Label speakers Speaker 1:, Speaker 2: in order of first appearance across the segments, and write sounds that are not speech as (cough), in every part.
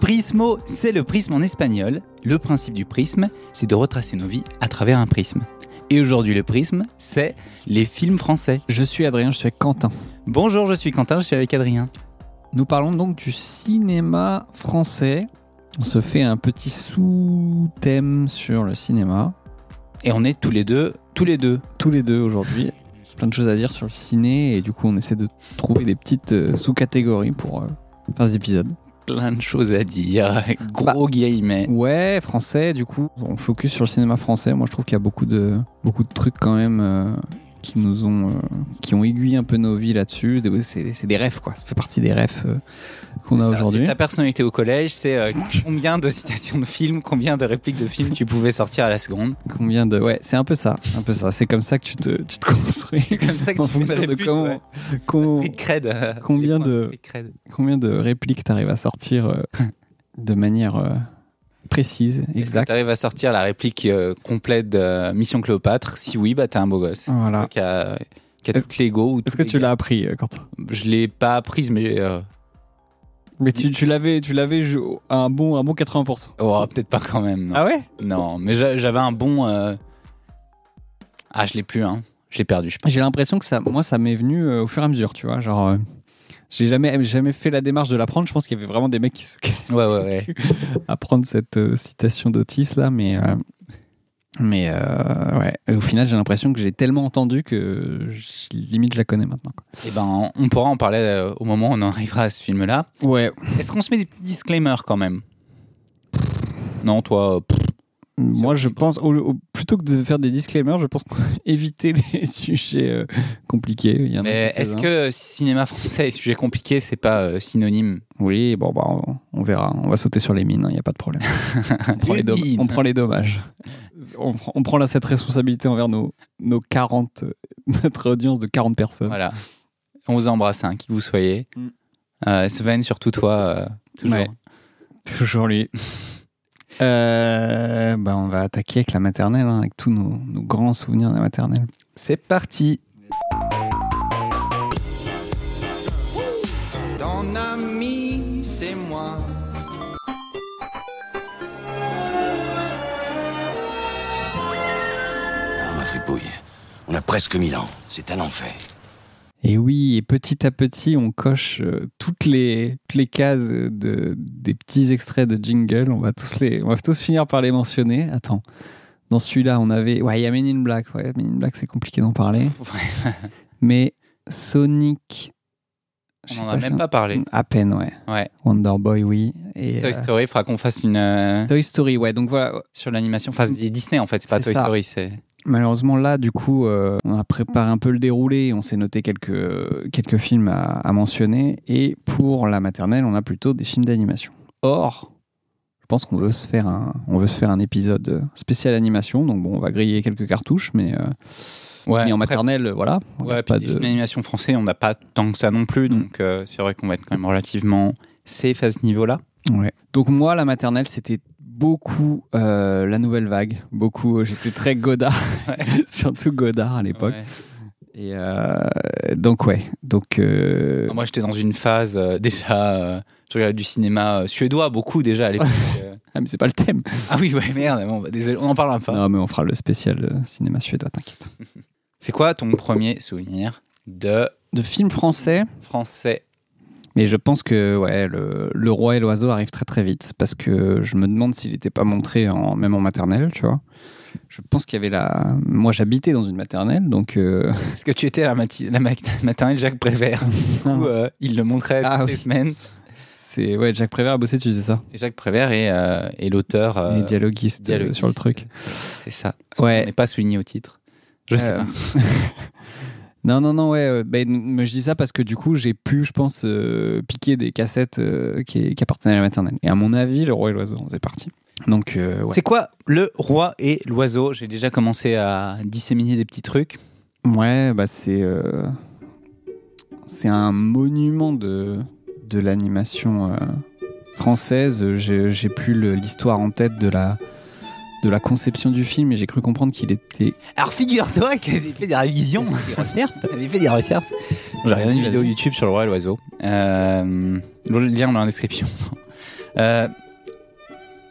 Speaker 1: Prismo, c'est le prisme en espagnol. Le principe du prisme, c'est de retracer nos vies à travers un prisme. Et aujourd'hui, le prisme, c'est les films français.
Speaker 2: Je suis Adrien, je suis avec Quentin.
Speaker 1: Bonjour, je suis Quentin, je suis avec Adrien.
Speaker 2: Nous parlons donc du cinéma français. On se fait un petit sous-thème sur le cinéma,
Speaker 1: Et on est tous les deux, tous les deux.
Speaker 2: tous les deux aujourd'hui. Plein de choses à dire sur le ciné et du coup on essaie de trouver des petites euh, sous-catégories pour euh, faire des épisodes.
Speaker 1: Plein de choses à dire,
Speaker 2: (laughs) Bah,
Speaker 1: gros guillemets.
Speaker 2: Ouais, français, du coup, on focus sur le cinéma français. Moi, je trouve qu'il y a beaucoup de, beaucoup de trucs quand même euh, qui nous ont, euh, qui ont aiguillé un peu nos vies là-dessus. Des- C'est c'est des rêves, quoi. Ça fait partie des rêves euh, qu'on a
Speaker 1: C'est ça, c'est
Speaker 2: aujourd'hui.
Speaker 1: Ta personnalité au collège, c'est
Speaker 2: (laughs)
Speaker 1: euh, combien de citations de films, combien de répliques de films tu pouvais sortir à la
Speaker 2: (laughs)
Speaker 1: seconde.
Speaker 2: Combien de, ouais, c'est un peu ça, un peu ça. C'est comme ça que tu te, tu te (laughs) construis.
Speaker 1: C'est comme ça que
Speaker 2: en
Speaker 1: tu fais
Speaker 2: fonction
Speaker 1: une
Speaker 2: de
Speaker 1: répute,
Speaker 2: comment,
Speaker 1: ouais.
Speaker 2: comment-
Speaker 1: Street cred. euh,
Speaker 2: combien
Speaker 1: les points
Speaker 2: de-
Speaker 1: street cred.
Speaker 2: combien de répliques t'arrives à sortir euh, de manière euh, précise,
Speaker 1: Exact.
Speaker 2: exacte.
Speaker 1: Tu arrives à sortir la réplique euh, complète de Mission Cléopâtre. Si oui, bah t'es un beau gosse.
Speaker 2: Voilà.
Speaker 1: Qui a, qui a
Speaker 2: Est-ce-
Speaker 1: toutes les go. ou
Speaker 2: Est-ce
Speaker 1: tous
Speaker 2: que
Speaker 1: les
Speaker 2: tu
Speaker 1: gars.
Speaker 2: l'as appris, euh, Quentin
Speaker 1: Je l'ai pas apprise, mais euh,
Speaker 2: Mais tu, tu l'avais, tu l'avais jou- à un bon, un bon 80%.
Speaker 1: oh, peut-être pas quand même. Non,
Speaker 2: Ah ouais
Speaker 1: Non, mais j'a- j'avais un bon. euh, Ah, je l'ai plus. Hein. Je l'ai perdu. Je pense.
Speaker 2: J'ai l'impression que ça, moi, ça m'est venu euh, au fur et à mesure, tu vois. Genre, euh, j'ai jamais, jamais fait la démarche de l'apprendre. Je pense qu'il y avait vraiment des mecs qui se
Speaker 1: Ouais, ouais, ouais.
Speaker 2: apprendre cette euh, citation d'Otis là, mais euh, mais euh, ouais. Et Au final, j'ai l'impression que j'ai tellement entendu que je- limite je la connais maintenant. quoi.
Speaker 1: Et ben, on pourra en parler euh, au moment où on en arrivera à ce film-là.
Speaker 2: Ouais.
Speaker 1: Est-ce qu'on se met des petits disclaimers quand même Non, toi. euh, pff,
Speaker 2: Moi, je
Speaker 1: horrible.
Speaker 2: pense au- au- plutôt que de faire des disclaimers, je pense qu'on (laughs) éviter les sujets euh, compliqués. Il y en a
Speaker 1: mais est-ce
Speaker 2: quelques-uns.
Speaker 1: que cinéma français et sujet compliqué, c'est pas euh, synonyme
Speaker 2: oui, bon, bah, on, on verra. On va sauter sur les mines. Il n'y a pas de
Speaker 1: (laughs)
Speaker 2: problème. on, prend les dom-
Speaker 1: Mine.
Speaker 2: on prend les dommages. On, prend- on prend là cette responsabilité envers nos, nos 40, euh, notre audience de 40 personnes.
Speaker 1: Voilà. On vous embrasse, hein, qui que vous soyez.
Speaker 2: Mm.
Speaker 1: Euh, Sven, surtout toi, euh, toujours.
Speaker 2: Ouais. Toujours lui. (laughs) Euh, bah, on va attaquer avec la maternelle, hein, avec tous nos, nos grands souvenirs de la maternelle.
Speaker 1: C'est parti.
Speaker 3: Ton ami, c'est moi.
Speaker 4: Ah, ma fripouille, on a presque 1000 ans. C'est un enfer.
Speaker 2: Et oui, et petit à petit, on coche euh, toutes, les, toutes les cases de, des petits extraits de jingle. On va, tous les, on va tous finir par les mentionner. Attends, dans celui-là, on avait. Ouais, il y a Men in Black. Ouais, Men in Black, c'est compliqué
Speaker 1: (laughs)
Speaker 2: d'en parler. Mais Sonic. je
Speaker 1: On
Speaker 2: sais
Speaker 1: en a
Speaker 2: si
Speaker 1: même pas parlé.
Speaker 2: À peine, ouais.
Speaker 1: Ouais.
Speaker 2: Wonder Boy, oui. Et, euh,
Speaker 1: Toy Story, il faudra qu'on fasse une euh,
Speaker 2: Toy Story, ouais. Donc voilà,
Speaker 1: sur l'animation. Enfin, c'est Disney en fait, c'est pas
Speaker 2: C'est
Speaker 1: Toy
Speaker 2: ça.
Speaker 1: Story, c'est.
Speaker 2: Malheureusement, là, du coup, euh, on a préparé un peu le déroulé. On s'est noté quelques, quelques films à, à mentionner. Et pour la maternelle, on a plutôt des films d'animation. Or, je pense qu'on veut, se faire un- on veut se faire un épisode spécial animation. Donc, bon, on va griller quelques cartouches, mais, euh,
Speaker 1: Ouais.
Speaker 2: mais en
Speaker 1: après-
Speaker 2: maternelle, voilà. on
Speaker 1: Ouais,
Speaker 2: a
Speaker 1: puis
Speaker 2: pas
Speaker 1: les
Speaker 2: de- Mm.
Speaker 1: films d'animation français, on n'a pas tant que ça non plus, donc euh, c'est vrai qu'on va être quand même relativement safe à ce niveau-là.
Speaker 2: Ouais. Donc, moi, la maternelle, c'était beaucoup euh, la nouvelle vague. Beaucoup, euh, j'étais très Godard,
Speaker 1: (laughs) Ouais.
Speaker 2: (laughs) surtout Godard à l'époque.
Speaker 1: Ouais.
Speaker 2: Et euh, donc, ouais. Donc, euh,
Speaker 1: Ah, Moi, j'étais dans une phase euh, déjà. euh, je regardais du cinéma euh, suédois beaucoup déjà à l'époque. euh.
Speaker 2: ah, mais c'est pas le thème.
Speaker 1: ah oui, ouais, merde, bon, bah, désolé, on en parlera pas.
Speaker 2: Non, mais on fera le spécial euh, cinéma suédois, t'inquiète.
Speaker 1: C'est quoi ton premier souvenir de
Speaker 2: De films français,
Speaker 1: français
Speaker 2: mais je pense que ouais, le, Le Roi et l'Oiseau arrive très très vite parce que je me demande s'il n'était pas montré en, même en maternelle, tu vois. Je pense qu'il y avait la. Moi, j'habitais dans une maternelle, donc. euh, (laughs)
Speaker 1: Est-ce que tu étais à la, mati- la ma- (laughs) maternelle Jacques Prévert où euh, il le montrait
Speaker 2: Ah
Speaker 1: toutes
Speaker 2: oui.
Speaker 1: les semaines
Speaker 2: c'est ouais, Jacques Prévert a bossé, tu disais ça.
Speaker 1: Et Jacques Prévert est, euh, est l'auteur euh,
Speaker 2: Et dialoguiste, euh,
Speaker 1: dialoguiste.
Speaker 2: sur le truc.
Speaker 1: C'est ça. On
Speaker 2: Ouais.
Speaker 1: n'est pas souligné au titre. Je sais
Speaker 2: Euh,
Speaker 1: pas.
Speaker 2: (laughs) Non, non, non, ouais. euh, ben, mais je dis ça parce que du coup, j'ai pu, je pense, euh, piquer des cassettes euh, qui, qui appartenaient à la maternelle. Et à mon avis, Le Roi et l'Oiseau en faisait partie. Donc, euh, ouais.
Speaker 1: C'est quoi le roi et l'oiseau J'ai déjà commencé à disséminer des petits trucs.
Speaker 2: Ouais, bah c'est euh, c'est un monument de de l'animation euh, française. J'ai j'ai plus le- l'histoire en tête de la de la conception du film et j'ai cru comprendre qu'il était
Speaker 1: Alors figure-toi qu'elle avait fait des révisions. (laughs) Elle avait fait des recherches. J'ai regardé une vidéo YouTube sur le roi et l'oiseau. (laughs) Euh, le lien dans la description. Euh,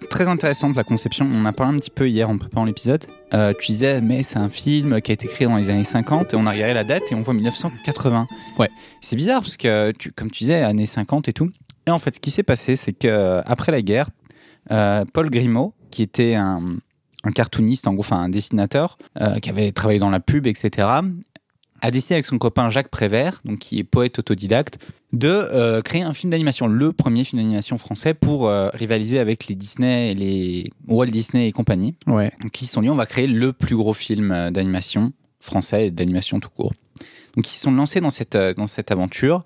Speaker 1: Très intéressante la conception. On en a parlé un petit peu hier en préparant l'épisode. Euh, tu disais, mais c'est un film qui a été créé dans les années 50 et on a regardé la date et on voit 1980.
Speaker 2: Ouais.
Speaker 1: C'est bizarre parce que, tu- comme tu disais, années 50 et tout. Et en fait, ce qui s'est passé, c'est que après la guerre, euh, Paul Grimaud, qui était un, un cartooniste, en gros, enfin un dessinateur, euh, qui avait travaillé dans la pub, etc., a décidé avec son copain Jacques Prévert, donc qui est poète autodidacte, de euh, créer un film d'animation, le premier film d'animation français pour euh, rivaliser avec les Disney et les Walt Disney et compagnie.
Speaker 2: Ouais.
Speaker 1: Donc ils se sont dit on va créer le plus gros film euh, d'animation français et d'animation tout court. Donc ils se sont lancés dans cette, euh, dans cette aventure.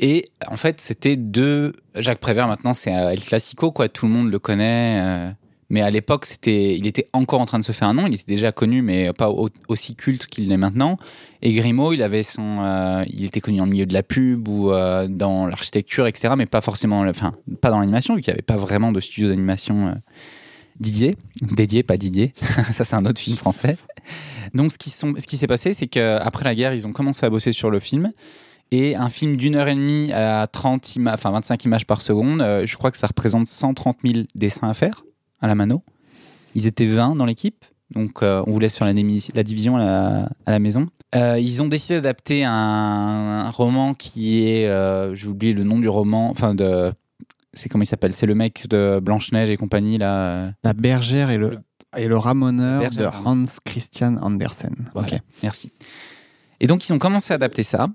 Speaker 1: Et en fait, c'était deux. Jacques Prévert, maintenant, c'est euh, El Classico, quoi. Tout le monde le connaît. euh, Mais à l'époque, c'était, il était encore en train de se faire un nom. Il était déjà connu, mais pas au- aussi culte qu'il l'est maintenant. Et Grimaud, il avait son, euh, il était connu dans le milieu de la pub ou euh, dans l'architecture, etc. Mais pas forcément, la- enfin, pas dans l'animation, vu qu'il n'y avait pas vraiment de studio d'animation euh, Didier, dédié, pas Didier. (laughs) Ça, c'est un autre film français. Donc, ce qui, sont, ce qui s'est passé, c'est qu'après la guerre, ils ont commencé à bosser sur le film. Et un film d'une heure et demie à 30 ima- enfin, 25 images par seconde, euh, je crois que ça représente 130 000 dessins à faire à la mano. Ils étaient 20 dans l'équipe. Donc, euh, on vous laisse faire la, démi- la division à la, à la maison. Euh, ils ont décidé d'adapter un, un roman qui est. euh, j'ai oublié le nom du roman. Enfin, de. C'est comment il s'appelle C'est le mec de Blanche-Neige et compagnie, là. euh,
Speaker 2: La bergère et le, et le ramoneur
Speaker 1: La bergère,
Speaker 2: de Hans Christian Andersen.
Speaker 1: Voilà.
Speaker 2: Ok.
Speaker 1: Merci. Et donc, ils ont commencé à adapter ça.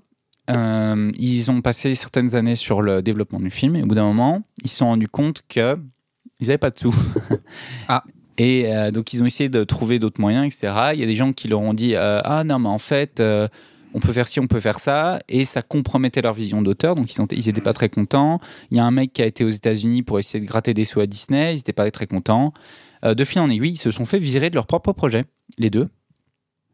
Speaker 1: Euh, ils ont passé certaines années sur le développement du film. Et au bout d'un moment, ils se sont rendus compte que ils n'avaient pas de sous.
Speaker 2: Ah.
Speaker 1: Et euh, donc, ils ont essayé de trouver d'autres moyens, etc. Il y a des gens qui leur ont dit euh, Ah non, mais en fait, euh, on peut faire ci, on peut faire ça. Et ça compromettait leur vision d'auteur. Donc, ils n'étaient pas très contents. Il y a un mec qui a été aux États-Unis pour essayer de gratter des sous à Disney. Ils n'étaient pas très contents. Euh, de fil en aiguille, ils se sont fait virer de leur propre projet, les deux.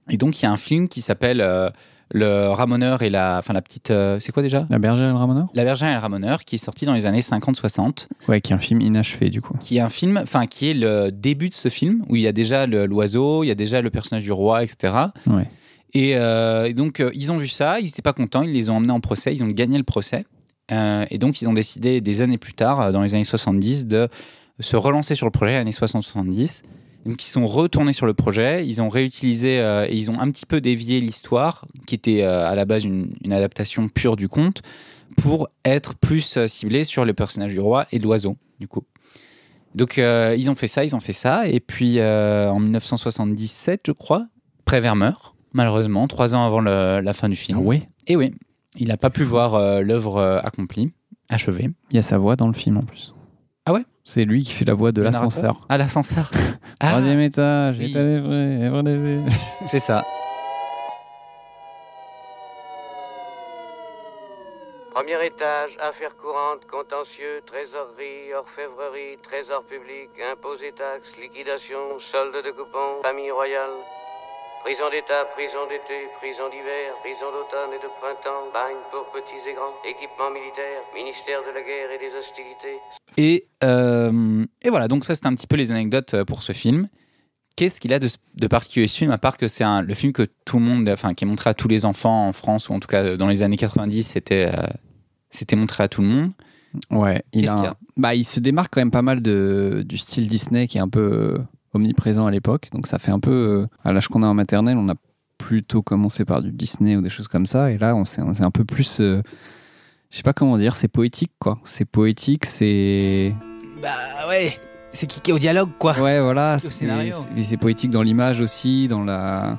Speaker 1: Et donc, il y a un film qui s'appelle euh, Le Ramoneur et la. Enfin, la petite. euh, c'est quoi déjà
Speaker 2: La bergère et le ramoneur
Speaker 1: La Vergin et le Ramoneur, qui est sorti dans les années 50-60,
Speaker 2: Ouais, qui est un film inachevé du coup.
Speaker 1: qui est un film. Enfin, qui est le début de ce film, où il y a déjà le- l'oiseau, il y a déjà le personnage du roi, etc.
Speaker 2: Ouais.
Speaker 1: Et, euh, et donc, euh, ils ont vu ça, ils n'étaient pas contents, ils les ont emmenés en procès, ils ont gagné le procès. Euh, et donc, ils ont décidé des années plus tard, euh, dans les années 70, de se relancer sur le projet, années 60-70. Donc, ils sont retournés sur le projet, ils ont réutilisé euh, et ils ont un petit peu dévié l'histoire, qui était euh, à la base une, une adaptation pure du conte, pour être plus euh, ciblés sur les personnages du roi et de l'oiseau, du coup. Donc, euh, ils ont fait ça, ils ont fait ça. Et puis, euh, en 1977, je crois, Prévert meurt, malheureusement, trois ans avant le- la fin du film.
Speaker 2: ouais
Speaker 1: Et oui, il n'a pas pu voir euh, l'œuvre euh, accomplie, achevée.
Speaker 2: Il y a sa voix dans le film en plus.
Speaker 1: Ah ouais
Speaker 2: C'est lui qui fait la voix de
Speaker 1: Le
Speaker 2: l'ascenseur.
Speaker 1: À l'ascenseur. (laughs) Ah,
Speaker 2: Troisième étage,
Speaker 1: oui.
Speaker 2: étalé vrai, vrai levé.
Speaker 1: c'est ça.
Speaker 5: Premier étage, affaires courantes, contentieux, trésorerie, orfèvrerie, trésor public, impôts et taxes, liquidation, solde de coupons, famille royale. Prison d'État, prison d'été, prison d'hiver, prison d'automne et de printemps, bagne pour petits et grands, équipement militaire, ministère de la guerre et des hostilités,
Speaker 1: Et, euh, et voilà, donc ça, c'était un petit peu les anecdotes euh, pour ce film. Qu'est-ce qu'il a de, de particulier ce film, à part que c'est un- le film que tout le monde, enfin, qui est montré à tous les enfants en France, ou en tout cas euh, dans les années 90, c'était euh, c'était montré à tout le monde.
Speaker 2: Ouais, il,
Speaker 1: Qu'est-ce
Speaker 2: a un-
Speaker 1: qu'il y a
Speaker 2: bah, il se démarque quand même pas mal de, du style Disney qui est un peu euh, omniprésent à l'époque. Donc ça fait un peu. euh, à l'âge qu'on a en maternelle, on a plutôt commencé par du Disney ou des choses comme ça. Et là, on s'est on s'est un peu plus. euh, je sais pas comment dire, c'est poétique quoi. C'est
Speaker 1: (laughs)
Speaker 2: poétique, c'est.
Speaker 1: Bah ouais, c'est cliqué au dialogue, quoi.
Speaker 2: Ouais, voilà.
Speaker 1: Au
Speaker 2: C'est
Speaker 1: scénario.
Speaker 2: c'est- mais c'est poétique dans l'image aussi, dans la.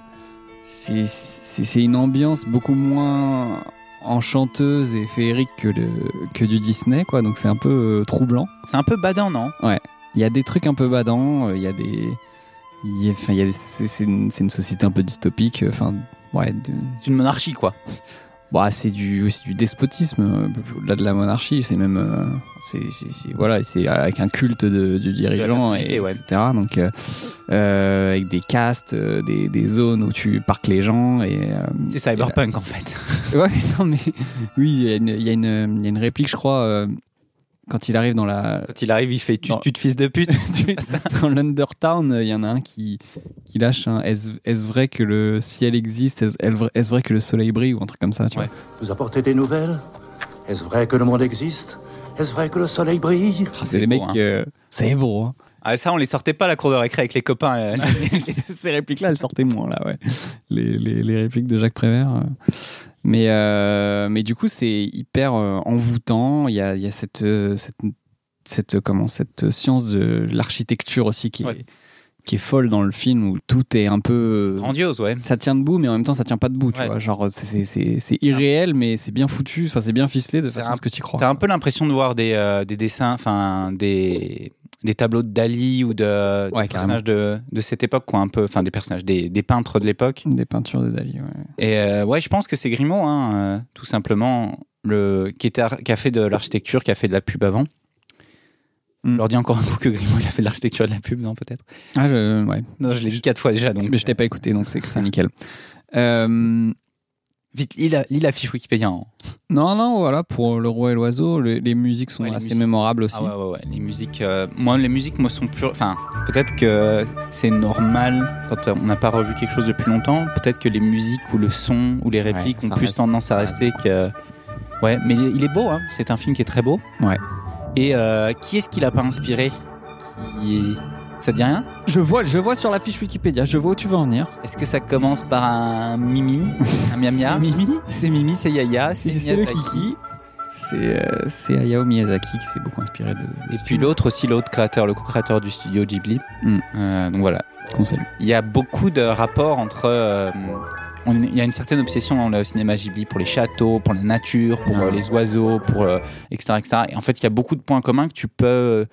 Speaker 2: C'est c'est- c'est une ambiance beaucoup moins enchanteuse et féerique que, le, que du Disney, quoi. Donc c'est un peu euh, troublant.
Speaker 1: C'est un peu badant, non
Speaker 2: Il y a des trucs un peu badants, euh, il y a des. il y a- enfin, il y a des- c'est c'est une, c'est une société un peu dystopique. euh, Enfin, ouais, de-
Speaker 1: C'est une monarchie, quoi.
Speaker 2: bah, c'est du, c'est du despotisme, euh, plus au-delà de la monarchie. C'est même. euh, c'est- c'est- c'est- voilà, c'est avec un culte de- du dirigeant,
Speaker 1: personnalité,
Speaker 2: et,
Speaker 1: ouais.
Speaker 2: etc. Donc, euh, euh, avec des castes, euh, des, des zones où tu parques les gens. Et, euh, (laughs)
Speaker 1: C'est cyberpunk, en fait.
Speaker 2: Ouais, non, mais. Oui, il y, a une- il y a une il y a une réplique, je crois, euh, quand il arrive dans la,
Speaker 1: (laughs) Quand il arrive, il fait tu,
Speaker 2: Non.
Speaker 1: tu te fils de pute.
Speaker 2: (laughs) Tu- dans l'Undertown, euh, il y en a un qui, qui lâche un est-ce est-ce vrai que le ciel existe Est-ce est-ce vrai- est-ce vrai que le soleil brille Ou un truc comme ça, tu
Speaker 1: Ouais.
Speaker 6: Vous apportez des nouvelles Est-ce vrai que le monde existe Est-ce vrai que le soleil brille
Speaker 1: Ah,
Speaker 2: vois. C'est les
Speaker 1: beau,
Speaker 2: mecs.
Speaker 1: hein. (laughs)
Speaker 2: euh, c'est beau, hein.
Speaker 1: Ah, ça, on les sortait pas à la cour de récré avec les copains. euh,
Speaker 2: Ces répliques-là, elles sortaient moins, là, ouais. Les, les- les répliques de Jacques Prévert. euh. Mais, euh, mais du coup, c'est hyper euh, envoûtant. Il y a, il y a cette, euh, cette, cette, euh, comment, cette science de l'architecture aussi qui,
Speaker 1: Ouais.
Speaker 2: est, qui est folle dans le film où tout est un peu.
Speaker 1: Grandiose, ouais.
Speaker 2: Ça tient debout, mais en même temps, ça tient pas debout. tu
Speaker 1: Ouais.
Speaker 2: vois. Genre, c'est- c'est- c'est c'est irréel, mais c'est bien foutu. Enfin, c'est bien ficelé de
Speaker 1: C'est
Speaker 2: façon
Speaker 1: un-
Speaker 2: à ce que tu crois.
Speaker 1: T'as un peu l'impression de voir des, euh, des dessins, enfin des, des tableaux de Dali ou de des
Speaker 2: Ouais,
Speaker 1: personnages de, de cette époque, quoi, un peu, enfin des personnages, des, des peintres de l'époque.
Speaker 2: Des peintures de Dali, ouais.
Speaker 1: Et euh, ouais, je pense que c'est Grimaud, hein, euh, tout simplement, le, qui, était ar- qui a fait de l'architecture, qui a fait de la pub avant.
Speaker 2: Mm.
Speaker 1: Je leur dis encore un coup que Grimaud, il a fait de l'architecture et de la pub, non, peut-être
Speaker 2: Ah, je- ouais.
Speaker 1: Non, je l'ai dit quatre fois déjà, donc.
Speaker 2: Mais je t'ai pas écouté, donc c'est que
Speaker 1: (laughs)
Speaker 2: c'est nickel. Euh,
Speaker 1: Vite, lis la, lis la fiche Wikipédia. hein.
Speaker 2: Non, non, voilà, pour Le Roi et l'Oiseau, le- les musiques sont
Speaker 1: Ouais, les
Speaker 2: assez
Speaker 1: musiques.
Speaker 2: mémorables aussi.
Speaker 1: Ah ouais, ouais, ouais. Les musiques, euh, moi, les musiques, moi, sont pures. Enfin, peut-être que c'est normal quand on n'a pas revu quelque chose depuis longtemps. Peut-être que les musiques ou le son ou les répliques
Speaker 2: Ouais, ça
Speaker 1: ont plus
Speaker 2: reste-
Speaker 1: tendance à
Speaker 2: ça
Speaker 1: rester que. Ouais, mais il est- il est beau, hein. C'est un film qui est très beau.
Speaker 2: Ouais.
Speaker 1: Et euh, qui est-ce qui l'a pas inspiré Qui- Ça te dit rien
Speaker 2: Je, vois, je vois sur la fiche Wikipédia, je vois où tu veux en venir.
Speaker 1: Est-ce que ça commence par un Mimi Un Miam
Speaker 2: C'est
Speaker 1: Miam
Speaker 2: Mimi
Speaker 1: (laughs) C'est Mimi, c'est Yaya, c'est
Speaker 2: Et c'est le
Speaker 1: Miyazaki.
Speaker 2: Kiki. C'est euh, c'est Hayao Miyazaki qui s'est beaucoup inspiré de. de
Speaker 1: Et
Speaker 2: ce
Speaker 1: puis
Speaker 2: film
Speaker 1: l'autre aussi, l'autre créateur, le co-créateur du studio Ghibli.
Speaker 2: Mm.
Speaker 1: Euh, donc voilà.
Speaker 2: qu'on salue.
Speaker 1: Il y a beaucoup de rapports entre. euh, on- il y a une certaine obsession dans le cinéma Ghibli pour les châteaux, pour la nature, pour
Speaker 2: Ah.
Speaker 1: euh, les oiseaux, pour euh, etc., etc. Et en fait, il y a beaucoup de points communs que tu peux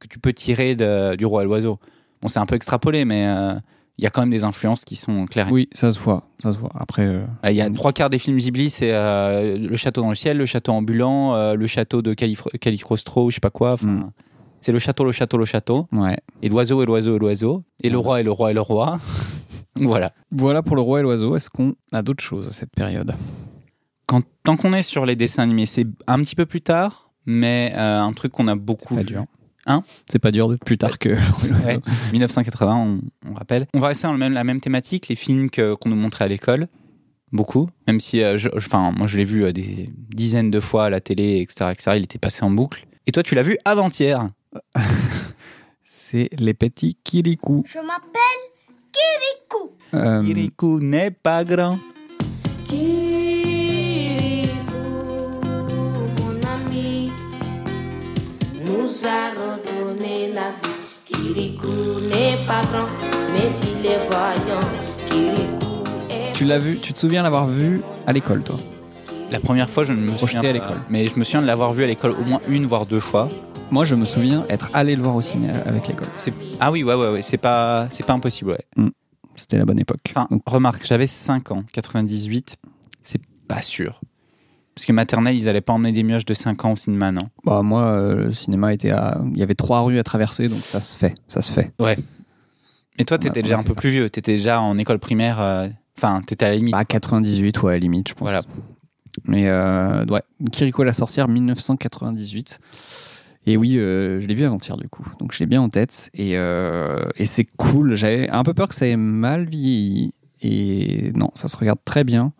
Speaker 1: que tu peux tirer de- du roi et l'oiseau. Bon, c'est un peu extrapolé, mais euh, il y a quand même des influences qui sont claires.
Speaker 2: Oui, ça se voit, ça se voit. Après, euh,
Speaker 1: Euh, Il y a trois quarts des films Ghibli, c'est euh, le château dans le ciel, le château ambulant, euh, le château de Calif- Calicrostro, je sais pas quoi. Enfin,
Speaker 2: Mm.
Speaker 1: C'est le château, le château, le château,
Speaker 2: ouais.
Speaker 1: et l'oiseau, et l'oiseau, et l'oiseau, et le roi, et le roi, et le roi. (laughs) voilà.
Speaker 2: Voilà pour Le Roi et l'Oiseau. Est-ce qu'on a d'autres choses à cette période
Speaker 1: Quand- tant qu'on est sur les dessins animés, c'est un petit peu plus tard, mais euh, un truc qu'on a beaucoup
Speaker 2: Pas
Speaker 1: vu.
Speaker 2: dur.
Speaker 1: Hein
Speaker 2: C'est pas dur de plus tard que Le Roi et l'Oiseau.
Speaker 1: (laughs) Ouais. 1980, on, on rappelle. On va rester dans le même, la même thématique, les films que- qu'on nous montrait à l'école, beaucoup. Même si, euh, je- je- enfin, moi je l'ai vu euh, des dizaines de fois à la télé, etc., etc. Il était passé en boucle. Et toi, tu l'as vu avant-hier.
Speaker 2: C'est Les Petits Kirikou.
Speaker 6: Je m'appelle Kirikou.
Speaker 2: Euh,
Speaker 1: Kirikou n'est pas grand.
Speaker 6: Kirikou, mon ami, nous a redonné la vie. Kirikou n'est pas grand, mais il est voyant. Kirikou est.
Speaker 2: tu l'as vu, tu te souviens l'avoir vu à l'école, toi
Speaker 1: La première fois, je ne me
Speaker 2: Projeté
Speaker 1: souviens
Speaker 2: à
Speaker 1: pas,
Speaker 2: l'école.
Speaker 1: Mais je me souviens de l'avoir vu à l'école au moins une, voire deux fois.
Speaker 2: Moi, je me souviens être allé le voir au ciné avec l'école.
Speaker 1: C'est- Ah oui, ouais, ouais, ouais. C'est pas, c'est pas impossible, ouais.
Speaker 2: C'était la bonne époque.
Speaker 1: Enfin,
Speaker 2: Donc,
Speaker 1: remarque, j'avais 5 ans, 98, c'est pas sûr. Parce que maternelle, ils allaient pas emmener des mioches de 5 ans au cinéma, non
Speaker 2: bah, moi, euh, le cinéma était à. Il y avait trois rues à traverser, donc ça se fait. Ça se fait.
Speaker 1: Et toi,
Speaker 2: On
Speaker 1: t'étais
Speaker 2: a-
Speaker 1: déjà
Speaker 2: on a
Speaker 1: un
Speaker 2: fait
Speaker 1: peu
Speaker 2: ça.
Speaker 1: plus vieux, t'étais déjà en école primaire, euh, enfin, t'étais à la limite.
Speaker 2: Bah, 98, ouais, à la limite, je pense.
Speaker 1: Voilà.
Speaker 2: Mais, euh, ouais, Kiriko la sorcière, 1998. Et oui, euh, je l'ai vu avant-hier, du coup. Donc, je l'ai bien en tête. Et, euh, et c'est cool. J'avais un peu peur que ça ait mal vieilli. Et non, ça se regarde très bien.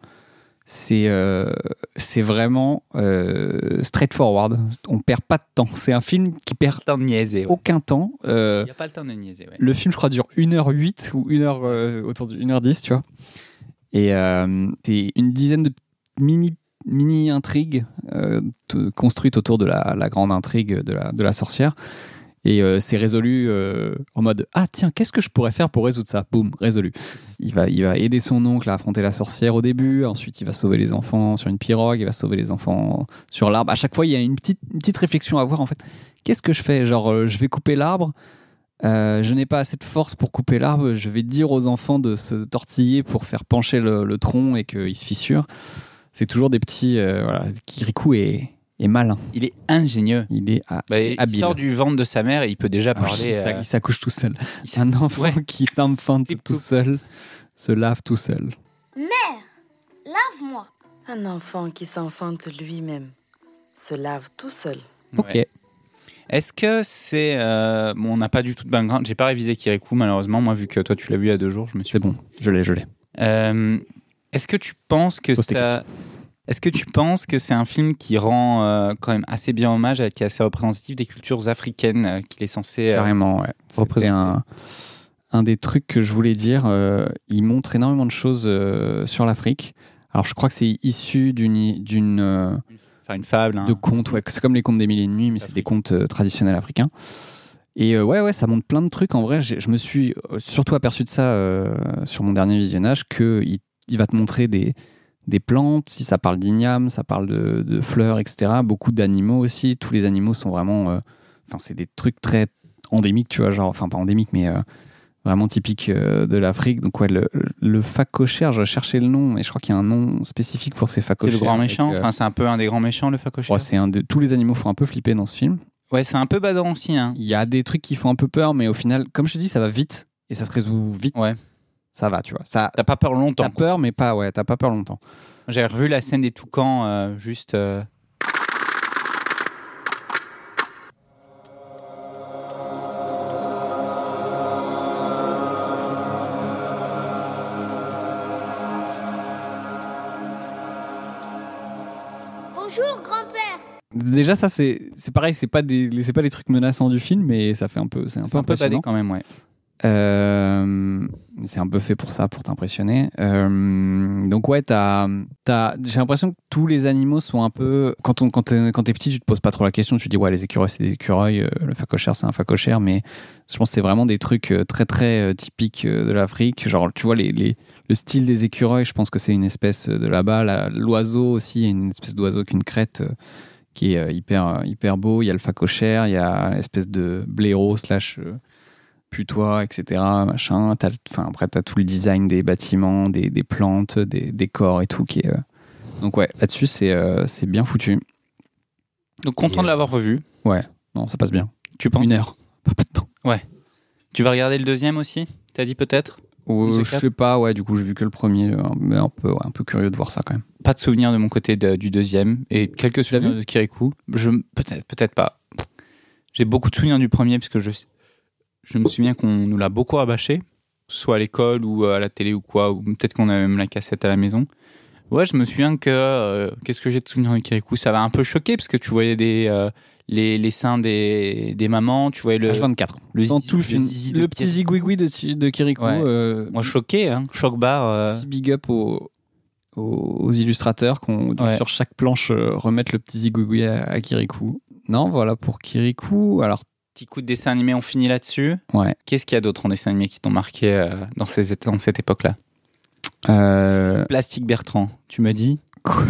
Speaker 2: c'est euh, c'est vraiment euh, straightforward. On perd pas de temps. C'est un film qui perd
Speaker 1: le temps de niaiser, ouais.
Speaker 2: aucun temps. Euh,
Speaker 1: Il a pas le temps de niaiser, ouais.
Speaker 2: le film, je crois, dure 1h08 ou 1 heure, euh, autour de 1h10, tu vois. Et euh, c'est une dizaine de mini mini intrigues euh, t- construites autour de la, la grande intrigue de la, de la sorcière. Et euh, c'est résolu euh, en mode Ah, tiens, qu'est-ce que je pourrais faire pour résoudre ça Boum, résolu. Il va, il va aider son oncle à affronter la sorcière au début. Ensuite, il va sauver les enfants sur une pirogue. Il va sauver les enfants sur l'arbre. À chaque fois, il y a une petite, une petite réflexion à avoir. En fait, qu'est-ce que je fais Genre, euh, je vais couper l'arbre. Euh, je n'ai pas assez de force pour couper l'arbre. Je vais dire aux enfants de se tortiller pour faire pencher le, le tronc et qu'il se fissure. C'est toujours des petits. euh, voilà, Kirikou est, est malin.
Speaker 1: Il est ingénieux.
Speaker 2: Il est à.
Speaker 1: Bah, il
Speaker 2: habile.
Speaker 1: sort du ventre de sa mère et il peut déjà
Speaker 2: Ah oui,
Speaker 1: parler.
Speaker 2: ça-
Speaker 1: euh,
Speaker 2: il s'accouche tout seul.
Speaker 1: il
Speaker 2: C'est un enfant
Speaker 1: Ouais.
Speaker 2: qui s'infante
Speaker 1: Tip
Speaker 2: tout
Speaker 1: tout.
Speaker 2: seul, se lave tout seul.
Speaker 6: Lave-moi.
Speaker 7: Un enfant qui s'enfante lui-même se lave tout seul.
Speaker 1: euh, ouais.
Speaker 2: Ok.
Speaker 1: Est-ce que c'est. euh, Bon, on n'a pas du tout de background. J'ai pas révisé Kirikou, malheureusement. Moi, vu que toi, tu l'as vu il y a deux jours, je me suis.
Speaker 2: C'est bon, je l'ai, je l'ai.
Speaker 1: Euh, Est-ce que tu penses que
Speaker 2: Pose tes
Speaker 1: ça. Est-ce que tu penses que c'est un film qui rend euh, quand même assez bien hommage, à- qui est assez représentatif des cultures africaines euh, qu'il est censé. euh,
Speaker 2: Carrément, ouais. C'était
Speaker 1: représenter.
Speaker 2: un, un des trucs que je voulais dire. euh, il montre énormément de choses euh, sur l'Afrique. Alors, je crois que c'est issu d'une d'une, euh,
Speaker 1: faire une fable hein.
Speaker 2: de contes. ouais, c'est comme les contes des mille et une nuits, mais c'est des contes euh, traditionnels africains. Et euh, ouais, ouais, ça montre plein de trucs. En vrai, j'ai- je me suis euh, surtout aperçu de ça euh, sur mon dernier visionnage que il, il va te montrer des des plantes, si ça parle d'igname, ça parle de, de fleurs, etc. Beaucoup d'animaux aussi. Tous les animaux sont vraiment euh, enfin c'est des trucs très endémiques tu vois genre enfin pas endémiques mais euh, vraiment typiques euh, de l'Afrique donc ouais le, le phacochère je cherchais le nom et je crois qu'il y a un nom spécifique pour ces
Speaker 1: C'est
Speaker 2: phacochères
Speaker 1: le grand méchant.
Speaker 2: avec, euh,
Speaker 1: Enfin, c'est un peu un des grands méchants, le facochère.
Speaker 2: ouais, Oh, c'est un de tous les animaux font un peu flipper dans ce film
Speaker 1: ouais, c'est un peu badant aussi. Hein.
Speaker 2: il y a des trucs qui font un peu peur mais au final comme je te dis ça va vite et ça se résout vite
Speaker 1: Ouais.
Speaker 2: ça va tu vois ça
Speaker 1: T'as pas peur longtemps.
Speaker 2: t'as peur mais pas ouais t'as pas peur longtemps
Speaker 1: J'ai revu la scène des toucans, euh, juste. euh,
Speaker 8: Bonjour, grand-père.
Speaker 2: déjà ça c'est c'est pareil c'est pas des c'est pas les trucs menaçants du film mais ça fait un peu c'est un peu
Speaker 1: un peu badé
Speaker 2: impressionnant
Speaker 1: quand même, ouais.
Speaker 2: Euh, c'est un peu fait pour ça, pour t'impressionner. Euh, donc ouais, t'as, t'as- j'ai l'impression que tous les animaux sont un peu... Quand, on, quand, t'es, quand t'es petit, tu te poses pas trop la question, tu te dis ouais, les écureuils, c'est des écureuils, euh, le facochère, c'est un facochère, mais je pense que c'est vraiment des trucs euh, très très euh, typiques euh, de l'Afrique. Genre, tu vois, les, les- le style des écureuils, je pense que c'est une espèce euh, de là-bas. La- l'oiseau aussi, il y a une espèce d'oiseau qu'une crête. euh, qui est euh, hyper, euh, hyper beau. Il y a le facochère, il y a l'espèce de blaireau slash euh, putois, etc. Machin. T'as le- Enfin, après, tu as tout le design des bâtiments, des, des plantes, des décors et tout. Qui est, euh, Donc, ouais, là-dessus, c'est euh, c'est bien foutu.
Speaker 1: Donc content
Speaker 2: Et,
Speaker 1: de l'avoir revu.
Speaker 2: Non, ça passe bien.
Speaker 1: Tu penses (laughs)
Speaker 2: Une heure. Pas peu de temps.
Speaker 1: Tu vas regarder le deuxième aussi T'as dit peut-être
Speaker 2: Euh,
Speaker 1: c'est
Speaker 2: je
Speaker 1: clair.
Speaker 2: sais pas, ouais, du coup, j'ai vu que le premier, euh, mais un peu, ouais, un peu curieux de voir ça quand même.
Speaker 1: Pas de souvenir de mon côté de- du deuxième et quelques
Speaker 2: l'as
Speaker 1: souvenirs de Kirikou. Je peut-être peut-être pas. J'ai beaucoup de souvenirs du premier parce que je je me souviens qu'on nous l'a beaucoup rabâché, que ce soit à l'école ou euh, à la télé ou quoi, ou peut-être qu'on a même la cassette à la maison. Ouais, je me souviens que euh, qu'est-ce que j'ai de souvenirs de Kirikou Ça m'a un peu choqué parce que tu voyais des euh, les, les seins des, des mamans, tu voyais le
Speaker 2: H24.
Speaker 1: le
Speaker 2: Dans
Speaker 1: zizi-
Speaker 2: tout le
Speaker 1: le
Speaker 2: film.
Speaker 1: zizi de
Speaker 2: Le, petit
Speaker 1: Kirikou.
Speaker 2: zigouigoui de, de Kirikou.
Speaker 1: Ouais.
Speaker 2: euh,
Speaker 1: moi choqué hein, choc bar euh,
Speaker 2: petit big up aux, aux- aux illustrateurs qui ont dû
Speaker 1: Ouais.
Speaker 2: sur chaque planche euh, remettre le petit zigouigoui à, à Kirikou. Non, voilà pour Kirikou. Alors,
Speaker 1: petit coup de dessin animé, on finit là-dessus.
Speaker 2: Ouais.
Speaker 1: Qu'est-ce qu'il y a d'autre en dessin animé qui t'ont marqué euh, dans, ces, dans cette époque-là
Speaker 2: euh,
Speaker 1: Plastique Bertrand, tu me dis
Speaker 2: Quoi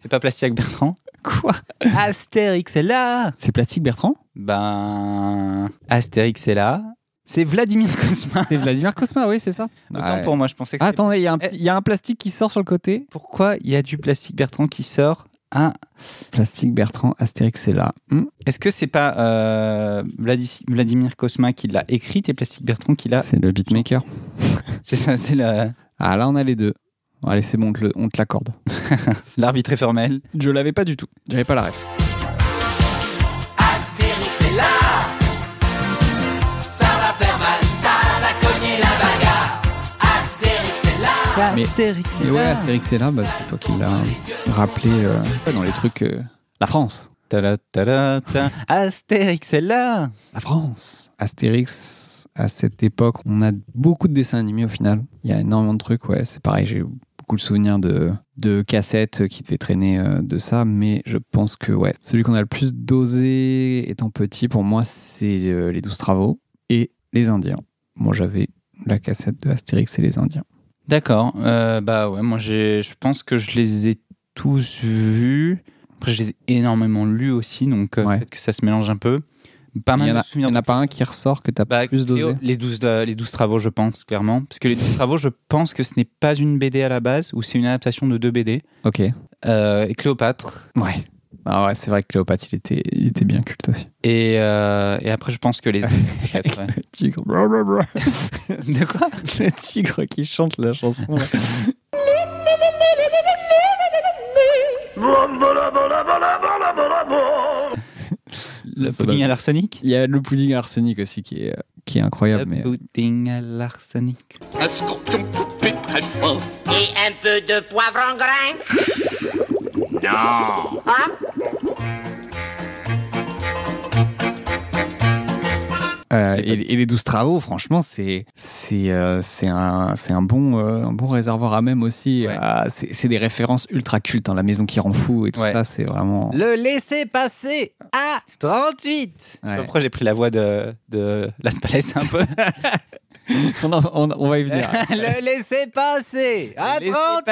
Speaker 1: C'est pas Plastique Bertrand
Speaker 2: quoi
Speaker 1: Astérix est là
Speaker 2: C'est Plastique Bertrand
Speaker 1: Ben. Astérix est là. C'est Vladimir Cosma.
Speaker 2: C'est Vladimir Cosma, oui, c'est ça.
Speaker 1: Autant
Speaker 2: Ouais.
Speaker 1: pour moi, je pensais que
Speaker 2: Ah,
Speaker 1: c'était-
Speaker 2: attendez, il y, a un petit- il y a un plastique qui sort sur le côté.
Speaker 1: Pourquoi il y a du Plastique Bertrand qui sort Ah,
Speaker 2: Plastique Bertrand, Astérix est là. Hmm,
Speaker 1: Est-ce que c'est pas euh, Vladi- Vladimir Cosma qui l'a écrit et Plastique Bertrand qui (laughs) l'a.
Speaker 2: C'est le beatmaker.
Speaker 1: C'est ça, c'est le-
Speaker 2: Ah, là, on a les deux. Bon, allez, c'est bon, on te le- on te l'accorde.
Speaker 1: l'arbitre est formel.
Speaker 2: Je l'avais pas du tout. J'avais pas la ref. Mais- Et ouais, Astérix est là, bah, c'est toi qui l'as rappelé euh, dans les trucs. euh, la France.
Speaker 1: Ta-da, ta-da, ta. Astérix est là
Speaker 2: La France. Astérix, à cette époque, on a beaucoup de dessins animés au final. Il y a énormément de trucs, ouais, c'est pareil, j'ai beaucoup le souvenir de, de cassettes qui devaient traîner euh, de ça, mais je pense que, ouais, celui qu'on a le plus dosé étant petit, pour moi, c'est euh, Les Douze Travaux et Les Indiens. Moi, j'avais la cassette de Astérix et Les Indiens.
Speaker 1: D'accord. Euh, bah ouais, moi j'ai, je pense que je les ai tous vus. Après, je les ai énormément lus aussi, donc euh,
Speaker 2: Ouais.
Speaker 1: peut-être que ça se mélange un peu. Pas
Speaker 2: Il
Speaker 1: mal
Speaker 2: y en
Speaker 1: de
Speaker 2: a, il y
Speaker 1: souvenirs.
Speaker 2: en a pas un qui ressort que t'as
Speaker 1: Bah,
Speaker 2: plus
Speaker 1: Cléo,
Speaker 2: dosé.
Speaker 1: les, 12, euh, les 12 travaux, je pense, clairement. Parce que les 12 travaux, je pense que ce n'est pas une BD à la base, ou c'est une adaptation de deux BD.
Speaker 2: Ok.
Speaker 1: Euh, et Cléopâtre.
Speaker 2: Ouais. Ah ouais, c'est vrai que Cléopâtre, il était, il était bien culte aussi.
Speaker 1: Et, euh, et après, je pense que les.
Speaker 2: (laughs)
Speaker 1: peut-être, ouais.
Speaker 2: Le tigre. Blablabla.
Speaker 1: De quoi
Speaker 2: (laughs) Le tigre qui chante la chanson. là.
Speaker 1: (laughs) Le
Speaker 2: Ça, ça
Speaker 1: pudding
Speaker 2: va.
Speaker 1: à l'arsenic
Speaker 2: Il y a le pudding arsenic aussi qui est, euh, qui est incroyable.
Speaker 1: Le
Speaker 2: Mais
Speaker 1: pudding à l'arsenic.
Speaker 6: Et un peu de poivre en grain.
Speaker 4: Non
Speaker 2: Euh, et, et les 12 travaux, franchement, c'est c'est euh, c'est un, c'est un, bon, euh, un bon réservoir à même aussi.
Speaker 1: Ouais.
Speaker 2: à- c'est c'est des références ultra cultes, hein, la maison qui rend fou et tout
Speaker 1: Ouais.
Speaker 2: ça, c'est vraiment...
Speaker 1: Le laisser passer à 38 Je sais pas
Speaker 2: Ouais.
Speaker 1: Pourquoi j'ai pris la voix de, de Las Palais un peu
Speaker 2: on, en- on- on va y (laughs) venir.
Speaker 1: Le laisser passer à
Speaker 2: Le laisser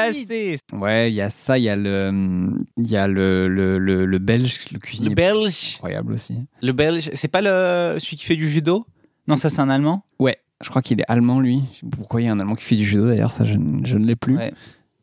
Speaker 1: 38
Speaker 2: ouais, il y a ça, il y a le, hum, il y a le, le, le, le belge, le
Speaker 1: Le
Speaker 2: cuisinier
Speaker 1: belge
Speaker 2: incroyable aussi.
Speaker 1: Le belge, c'est pas le, celui qui fait du judo Non, ça c'est un allemand
Speaker 2: Ouais, je crois qu'il est allemand, lui. Je sais pas Pourquoi il y a un allemand qui fait du judo, d'ailleurs, ça, je, ne- je ne l'ai plus.
Speaker 1: Ouais.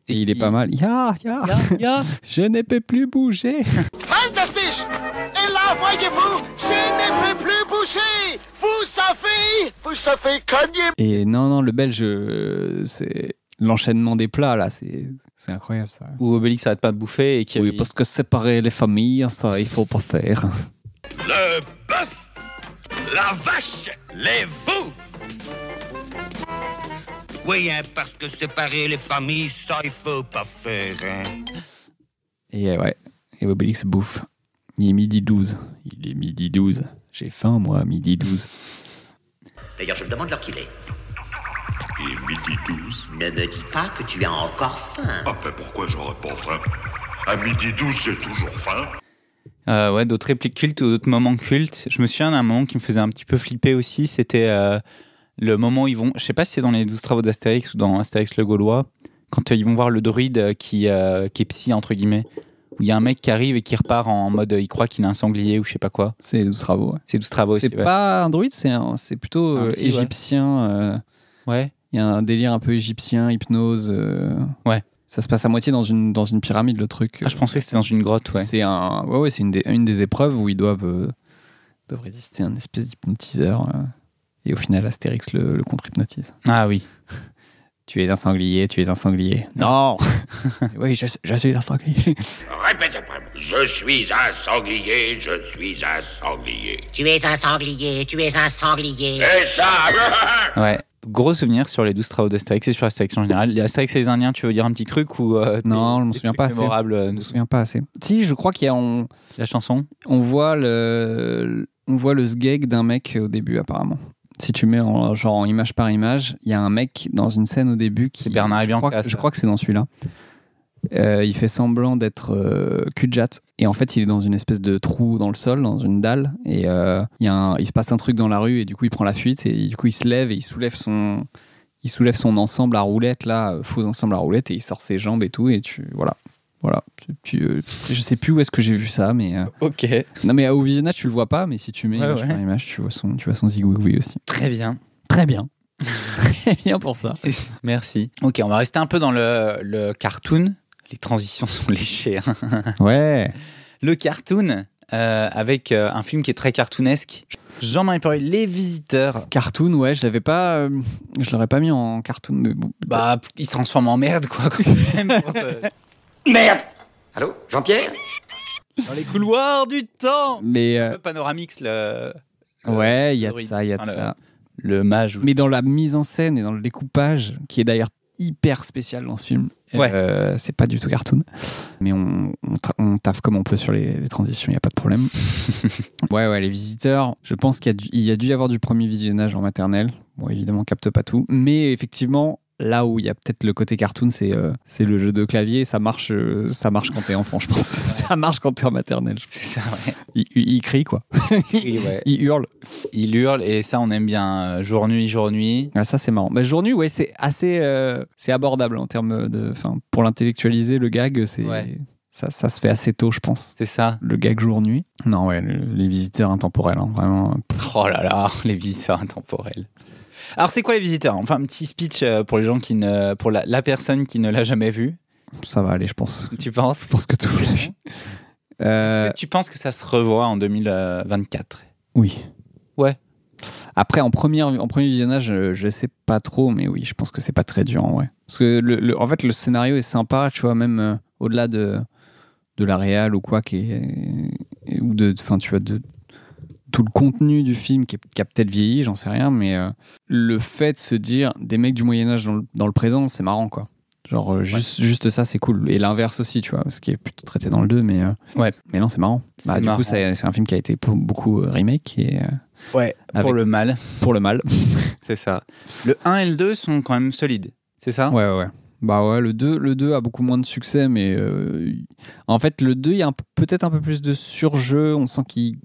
Speaker 2: Et, il est
Speaker 1: qui-
Speaker 2: pas mal. Ya, ya,
Speaker 1: Ya, ya.
Speaker 2: (laughs) je ne peux plus (laughs) bouger.
Speaker 9: Fantastique Et là, voyez-vous, je ne peux plus bouger Vous savez, vous savez cogner
Speaker 2: Et non, non, le belge, euh, c'est l'enchaînement des plats, là, c'est c'est incroyable ça.
Speaker 1: Où Obélix arrête pas de bouffer et qui.
Speaker 2: Oui, parce que séparer les familles, ça, il faut pas faire.
Speaker 9: Le bœuf, la vache, les veaux Oui, hein, parce que séparer les familles, ça, il faut pas faire, hein.
Speaker 2: Et euh, ouais, et Obélix bouffe. Il est midi 12. Il est midi 12. J'ai faim, moi, à midi 12.
Speaker 10: D'ailleurs, je me demande l'heure qu'il est. Il est midi 12. Ne me dis pas que tu as encore faim.
Speaker 9: Ah ben pourquoi j'aurais pas faim À midi 12, j'ai toujours faim.
Speaker 1: Euh, ouais, d'autres répliques cultes ou d'autres moments cultes. Je me souviens d'un moment qui me faisait un petit peu flipper aussi, c'était euh, le moment où ils vont, je sais pas si c'est dans les 12 travaux d'Astérix ou dans Astérix le Gaulois, quand euh, ils vont voir le druide euh, qui, euh, qui est psy, entre guillemets, où il y a un mec qui arrive et qui repart en mode euh, il croit qu'il a un sanglier ou je sais pas quoi.
Speaker 2: C'est les 12 travaux. ouais.
Speaker 1: C'est 12 travaux Ah, bah aussi.
Speaker 2: C'est
Speaker 1: ouais.
Speaker 2: pas un druide, c'est un- c'est plutôt
Speaker 1: C'est un
Speaker 2: euh,
Speaker 1: psy, ouais.
Speaker 2: égyptien. euh,
Speaker 1: Ouais.
Speaker 2: Il y a un délire un peu égyptien, hypnose. euh,
Speaker 1: Ouais.
Speaker 2: Ça se passe à moitié dans une, dans une pyramide, le truc. euh.
Speaker 1: Ah, je pensais que c'était dans une grotte, ouais.
Speaker 2: C'est un, ouais, ouais, c'est une des, une des épreuves où ils doivent, euh, doivent résister à un espèce d'hypnotiseur. euh, et au final, Astérix le, le contre-hypnotise.
Speaker 1: Ah oui.
Speaker 2: Tu es un sanglier, tu es un sanglier.
Speaker 1: (laughs)
Speaker 2: Non Oui, je, je suis un sanglier.
Speaker 9: Répète après moi. Je suis un sanglier, je suis un sanglier.
Speaker 10: Tu es un sanglier, tu es un sanglier.
Speaker 9: Et ça
Speaker 1: Ouais. Gros souvenir sur les 12 travaux d'Astérix et sur Astérix en général. Les Astérix et les Indiens, tu veux dire un petit truc ou. euh, des-
Speaker 2: Non, je m'en
Speaker 1: des
Speaker 2: souviens
Speaker 1: trucs
Speaker 2: pas assez.
Speaker 1: mémorables, euh,
Speaker 2: Je me souviens pas assez. Si, je crois qu'il y a. On,
Speaker 1: La chanson
Speaker 2: on voit le, on voit le sgeg d'un mec au début, apparemment. Si tu mets en, genre en image par image, il y a un mec dans une scène au début qui.
Speaker 1: C'est Bernard
Speaker 2: je crois,
Speaker 1: Bianca,
Speaker 2: que-
Speaker 1: ça.
Speaker 2: je crois que c'est dans celui-là. Euh, il fait semblant d'être euh, Kudjat. Et en fait, il est dans une espèce de trou dans le sol, dans une dalle. Et euh, il, y a un- il se passe un truc dans la rue et du coup, il prend la fuite. Et du coup, il se lève et il soulève son. Il soulève son ensemble à roulette, là, euh, faux ensemble à roulette, et il sort ses jambes et tout, et tu. Voilà. Voilà. Tu, tu- euh, je sais plus où est-ce que j'ai vu ça, mais. euh,
Speaker 1: Ok.
Speaker 2: non mais au visionnage tu le vois pas, mais si tu mets
Speaker 1: Ouais,
Speaker 2: image
Speaker 1: ouais.
Speaker 2: par image, tu vois son, tu vois son zigouigoui aussi.
Speaker 1: Très
Speaker 2: (laughs)
Speaker 1: bien. (laughs)
Speaker 2: Très bien. Très bien pour ça.
Speaker 1: Merci. Ok, on va rester un peu dans le, le cartoon. Les transitions sont (laughs) léchées. hein.
Speaker 2: Ouais.
Speaker 1: Le cartoon, euh, avec euh, un film qui est très cartoonesque. Jean-Marie Perry, Les Visiteurs.
Speaker 2: Cartoon, ouais, je l'avais pas, euh, je l'aurais pas mis en cartoon, mais bon.
Speaker 1: Bah, il se transforme en merde, quoi, quand même. pour te-
Speaker 10: Merde Allô, Jean-Pierre
Speaker 1: Dans les couloirs du temps.
Speaker 2: Mais euh,
Speaker 1: Le Panoramix, le, le-
Speaker 2: ouais, il y a
Speaker 1: le
Speaker 2: de
Speaker 1: druide.
Speaker 2: ça, il y a de
Speaker 1: euh, Enfin, le-
Speaker 2: ça.
Speaker 1: Le mage. ou-
Speaker 2: Mais dans la mise en scène et dans le découpage, qui est d'ailleurs hyper spécial dans ce film,
Speaker 1: Ouais.
Speaker 2: euh, c'est pas du tout cartoon. Mais on, on tra- on taffe comme on peut sur les, les transitions, il n'y a pas de problème. ouais, ouais, les visiteurs, je pense qu'il y, a dû- il y a dû y avoir du premier visionnage en maternelle. Bon, évidemment, on capte pas tout. Mais effectivement, là où il y a peut-être le côté cartoon, c'est euh, c'est le jeu de clavier. Ça marche, euh, ça marche quand t'es enfant, je pense. (laughs) ça marche quand t'es en maternelle. je-
Speaker 1: (laughs) C'est ça, ouais.
Speaker 2: Il, il- il crie, quoi.
Speaker 1: Oui, ouais.
Speaker 2: Il hurle.
Speaker 1: Il hurle et ça, on aime bien. euh, Jour-nuit, jour-nuit.
Speaker 2: Ah, ça, c'est marrant. Mais jour-nuit, ouais, c'est assez euh, c'est abordable en termes de. Enfin, pour l'intellectualiser, le gag, c'est
Speaker 1: Ouais.
Speaker 2: ça, ça se fait assez tôt, je pense.
Speaker 1: C'est ça.
Speaker 2: Le gag jour-nuit. Non, ouais, le- les visiteurs intemporels, hein, vraiment.
Speaker 1: Oh là là, (laughs) les visiteurs intemporels. Alors, c'est quoi les visiteurs Enfin, un petit speech euh, pour les gens qui ne, pour la, la personne qui ne l'a jamais vu.
Speaker 2: Ça va aller, je pense.
Speaker 1: Tu penses (laughs)
Speaker 2: Je pense que tout le monde l'a vu. Euh,
Speaker 1: Est-ce que Tu penses que ça se revoit en 2024
Speaker 2: oui.
Speaker 1: Ouais.
Speaker 2: Après, en, première, en premier visionnage, euh, je sais pas trop, mais oui, je pense que c'est pas très dur en vrai. Parce que, le, le- en fait, le scénario est sympa, tu vois, même euh, au-delà de, de la réal ou quoi, qui est, ou de, enfin, tu vois, de tout le contenu du film qui, est- qui a peut-être vieilli, j'en sais rien, mais euh, le fait de se dire des mecs du Moyen-Âge dans, le- dans le présent, c'est marrant, quoi. Genre, euh, juste, juste ça, c'est cool. Et l'inverse aussi, tu vois, ce qui est plutôt traité dans le 2, mais, euh,
Speaker 1: Ouais.
Speaker 2: mais non, c'est marrant.
Speaker 1: C'est
Speaker 2: Bah, du
Speaker 1: marrant.
Speaker 2: coup, ça- c'est un film qui a été po- beaucoup euh, remake et euh,
Speaker 1: Ouais, pour
Speaker 2: Avec-
Speaker 1: le mal,
Speaker 2: pour le mal.
Speaker 1: (laughs) c'est ça. Le 1 et le 2 sont quand même solides, c'est ça
Speaker 2: Ouais, ouais. Bah ouais, le 2, le 2 a beaucoup moins de succès, mais euh, en fait, le 2, il y a un p- peut-être un peu plus de surjeu. On sent qu'ils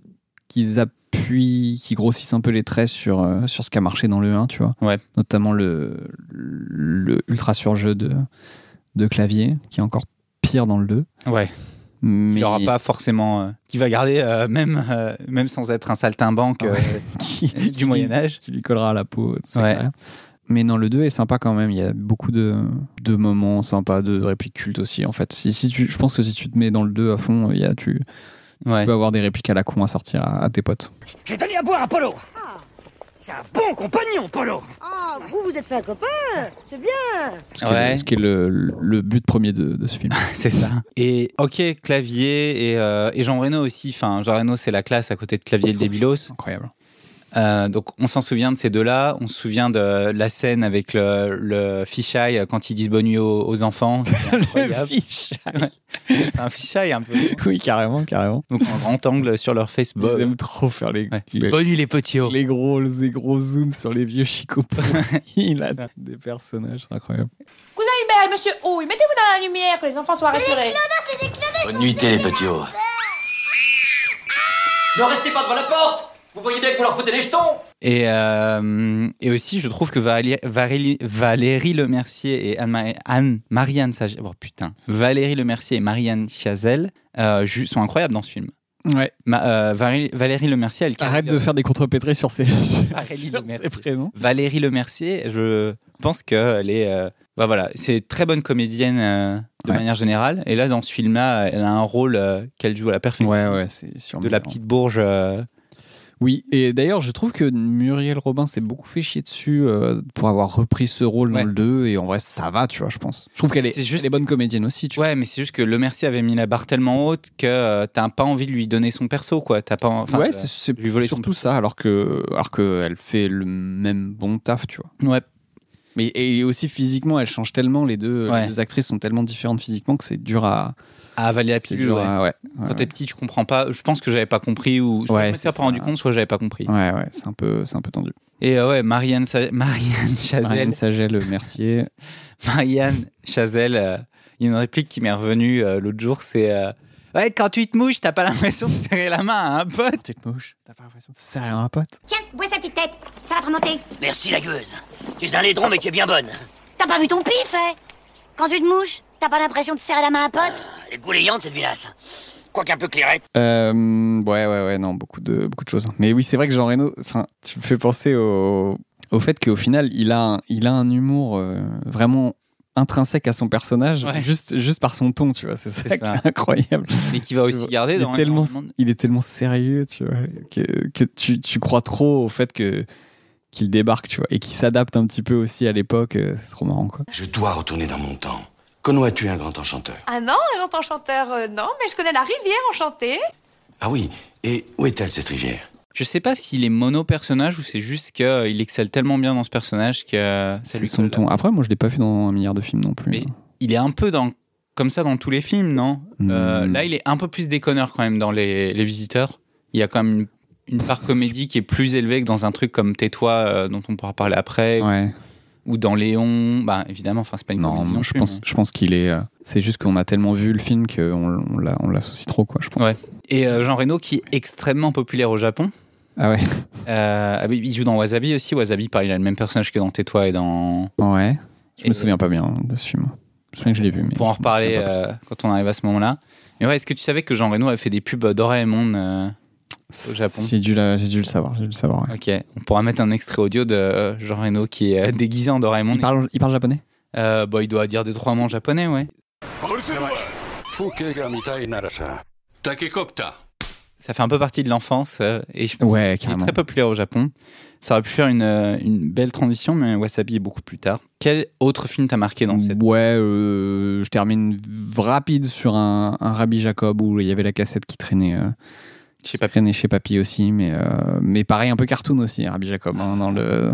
Speaker 2: qu'ils appuient, qu'ils grossissent un peu les traits sur, euh, sur ce qui a marché dans le 1, tu vois.
Speaker 1: Ouais.
Speaker 2: Notamment le, le ultra surjeu de, de clavier, qui est encore pire dans le 2.
Speaker 1: Ouais.
Speaker 2: Mais
Speaker 1: Il n'y aura pas forcément. euh, qui va garder, euh, même, euh, même sans être un saltimbanque euh,
Speaker 2: (laughs) qui,
Speaker 1: (laughs) du Moyen-Âge.
Speaker 2: qui lui collera à la peau. c'est
Speaker 1: Ouais.
Speaker 2: clair. Mais non, le 2 est sympa quand même. Il y a beaucoup de, de moments sympas, de répliques cultes aussi. En fait, si, si tu, je pense que si tu te mets dans le 2 à fond, il y a, tu,
Speaker 1: Ouais. (laughs)
Speaker 2: tu peux avoir des répliques à la con à sortir à, à tes potes.
Speaker 9: J'ai donné à boire à Polo. C'est un bon compagnon, Polo.
Speaker 8: Ah, vous, vous êtes fait un copain C'est bien
Speaker 2: Ce qui est-
Speaker 1: Ouais.
Speaker 2: ce qui est le, le but premier de, de ce
Speaker 1: (laughs)
Speaker 2: film.
Speaker 1: C'est ça. Et ok, clavier et, euh, et Jean Reno aussi. Enfin, Jean Reno, c'est la classe à côté de clavier le débilos.
Speaker 2: Incroyable.
Speaker 1: Euh, donc, on s'en souvient de ces deux-là. On se souvient de la scène avec le, le fisheye euh, quand ils disent bonne nuit aux, aux (laughs) enfants. C'est incroyable.
Speaker 2: fiche. (laughs)
Speaker 1: c'est un fisheye un peu.
Speaker 2: Oui, carrément, carrément.
Speaker 1: Donc, en grand angle sur leur
Speaker 2: Ils
Speaker 1: Facebook.
Speaker 2: aiment trop faire les,
Speaker 1: Bah. Ouais.
Speaker 2: les,
Speaker 1: Bonne nuit les petits hauts.
Speaker 2: les gros, les gros zooms sur les vieux chicots.
Speaker 1: (laughs)
Speaker 2: il a des personnages c'est incroyable.
Speaker 11: Cousin Hubert et euh, Monsieur Houille, mettez-vous dans la lumière que les enfants soient rassurés.
Speaker 4: Bonne nuit, les petits hauts.
Speaker 9: Ne restez pas devant la porte. Vous voyez bien que vous leur foutez les jetons.
Speaker 1: Et, euh, et aussi, je trouve que Valérie, Valérie, Valérie Lemercier et Anne-Marie- Anne, Marianne Sagel, oh, putain, Valérie Lemercier et Marianne Chazelle euh, ju- sont incroyables dans ce film.
Speaker 2: Ouais.
Speaker 1: Ma- euh, Valérie, Valérie Lemercier, elle
Speaker 2: Arrête de faire des contrepétrés (laughs) sur ses,
Speaker 1: Arrête de
Speaker 2: sur ses
Speaker 1: Ah, merci.
Speaker 2: prénoms.
Speaker 1: Valérie Lemercier, je pense qu'elle est. euh, bah voilà, c'est une très bonne comédienne euh, de
Speaker 2: Ouais.
Speaker 1: manière générale. Et là, dans ce film-là, elle a un rôle euh, qu'elle joue à la perfection.
Speaker 2: Ouais, (laughs) ouais, c'est sûrement.
Speaker 1: De la petite bourge. euh,
Speaker 2: Oui, et d'ailleurs, je trouve que Muriel Robin s'est beaucoup fait chier dessus euh, pour avoir repris ce rôle
Speaker 1: Ouais.
Speaker 2: dans le 2. Et en vrai, ça va, tu vois, je pense. Je trouve qu'elle est,
Speaker 1: C'est juste-
Speaker 2: elle est bonne comédienne aussi. Tu
Speaker 1: Ouais, mais c'est juste que Lemercier avait mis la barre tellement haute que euh, t'as pas envie de lui donner son perso, quoi. T'as pas. en- enfin,
Speaker 2: ouais,
Speaker 1: euh,
Speaker 2: c'est- c'est
Speaker 1: lui voler son-
Speaker 2: surtout ça, alors que, alors que elle fait le même bon taf, tu vois.
Speaker 1: euh, Ouais,
Speaker 2: Mais et aussi physiquement, elle change tellement. Les deux,
Speaker 1: Ouais.
Speaker 2: les deux actrices sont tellement différentes physiquement que c'est dur à.
Speaker 1: à avaler la
Speaker 2: c'est
Speaker 1: pilule.
Speaker 2: dur
Speaker 1: Ah, ouais.
Speaker 2: à- ouais.
Speaker 1: Quand t'es petit, tu comprends pas. Je pense que j'avais pas compris ou je
Speaker 2: Ouais,
Speaker 1: me
Speaker 2: c'est
Speaker 1: suis pas
Speaker 2: ça.
Speaker 1: rendu compte, soit j'avais pas compris.
Speaker 2: Ouais, ouais, c'est un peu, c'est un peu tendu.
Speaker 1: Et euh, ouais, Marianne, Sa- (laughs) Marianne Chazelle,
Speaker 2: Marianne Sagel, euh, Mercier.
Speaker 1: Marianne Chazelle, euh, il y a une réplique qui m'est revenue euh, l'autre jour, c'est euh, ouais quand tu te mouches, t'as pas l'impression de serrer la main à un pote.
Speaker 2: Tu te mouches, t'as pas l'impression de serrer un pote
Speaker 8: Tiens, bois sa petite tête, ça va te remonter.
Speaker 10: Merci la gueuse. Tu es un laidron, mais tu es bien bonne.
Speaker 8: T'as pas vu ton pif, hein Quand tu te mouches, t'as pas l'impression de serrer la main à un pote
Speaker 10: Elle est goulayante, cette vilasse. Quoique un peu clairette.
Speaker 2: Euh, ouais, ouais, ouais, non, beaucoup de, beaucoup de choses. hein. Mais oui, c'est vrai que Jean Reno, ça, tu me fais penser au, au fait qu'au final, il a, un, il a un humour euh, vraiment intrinsèque à son personnage,
Speaker 1: Ouais.
Speaker 2: juste, juste par son ton, tu vois. C'est ça,
Speaker 1: C'est
Speaker 2: qui est
Speaker 1: ça.
Speaker 2: incroyable.
Speaker 1: Mais qui va aussi garder
Speaker 2: il
Speaker 1: dans
Speaker 2: est, tellement,
Speaker 1: dans le monde.
Speaker 2: il est tellement sérieux, tu vois, que, que tu, tu crois trop au fait que qu'il débarque, tu vois, et qu'il s'adapte un petit peu aussi à l'époque. euh, C'est trop marrant, quoi.
Speaker 4: Je dois retourner dans mon temps. Kono a tué un grand enchanteur.
Speaker 11: Ah non, en tant que chanteur, euh, non, mais je connais la rivière enchantée.
Speaker 4: Ah oui, et où est-elle, cette rivière
Speaker 1: Je sais pas s'il est mono personnage ou c'est juste qu'il excelle tellement bien dans ce personnage que euh, ça
Speaker 2: C'est
Speaker 1: lui
Speaker 2: son
Speaker 1: colle.
Speaker 2: ton. Après, moi, je l'ai pas vu dans un milliard de films non plus. hein.
Speaker 1: Mais- il est un peu dans, comme ça dans tous les films, non Euh,
Speaker 2: Hmm.
Speaker 1: Là, il est un peu plus déconneur quand même dans les, les visiteurs. Il y a quand même une, une part comédie qui est plus élevée que dans un truc comme Tais-toi, euh, dont on pourra parler après,
Speaker 2: Ouais.
Speaker 1: ou dans Léon. Bah, évidemment, enfin, c'est pas une
Speaker 2: Non,
Speaker 1: comédie.
Speaker 2: moi,
Speaker 1: non
Speaker 2: je
Speaker 1: plus, hein.
Speaker 2: pense,
Speaker 1: mais-
Speaker 2: je pense qu'il est. euh, C'est juste qu'on a tellement vu le film qu'on l- on l'a- on l'associe trop, quoi. Je pense.
Speaker 1: Et euh, Jean Reno, qui est extrêmement populaire au Japon. (laughs)
Speaker 2: Ah ouais.
Speaker 1: Euh, ah oui, il joue dans Wasabi aussi. Wasabi, pareil, il a le même personnage que dans Tais-toi et dans.
Speaker 2: Ouais. Je
Speaker 1: Et-
Speaker 2: me souviens pas bien hein, de ce film. Je me souviens que je l'ai vu, mais.
Speaker 1: Pour en
Speaker 2: je me souviens
Speaker 1: reparler
Speaker 2: pas plus.
Speaker 1: euh, quand on arrive à ce moment-là. Mais ouais, est-ce que tu savais que Jean Reno avait fait des pubs d'Oraemon euh, au Japon.
Speaker 2: J'ai dû, la- j'ai dû le savoir. J'ai dû le savoir. ouais.
Speaker 1: Ok, on pourra mettre un extrait audio de euh, Jean Reno qui est euh, déguisé en Doraemon.
Speaker 2: Il parle, il parle japonais.
Speaker 1: Euh, bah, il doit dire des trois mots en japonais, ouais. Ça fait un peu partie de l'enfance euh, et je pense
Speaker 2: Ouais,
Speaker 1: qu'il est
Speaker 2: carrément.
Speaker 1: très populaire au Japon. Ça aurait pu faire une, euh, une belle transition, mais Wasabi est beaucoup plus tard. Quel autre film t'a marqué dans cette
Speaker 2: Ouais, euh, je termine v- rapide sur un, un Rabbi Jacob où il y avait la cassette qui traînait. euh,
Speaker 1: Je sais pas.
Speaker 2: traînait chez Papy aussi, mais euh, mais pareil un peu cartoon aussi, Rabbi Jacob hein, dans hein, le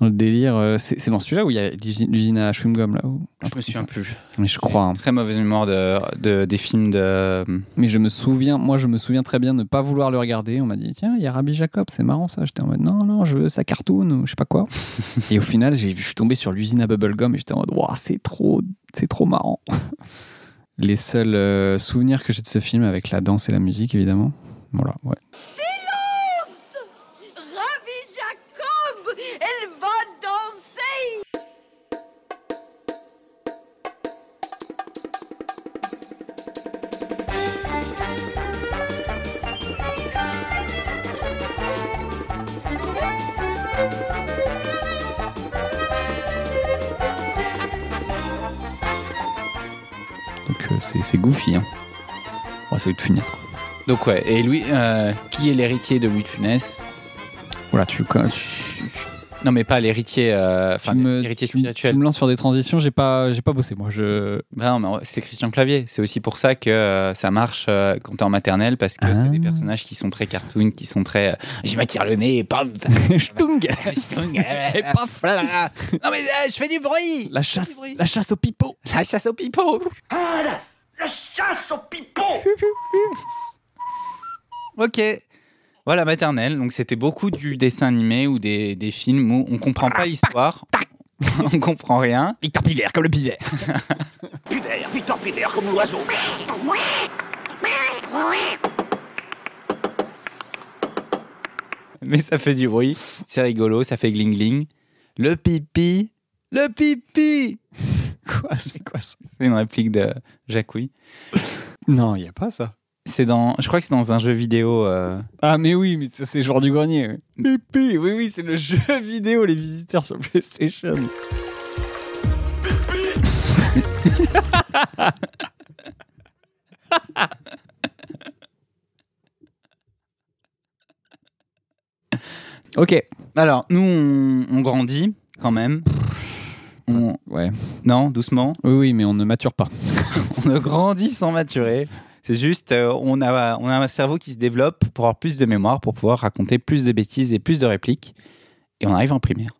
Speaker 2: Dans le délire, euh, c'est c'est dans celui-là où il y a l'usine l'usine à chewing-gum, là. où-
Speaker 1: Je me souviens plus.
Speaker 2: Mais je crois. hein.
Speaker 1: Très mauvaise mémoire de, de- des films de.
Speaker 2: Mais je me souviens, moi, je me souviens très bien ne pas vouloir le regarder. On m'a dit, tiens, il y a Rabbi Jacob, c'est marrant ça. J'étais en mode, non, non, je veux sa cartoon ou je sais
Speaker 1: (laughs)
Speaker 2: pas quoi. et au final, j'ai- je suis tombé sur l'usine à bubblegum et j'étais en mode, waouh, c'est trop, c'est trop marrant. (laughs) Les seuls euh, souvenirs que j'ai de ce film avec la danse et la musique, évidemment. Voilà, ouais.
Speaker 12: Rabbi Jacob, elle va danser
Speaker 2: Donc euh, c'est c'est goofy. Hein. Bon, c'est une funeste. quoi.
Speaker 1: Donc, ouais. Et lui, euh, qui est l'héritier de Louis de Funès
Speaker 2: Voilà, tu, quand- tu,
Speaker 1: Non, mais pas l'héritier. euh, Enfin,
Speaker 2: tu me,
Speaker 1: l'héritier
Speaker 2: tu me-
Speaker 1: spirituel.
Speaker 2: tu me lances sur des transitions, j'ai pas, j'ai pas bossé moi. Je... (laughs)
Speaker 1: Ben non, mais en- c'est Christian Clavier. C'est aussi pour ça que euh, ça marche euh, quand t'es en maternelle, parce que c'est des
Speaker 2: Ah.
Speaker 1: personnages qui sont très cartoon, qui sont très. euh, je m'attire le nez et pam ça- (laughs)
Speaker 2: Stung
Speaker 1: Stung, euh,
Speaker 2: Et paf
Speaker 1: là, là. Non, mais euh, je fais du bruit
Speaker 2: La chasse, la chasse au pipeau
Speaker 1: La chasse au pipeau
Speaker 10: Ah, la, la chasse au pipeau
Speaker 1: (laughs) Ok. Voilà, maternelle. Donc, c'était beaucoup du dessin animé ou des, des films où on comprend pas l'histoire. (laughs) on comprend rien.
Speaker 2: Ah, Victor Piver, comme le Piver.
Speaker 9: (laughs) Pivert, Victor Pivert, comme l'oiseau.
Speaker 1: Mais ça fait du bruit. C'est rigolo. Ça fait gling gling. Le pipi. Le pipi
Speaker 2: Quoi C'est quoi ça
Speaker 1: (laughs) C'est une réplique de Jacouille.
Speaker 2: Non, il n'y a pas ça.
Speaker 1: C'est dans, je crois que c'est dans un jeu vidéo. euh, Mm.
Speaker 2: Ah, mais oui, mais ça, c'est Joueur du Grenier. ouais. Pipi, oui, oui, c'est le (laughs) jeu vidéo, les visiteurs sur PlayStation.
Speaker 1: (laughs)
Speaker 2: ok.
Speaker 1: Alors, nous, on, on grandit quand même. On-
Speaker 2: Ouais.
Speaker 1: Non, doucement.
Speaker 2: Oui, oui, mais on ne mature pas.
Speaker 1: (laughs) On ne grandit sans maturer. C'est juste, euh, on, a, on a un cerveau qui se développe pour avoir plus de mémoire, pour pouvoir raconter plus de bêtises et plus de répliques. Et on arrive en primaire.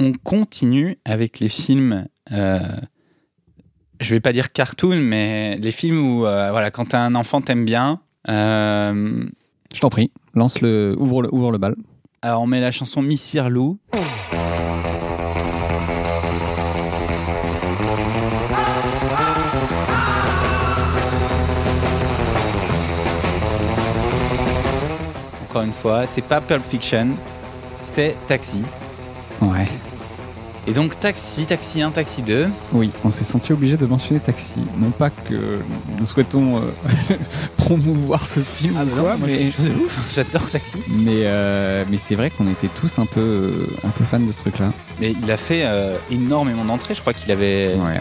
Speaker 1: On continue avec les films. euh, je vais pas dire cartoon, mais les films où, euh, voilà, quand t'as un enfant, t'aimes bien. Euh,
Speaker 2: Je t'en prie, lance le, ouvre le, ouvre le bal.
Speaker 1: alors, on met la chanson Missir Lou. Encore une fois, c'est pas Pulp Fiction, c'est Taxi.
Speaker 2: Ouais.
Speaker 1: Et donc, Taxi, Taxi 1, Taxi 2.
Speaker 2: Oui, on s'est senti obligé de mentionner Taxi. Non pas que nous souhaitons euh, (laughs) promouvoir ce film, ou quoi,
Speaker 1: moi,
Speaker 2: mais,
Speaker 1: je trouve ça de ouf, (laughs) j'adore Taxi.
Speaker 2: mais, euh, mais c'est vrai qu'on était tous un peu, euh, un peu fans de ce truc-là.
Speaker 1: Mais il a fait euh, énormément d'entrées, je crois qu'il avait.
Speaker 2: Ouais.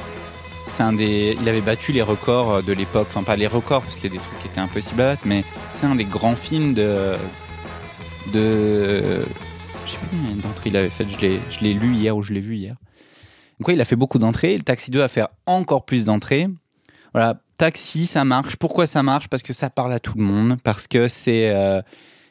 Speaker 1: C'est un des, il avait battu les records de l'époque, enfin pas les records parce qu'il y a des trucs qui étaient impossibles à battre, mais c'est un des grands films de, de, je sais plus combien d'entrées il avait fait, je l'ai, je l'ai lu hier ou je l'ai vu hier. Donc ouais, il a fait beaucoup d'entrées. Le Taxi 2 a fait encore plus d'entrées. Voilà, Taxi, ça marche. Pourquoi ça marche Parce que ça parle à tout le monde, parce que c'est euh,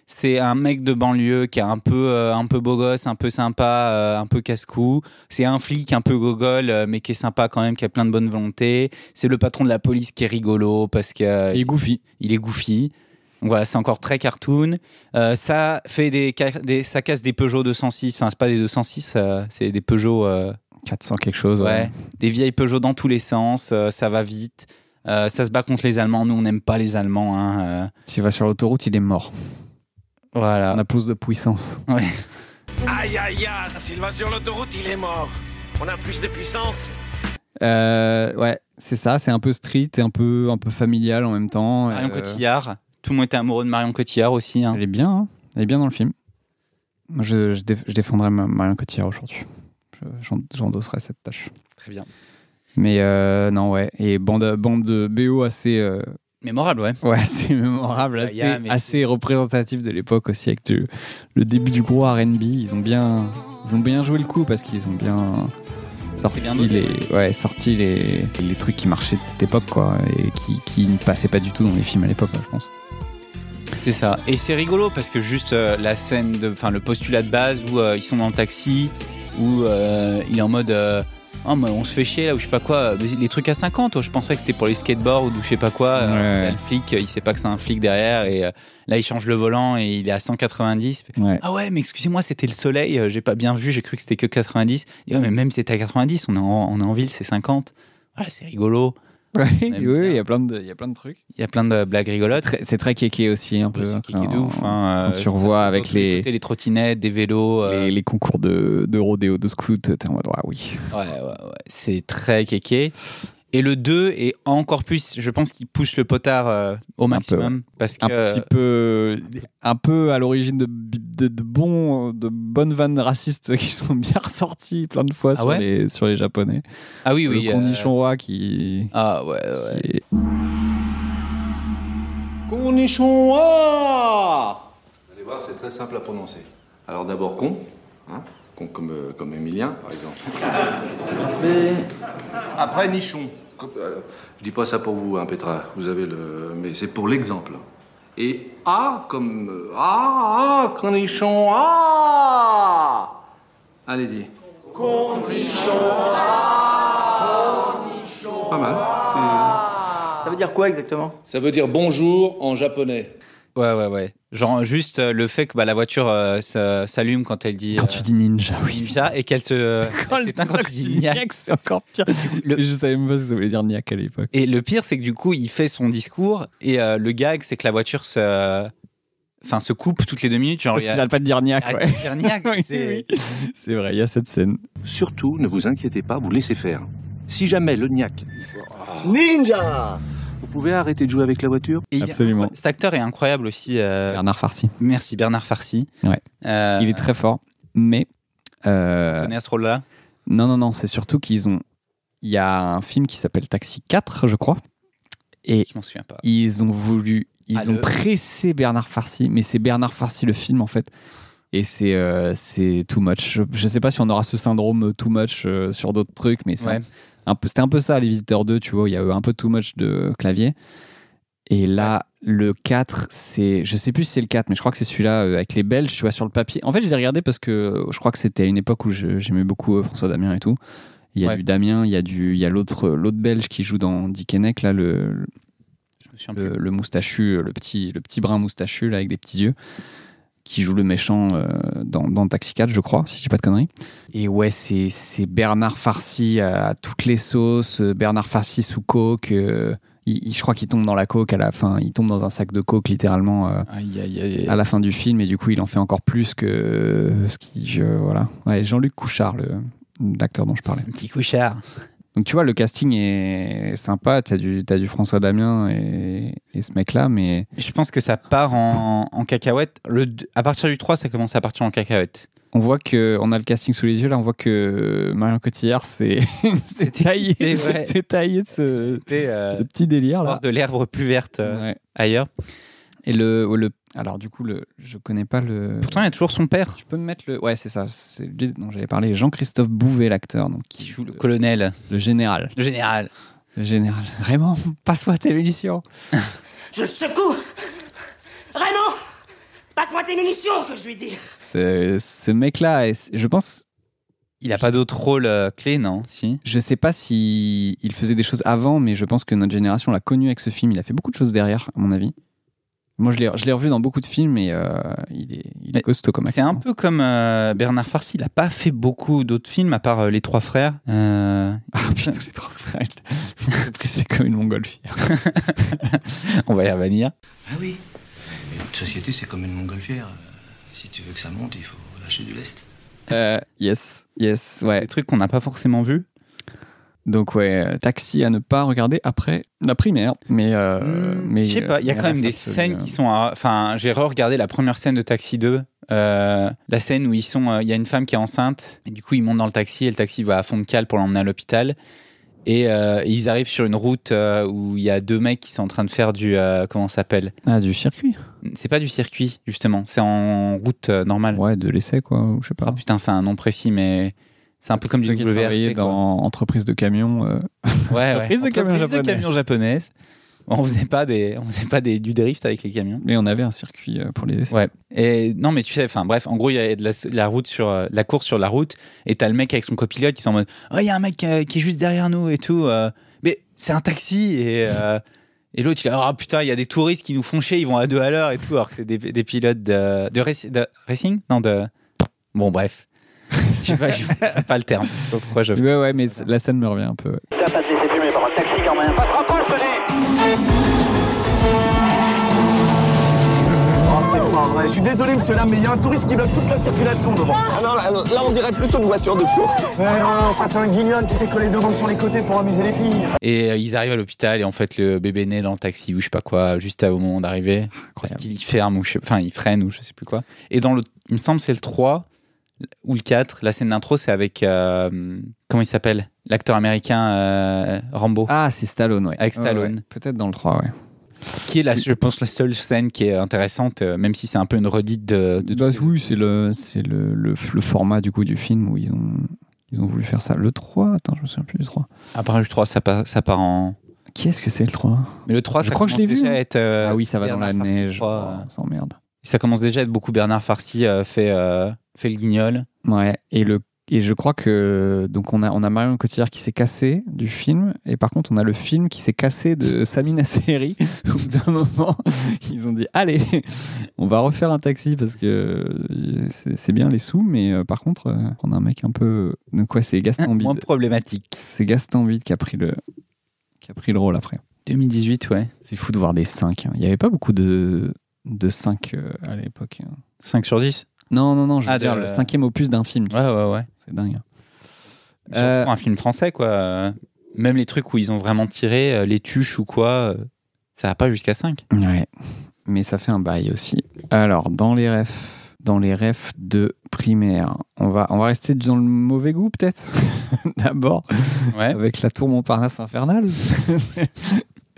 Speaker 1: c'est un mec de banlieue qui est un peu, euh, un peu beau gosse, un peu sympa, euh, un peu casse-cou. C'est un flic un peu gogol, euh, mais qui est sympa quand même, qui a plein de bonne volonté. C'est le patron de la police qui est rigolo parce que euh,
Speaker 2: Et Goofy.
Speaker 1: il est goofy. Donc voilà, c'est encore très cartoon. Euh, ça fait des, ca- des- ça casse des Peugeot 206. Enfin, c'est pas des 206, euh, c'est des Peugeot. euh,
Speaker 2: 400 quelque chose.
Speaker 1: ouais. Des vieilles Peugeot dans tous les sens. euh, ça va vite. Euh, ça se bat contre les Allemands. Nous, on n'aime pas les Allemands. hein,
Speaker 2: S'il va sur l'autoroute, il est mort.
Speaker 1: euh, voilà.
Speaker 2: On a plus de puissance.
Speaker 9: Aïe aïe aïe, s'il va sur l'autoroute, il est mort. On a plus de puissance.
Speaker 2: Euh, ouais, c'est ça. C'est un peu street et un peu, un peu familial en même temps.
Speaker 1: Marion
Speaker 2: Euh,
Speaker 1: Cotillard. Tout le monde était amoureux de Marion Cotillard aussi. hein.
Speaker 2: Elle est bien. hein. Elle est bien dans le film. Moi, Je, je, déf- je défendrai Ma- Marion Cotillard aujourd'hui. Je- j'en- J'endosserai cette tâche.
Speaker 1: Très bien.
Speaker 2: Mais euh, non, ouais. Et bande, bande de BO assez, euh,
Speaker 1: Mémorable, ouais.
Speaker 2: Ouais, (laughs) c'est mémorable, assez,
Speaker 1: Gaïa, Bah, mais
Speaker 2: assez représentatif de l'époque aussi, avec du- le début du gros RB. Ils ont bien, ils ont bien joué le coup parce qu'ils ont bien sorti,
Speaker 1: bien noté.
Speaker 2: les, ouais, sorti les, les trucs qui marchaient de cette époque, quoi, et qui, qui ne passaient pas du tout dans les films à l'époque, je pense.
Speaker 1: C'est ça. Et c'est rigolo parce que juste euh, la scène, de- enfin le postulat de base où euh, ils sont dans le taxi, où euh, il est en mode euh, Oh, mais on se fait chier là ou je sais pas quoi. Mais Les trucs à 50, je pensais que c'était pour les skateboards ou je sais pas quoi. Euh,
Speaker 2: Ouais, ouais.
Speaker 1: Le flic, il sait pas que c'est un flic derrière et euh, là il change le volant et il est à 190.
Speaker 2: Ouais.
Speaker 1: Ah ouais, mais excusez-moi, c'était le soleil, euh, j'ai pas bien vu, j'ai cru que c'était que 90. Et ouais, mais même si c'était à 90, on est en, on est en ville, c'est 50. Voilà, c'est rigolo.
Speaker 2: Ouais, oui,
Speaker 1: aime
Speaker 2: il y a plein de, il y a plein de trucs.
Speaker 1: Il y a plein de blagues rigolotes.
Speaker 2: Très- C'est très kéké aussi, un peu.
Speaker 1: C'est kické de
Speaker 2: Quand-
Speaker 1: ouf. hein,
Speaker 2: quand
Speaker 1: euh,
Speaker 2: tu
Speaker 1: ça se
Speaker 2: revois
Speaker 1: passe
Speaker 2: avec
Speaker 1: de tous
Speaker 2: les-
Speaker 1: côtés, les trottinettes, des vélos. euh,
Speaker 2: Les, les concours de, de rodéo, de scout, t'es en mode, ah oui.
Speaker 1: Ouais, ouais, ouais. C'est très kéké. Et le 2 est encore plus, je pense qu'il pousse le potard euh, au maximum. Parce
Speaker 2: un
Speaker 1: que. euh,
Speaker 2: petit peu un peu à l'origine de, de, de bons de bonnes vannes racistes (laughs) qui sont bien ressorties plein de fois sur,
Speaker 1: Ah ouais
Speaker 2: les, sur les japonais
Speaker 1: Ah oui, oui.
Speaker 2: le
Speaker 1: euh,
Speaker 2: condition roi qui
Speaker 1: Ah ouais, ouais.
Speaker 2: qui est-
Speaker 13: Vous allez voir, c'est très simple à prononcer. Alors d'abord con, hein, con comme, euh, comme Emilien, par exemple. C'est- Après nichon. Comme- euh, Je dis pas ça pour vous, hein, Petra. Vous avez le, mais c'est pour l'exemple. Et ah comme euh, ah, ah cornichon ah. Allez-y. Cornichon ah. Pas mal.
Speaker 14: Ça veut dire quoi exactement
Speaker 13: Ça veut dire bonjour en japonais.
Speaker 1: Ouais, ouais, ouais. Genre, juste euh, le fait que bah, la voiture euh, s- s'allume quand elle dit.
Speaker 2: quand tu dis ninja
Speaker 1: (laughs)
Speaker 2: oui
Speaker 1: Ninja et qu'elle se. euh,
Speaker 2: (laughs) Quand
Speaker 1: elle s'éteint euh, quand tu dis Nia.
Speaker 2: c'est encore pire
Speaker 1: Le-
Speaker 2: je savais même pas ce que ça voulait dire niaque à l'époque
Speaker 1: Et le pire, c'est que du coup, il fait son discours et euh, le gag, c'est que la voiture se. Enfin, se coupe toutes les deux minutes. Genre,
Speaker 2: parce
Speaker 1: il y
Speaker 2: qu'il
Speaker 1: a-
Speaker 2: n'arrête pas de dire niaque
Speaker 1: arrête
Speaker 2: ouais.
Speaker 1: de dire niaque,
Speaker 2: (laughs) Oui,
Speaker 1: c'est-
Speaker 2: oui. c'est vrai il y a cette scène
Speaker 4: Surtout, ne vous inquiétez pas, vous laissez faire. Si jamais le gnac,
Speaker 9: Ninja
Speaker 4: vous pouvez arrêter de jouer avec la voiture
Speaker 1: et il est
Speaker 2: absolument
Speaker 1: Cet acteur est incroyable aussi. euh,
Speaker 2: Bernard Farsi
Speaker 1: Merci Bernard Farsi.
Speaker 2: Ouais.
Speaker 1: Euh,
Speaker 2: il est très fort mais euh,
Speaker 1: connaît à ce rôle-là.
Speaker 2: Non, non, non, c'est surtout qu'ils ont. Il y a un film qui s'appelle Taxi 4, je crois. Et
Speaker 1: Je m'en souviens pas.
Speaker 2: ils ont voulu. Ils
Speaker 1: Ah,
Speaker 2: ont
Speaker 1: le-
Speaker 2: pressé Bernard Farsi, mais c'est Bernard Farsi le film en fait. Et c'est euh, c'est too much. Je, je sais pas si on aura ce syndrome too much euh, sur d'autres trucs, mais c'est un-
Speaker 1: Ouais.
Speaker 2: un peu- c'était un peu ça, Les Visiteurs 2, tu vois, il y a eu un peu too much de clavier. Et là, le 4, c'est. Je sais plus si c'est le 4, mais je crois que c'est celui-là euh, avec les Belges, tu vois, sur le papier. En fait, je l'ai regardé parce que euh, je crois que c'était à une époque où je- j'aimais beaucoup euh, François Damien et tout. Il y a
Speaker 1: Ouais.
Speaker 2: du Damien, il y a, du, il y a l'autre, l'autre Belge qui joue dans Dick Henneck, là, le,
Speaker 1: Je me souviens plus.
Speaker 2: le, le moustachu, euh, le petit, le petit brun moustachu, là, avec des petits yeux, qui joue le méchant euh, dans, dans Taxi 4, je crois, si je dis pas de conneries. Et ouais, c'est c'est Bernard Farsi à toutes les sauces, euh, Bernard Farsi sous coke. euh, il- il- je crois qu'il tombe dans la coke à la fin. Il tombe dans un sac de coke littéralement euh,
Speaker 1: Aïe, aïe, aïe.
Speaker 2: à la fin du film et du coup il en fait encore plus que euh, ce qui je- voilà. Ouais, Jean-Luc Couchard, le l'acteur dont je parlais.
Speaker 1: Un petit couchard.
Speaker 2: Donc tu vois le casting est sympa. T'as du t'as du François Damien et, et ce mec là, mais
Speaker 1: Je pense que ça part en, en cacahuète. Le, deux- à partir du 3, ça commence à partir en cacahuète.
Speaker 2: on voit que on a le casting sous les yeux là. On voit que euh, Marion Cotillard c'est (laughs) c'est taillé
Speaker 1: c'est vrai.
Speaker 2: (laughs) c'est taillé de ce
Speaker 1: C'était euh,
Speaker 2: ce petit délire
Speaker 1: voir
Speaker 2: là.
Speaker 1: de l'herbe plus verte euh,
Speaker 2: Ouais.
Speaker 1: ailleurs.
Speaker 2: Et le, oh, le alors du coup le je connais pas le.
Speaker 1: Pourtant, il y a toujours son père
Speaker 2: tu peux me mettre le ouais c'est ça c'est lui dont j'avais parlé Jean-Christophe Bouvet l'acteur donc
Speaker 1: qui joue le colonel,
Speaker 2: le général
Speaker 1: le général.
Speaker 2: le général Raymond (laughs) passe-moi tes munitions
Speaker 10: (laughs) Je le secoue Raymond Passe-moi tes munitions, que je lui dis
Speaker 2: ce, ce mec là je pense
Speaker 1: Il n'a pas d'autre rôle euh, clé, non Si.
Speaker 2: je sais pas si il faisait des choses avant mais je pense que notre génération l'a connu avec ce film il a fait beaucoup de choses derrière à mon avis moi je l'ai je l'ai revu dans beaucoup de films et euh, il est il est
Speaker 1: Mais
Speaker 2: costaud comme
Speaker 1: C'est
Speaker 2: acteur
Speaker 1: un peu comme euh, Bernard Farsi, il n'a pas fait beaucoup d'autres films à part euh, Les Trois Frères. Euh, (laughs)
Speaker 2: ah (laughs) putain j'ai trop frêle c'est comme une montgolfière
Speaker 1: on va y revenir.
Speaker 4: Ah oui. Mais Une société, c'est comme une montgolfière. Euh, Si tu veux que ça monte, il faut lâcher du lest.
Speaker 2: Euh, yes yes ouais
Speaker 1: Des trucs qu'on n'a pas forcément vus.
Speaker 2: Donc ouais, euh, taxi à ne pas regarder après la primaire. Mais, euh,
Speaker 1: Hmm,
Speaker 2: mais
Speaker 1: je sais pas, il y a
Speaker 2: mais
Speaker 1: quand même
Speaker 2: la
Speaker 1: des
Speaker 2: façon,
Speaker 1: scènes
Speaker 2: euh,
Speaker 1: qui sont. à- Enfin, j'ai re-regardé la première scène de Taxi 2. euh, la scène où ils sont, euh, il y a une femme qui est enceinte, et du coup ils montent dans le taxi et le taxi va à fond de cale pour l'emmener à l'hôpital. Et euh, ils arrivent sur une route euh, où il y a deux mecs qui sont en train de faire du. euh, comment ça s'appelle
Speaker 2: Ah, du circuit.
Speaker 1: C'est pas du circuit, justement. C'est en route euh, normale.
Speaker 2: Ouais, de l'essai, quoi. ou Je sais pas.
Speaker 1: Ah putain, c'est un nom précis, mais c'est un peu comme du
Speaker 2: Ceux qui travaillaient
Speaker 1: WRC. quoi.
Speaker 2: dans entreprise de camion. euh,
Speaker 1: Ouais, ouais.
Speaker 2: entreprise de camions
Speaker 1: Entreprise
Speaker 2: japonaises.
Speaker 1: camions japonaises. On faisait pas des, on faisait pas des, du drift avec les camions.
Speaker 2: Mais on avait un circuit euh, pour les essais.
Speaker 1: Ouais. Et non, mais tu sais, enfin bref, en gros, il y a de la, de la route sur euh, de la course sur la route, et t'as le mec avec son copilote qui sont en mode, oh, il y a un mec euh, qui est juste derrière nous et tout. euh, mais c'est un taxi et euh, et l'autre, il est, ah putain, il y a des touristes qui nous font chier, ils vont à deux à l'heure et tout, alors que c'est des, des pilotes de, de, raci- de racing, non de, bon bref, je sais pas, je sais pas le terme. Je sais pas pourquoi je.
Speaker 2: Ouais, ouais, mais c- la scène me revient un peu. ouais.
Speaker 9: Ça passe laisser fumer par un taxi quand même. Pas trop pas le Ah, c'est pas vrai. Je suis désolé, monsieur là, mais il y a un touriste qui bloque toute la circulation devant. Ah non, là, là, on dirait plutôt une voiture de course. Ouais, non, ça c'est un guignol qui s'est collé deux bandes sur les côtés pour amuser les filles.
Speaker 1: Et euh, ils arrivent à l'hôpital et en fait le bébé né dans le taxi ou je sais pas quoi, juste à- au moment d'arriver, parce qu'il ferme ou je sais, enfin il freine ou je sais plus quoi. Et dans le, il me semble c'est le 3 ou le 4, la scène d'intro c'est avec euh, comment il s'appelle l'acteur américain euh, Rambo,
Speaker 2: Ah, c'est Stallone, ouais.
Speaker 1: Avec
Speaker 2: Ouais,
Speaker 1: Stallone.
Speaker 2: ouais. Peut-être dans le 3, ouais.
Speaker 1: qui est la, je pense la seule scène qui est intéressante, euh, même si c'est un peu une redite de, de-
Speaker 2: Bah, oui, c'est le, c'est le, le, le format du coup du film où ils ont, ils ont voulu faire ça. Le 3, attends, je me souviens plus du 3.
Speaker 1: à part le 3 ça part, ça part en
Speaker 2: Qui est-ce que c'est le 3
Speaker 1: mais le 3
Speaker 2: Je
Speaker 1: ça
Speaker 2: crois que je
Speaker 1: commence
Speaker 2: l'ai vu,
Speaker 1: déjà
Speaker 2: hein.
Speaker 1: à être euh,
Speaker 2: Ah oui, ça va dans
Speaker 1: Bernard
Speaker 2: la
Speaker 1: Farcy, je
Speaker 2: neige.
Speaker 1: crois,
Speaker 2: Oh,
Speaker 1: euh.
Speaker 2: on s'emmerde.
Speaker 1: Et ça commence déjà à être beaucoup Bernard Farcy euh, fait euh, fait le guignol.
Speaker 2: Ouais, et, le, et je crois que. Donc, on a, on a Marion Cotillard qui s'est cassée du film, et par contre, on a le film qui s'est cassé (laughs) de Samina Seri. Au bout d'un moment, (laughs) ils ont dit Allez, on va refaire un taxi parce que c'est c'est bien les sous, mais euh, par contre, euh, on a un mec un peu. Donc, ouais, c'est Gaston
Speaker 1: Moins
Speaker 2: Bide.
Speaker 1: problématique.
Speaker 2: C'est Gaston Bide qui a pris le, qui a pris le rôle après.
Speaker 1: 2018 ouais.
Speaker 2: C'est fou de voir des 5. Il n'y avait pas beaucoup de, de 5 à l'époque. hein.
Speaker 1: 5 sur 10
Speaker 2: Non, non, non, je veux
Speaker 1: Ah, de-
Speaker 2: dire le cinquième opus d'un film. tu
Speaker 1: Ouais, ouais, ouais.
Speaker 2: vois, C'est dingue. hein.
Speaker 1: Surtout
Speaker 2: Euh,
Speaker 1: pour un film français, quoi. Euh, Même les trucs où ils ont vraiment tiré, euh, les tuches ou quoi, euh, ça va pas jusqu'à 5.
Speaker 2: Ouais, mais ça fait un bail aussi. Alors, dans les refs, dans les refs de primaire, on va, on va rester dans le mauvais goût peut-être, (laughs) d'abord,
Speaker 1: Ouais.
Speaker 2: avec la tour Montparnasse infernale, (laughs)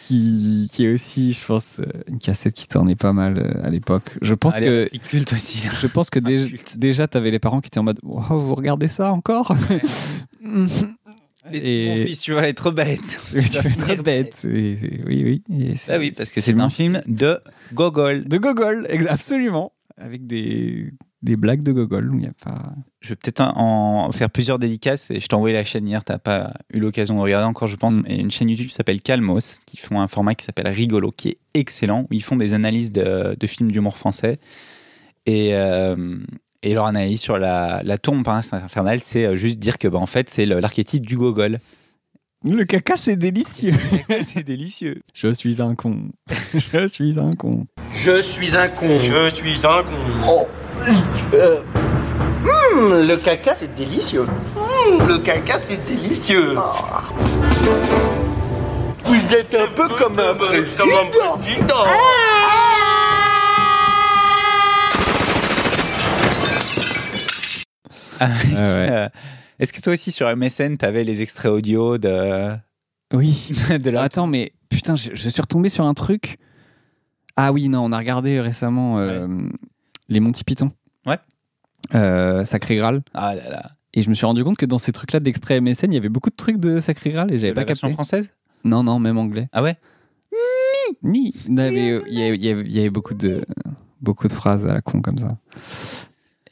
Speaker 2: qui, qui est aussi, je pense, euh, une cassette qui tournait pas mal euh, à l'époque. Je pense
Speaker 1: Allez,
Speaker 2: que...
Speaker 1: il culte aussi. là.
Speaker 2: Je pense que dé-
Speaker 1: culte.
Speaker 2: déjà, t'avais les parents qui étaient en mode Wow, Vous regardez
Speaker 1: (laughs)
Speaker 2: ça encore
Speaker 1: Et... Mon fils, tu vas être bête. (laughs)
Speaker 2: Oui,
Speaker 1: Tu
Speaker 2: tu
Speaker 1: vas
Speaker 2: vas être
Speaker 1: finir
Speaker 2: bête. Et c'est- oui, oui. et c'est-
Speaker 1: Ah oui, parce que c'est un film de Gogol.
Speaker 2: De Gogol, ex- absolument. Avec des, des blagues de Gogol. où Il y a pas...
Speaker 1: Je vais peut-être en en faire plusieurs dédicaces. Et je t'ai envoyé la chaîne hier, t'as pas eu l'occasion de regarder encore, je pense.
Speaker 2: Mm.
Speaker 1: Mais une chaîne YouTube qui s'appelle Calmos, qui font un format qui s'appelle Rigolo, qui est excellent, où ils font des analyses de, de films d'humour français. Et, euh, et leur analyse sur la, la tour Montparnasse infernale, c'est euh, juste dire que, bah, en fait, c'est le- l'archétype du gogol.
Speaker 2: Le caca, c'est délicieux.
Speaker 1: (laughs) c'est délicieux.
Speaker 2: Je suis un con. (laughs) Je suis un con.
Speaker 9: Je suis un con. Je suis un con. Oh. Euh. Mmh, le caca, c'est délicieux. Mmh, le caca, c'est délicieux. Vous êtes un peu comme un président.
Speaker 1: (laughs) Euh, Est-ce que toi aussi, sur MSN, t'avais les extraits audio de, (laughs)
Speaker 2: Oui.
Speaker 1: de la.
Speaker 2: Attends, mais putain, je, je suis retombé sur un truc. Ah oui, non, on a regardé récemment euh, les Monty Python.
Speaker 1: Ouais.
Speaker 2: Euh, Sacré Graal.
Speaker 1: Ah là là.
Speaker 2: Et je me suis rendu compte que dans ces trucs-là d'extrait MSN, il y avait beaucoup de trucs de Sacré Graal et j'avais
Speaker 1: De la
Speaker 2: pas
Speaker 1: version
Speaker 2: capté.
Speaker 1: française
Speaker 2: Non, non, même anglais.
Speaker 1: Ah ouais
Speaker 2: Ni. Non, mais, euh, Il y, avait- il y avait- il y avait beaucoup de, beaucoup de phrases à la con comme ça.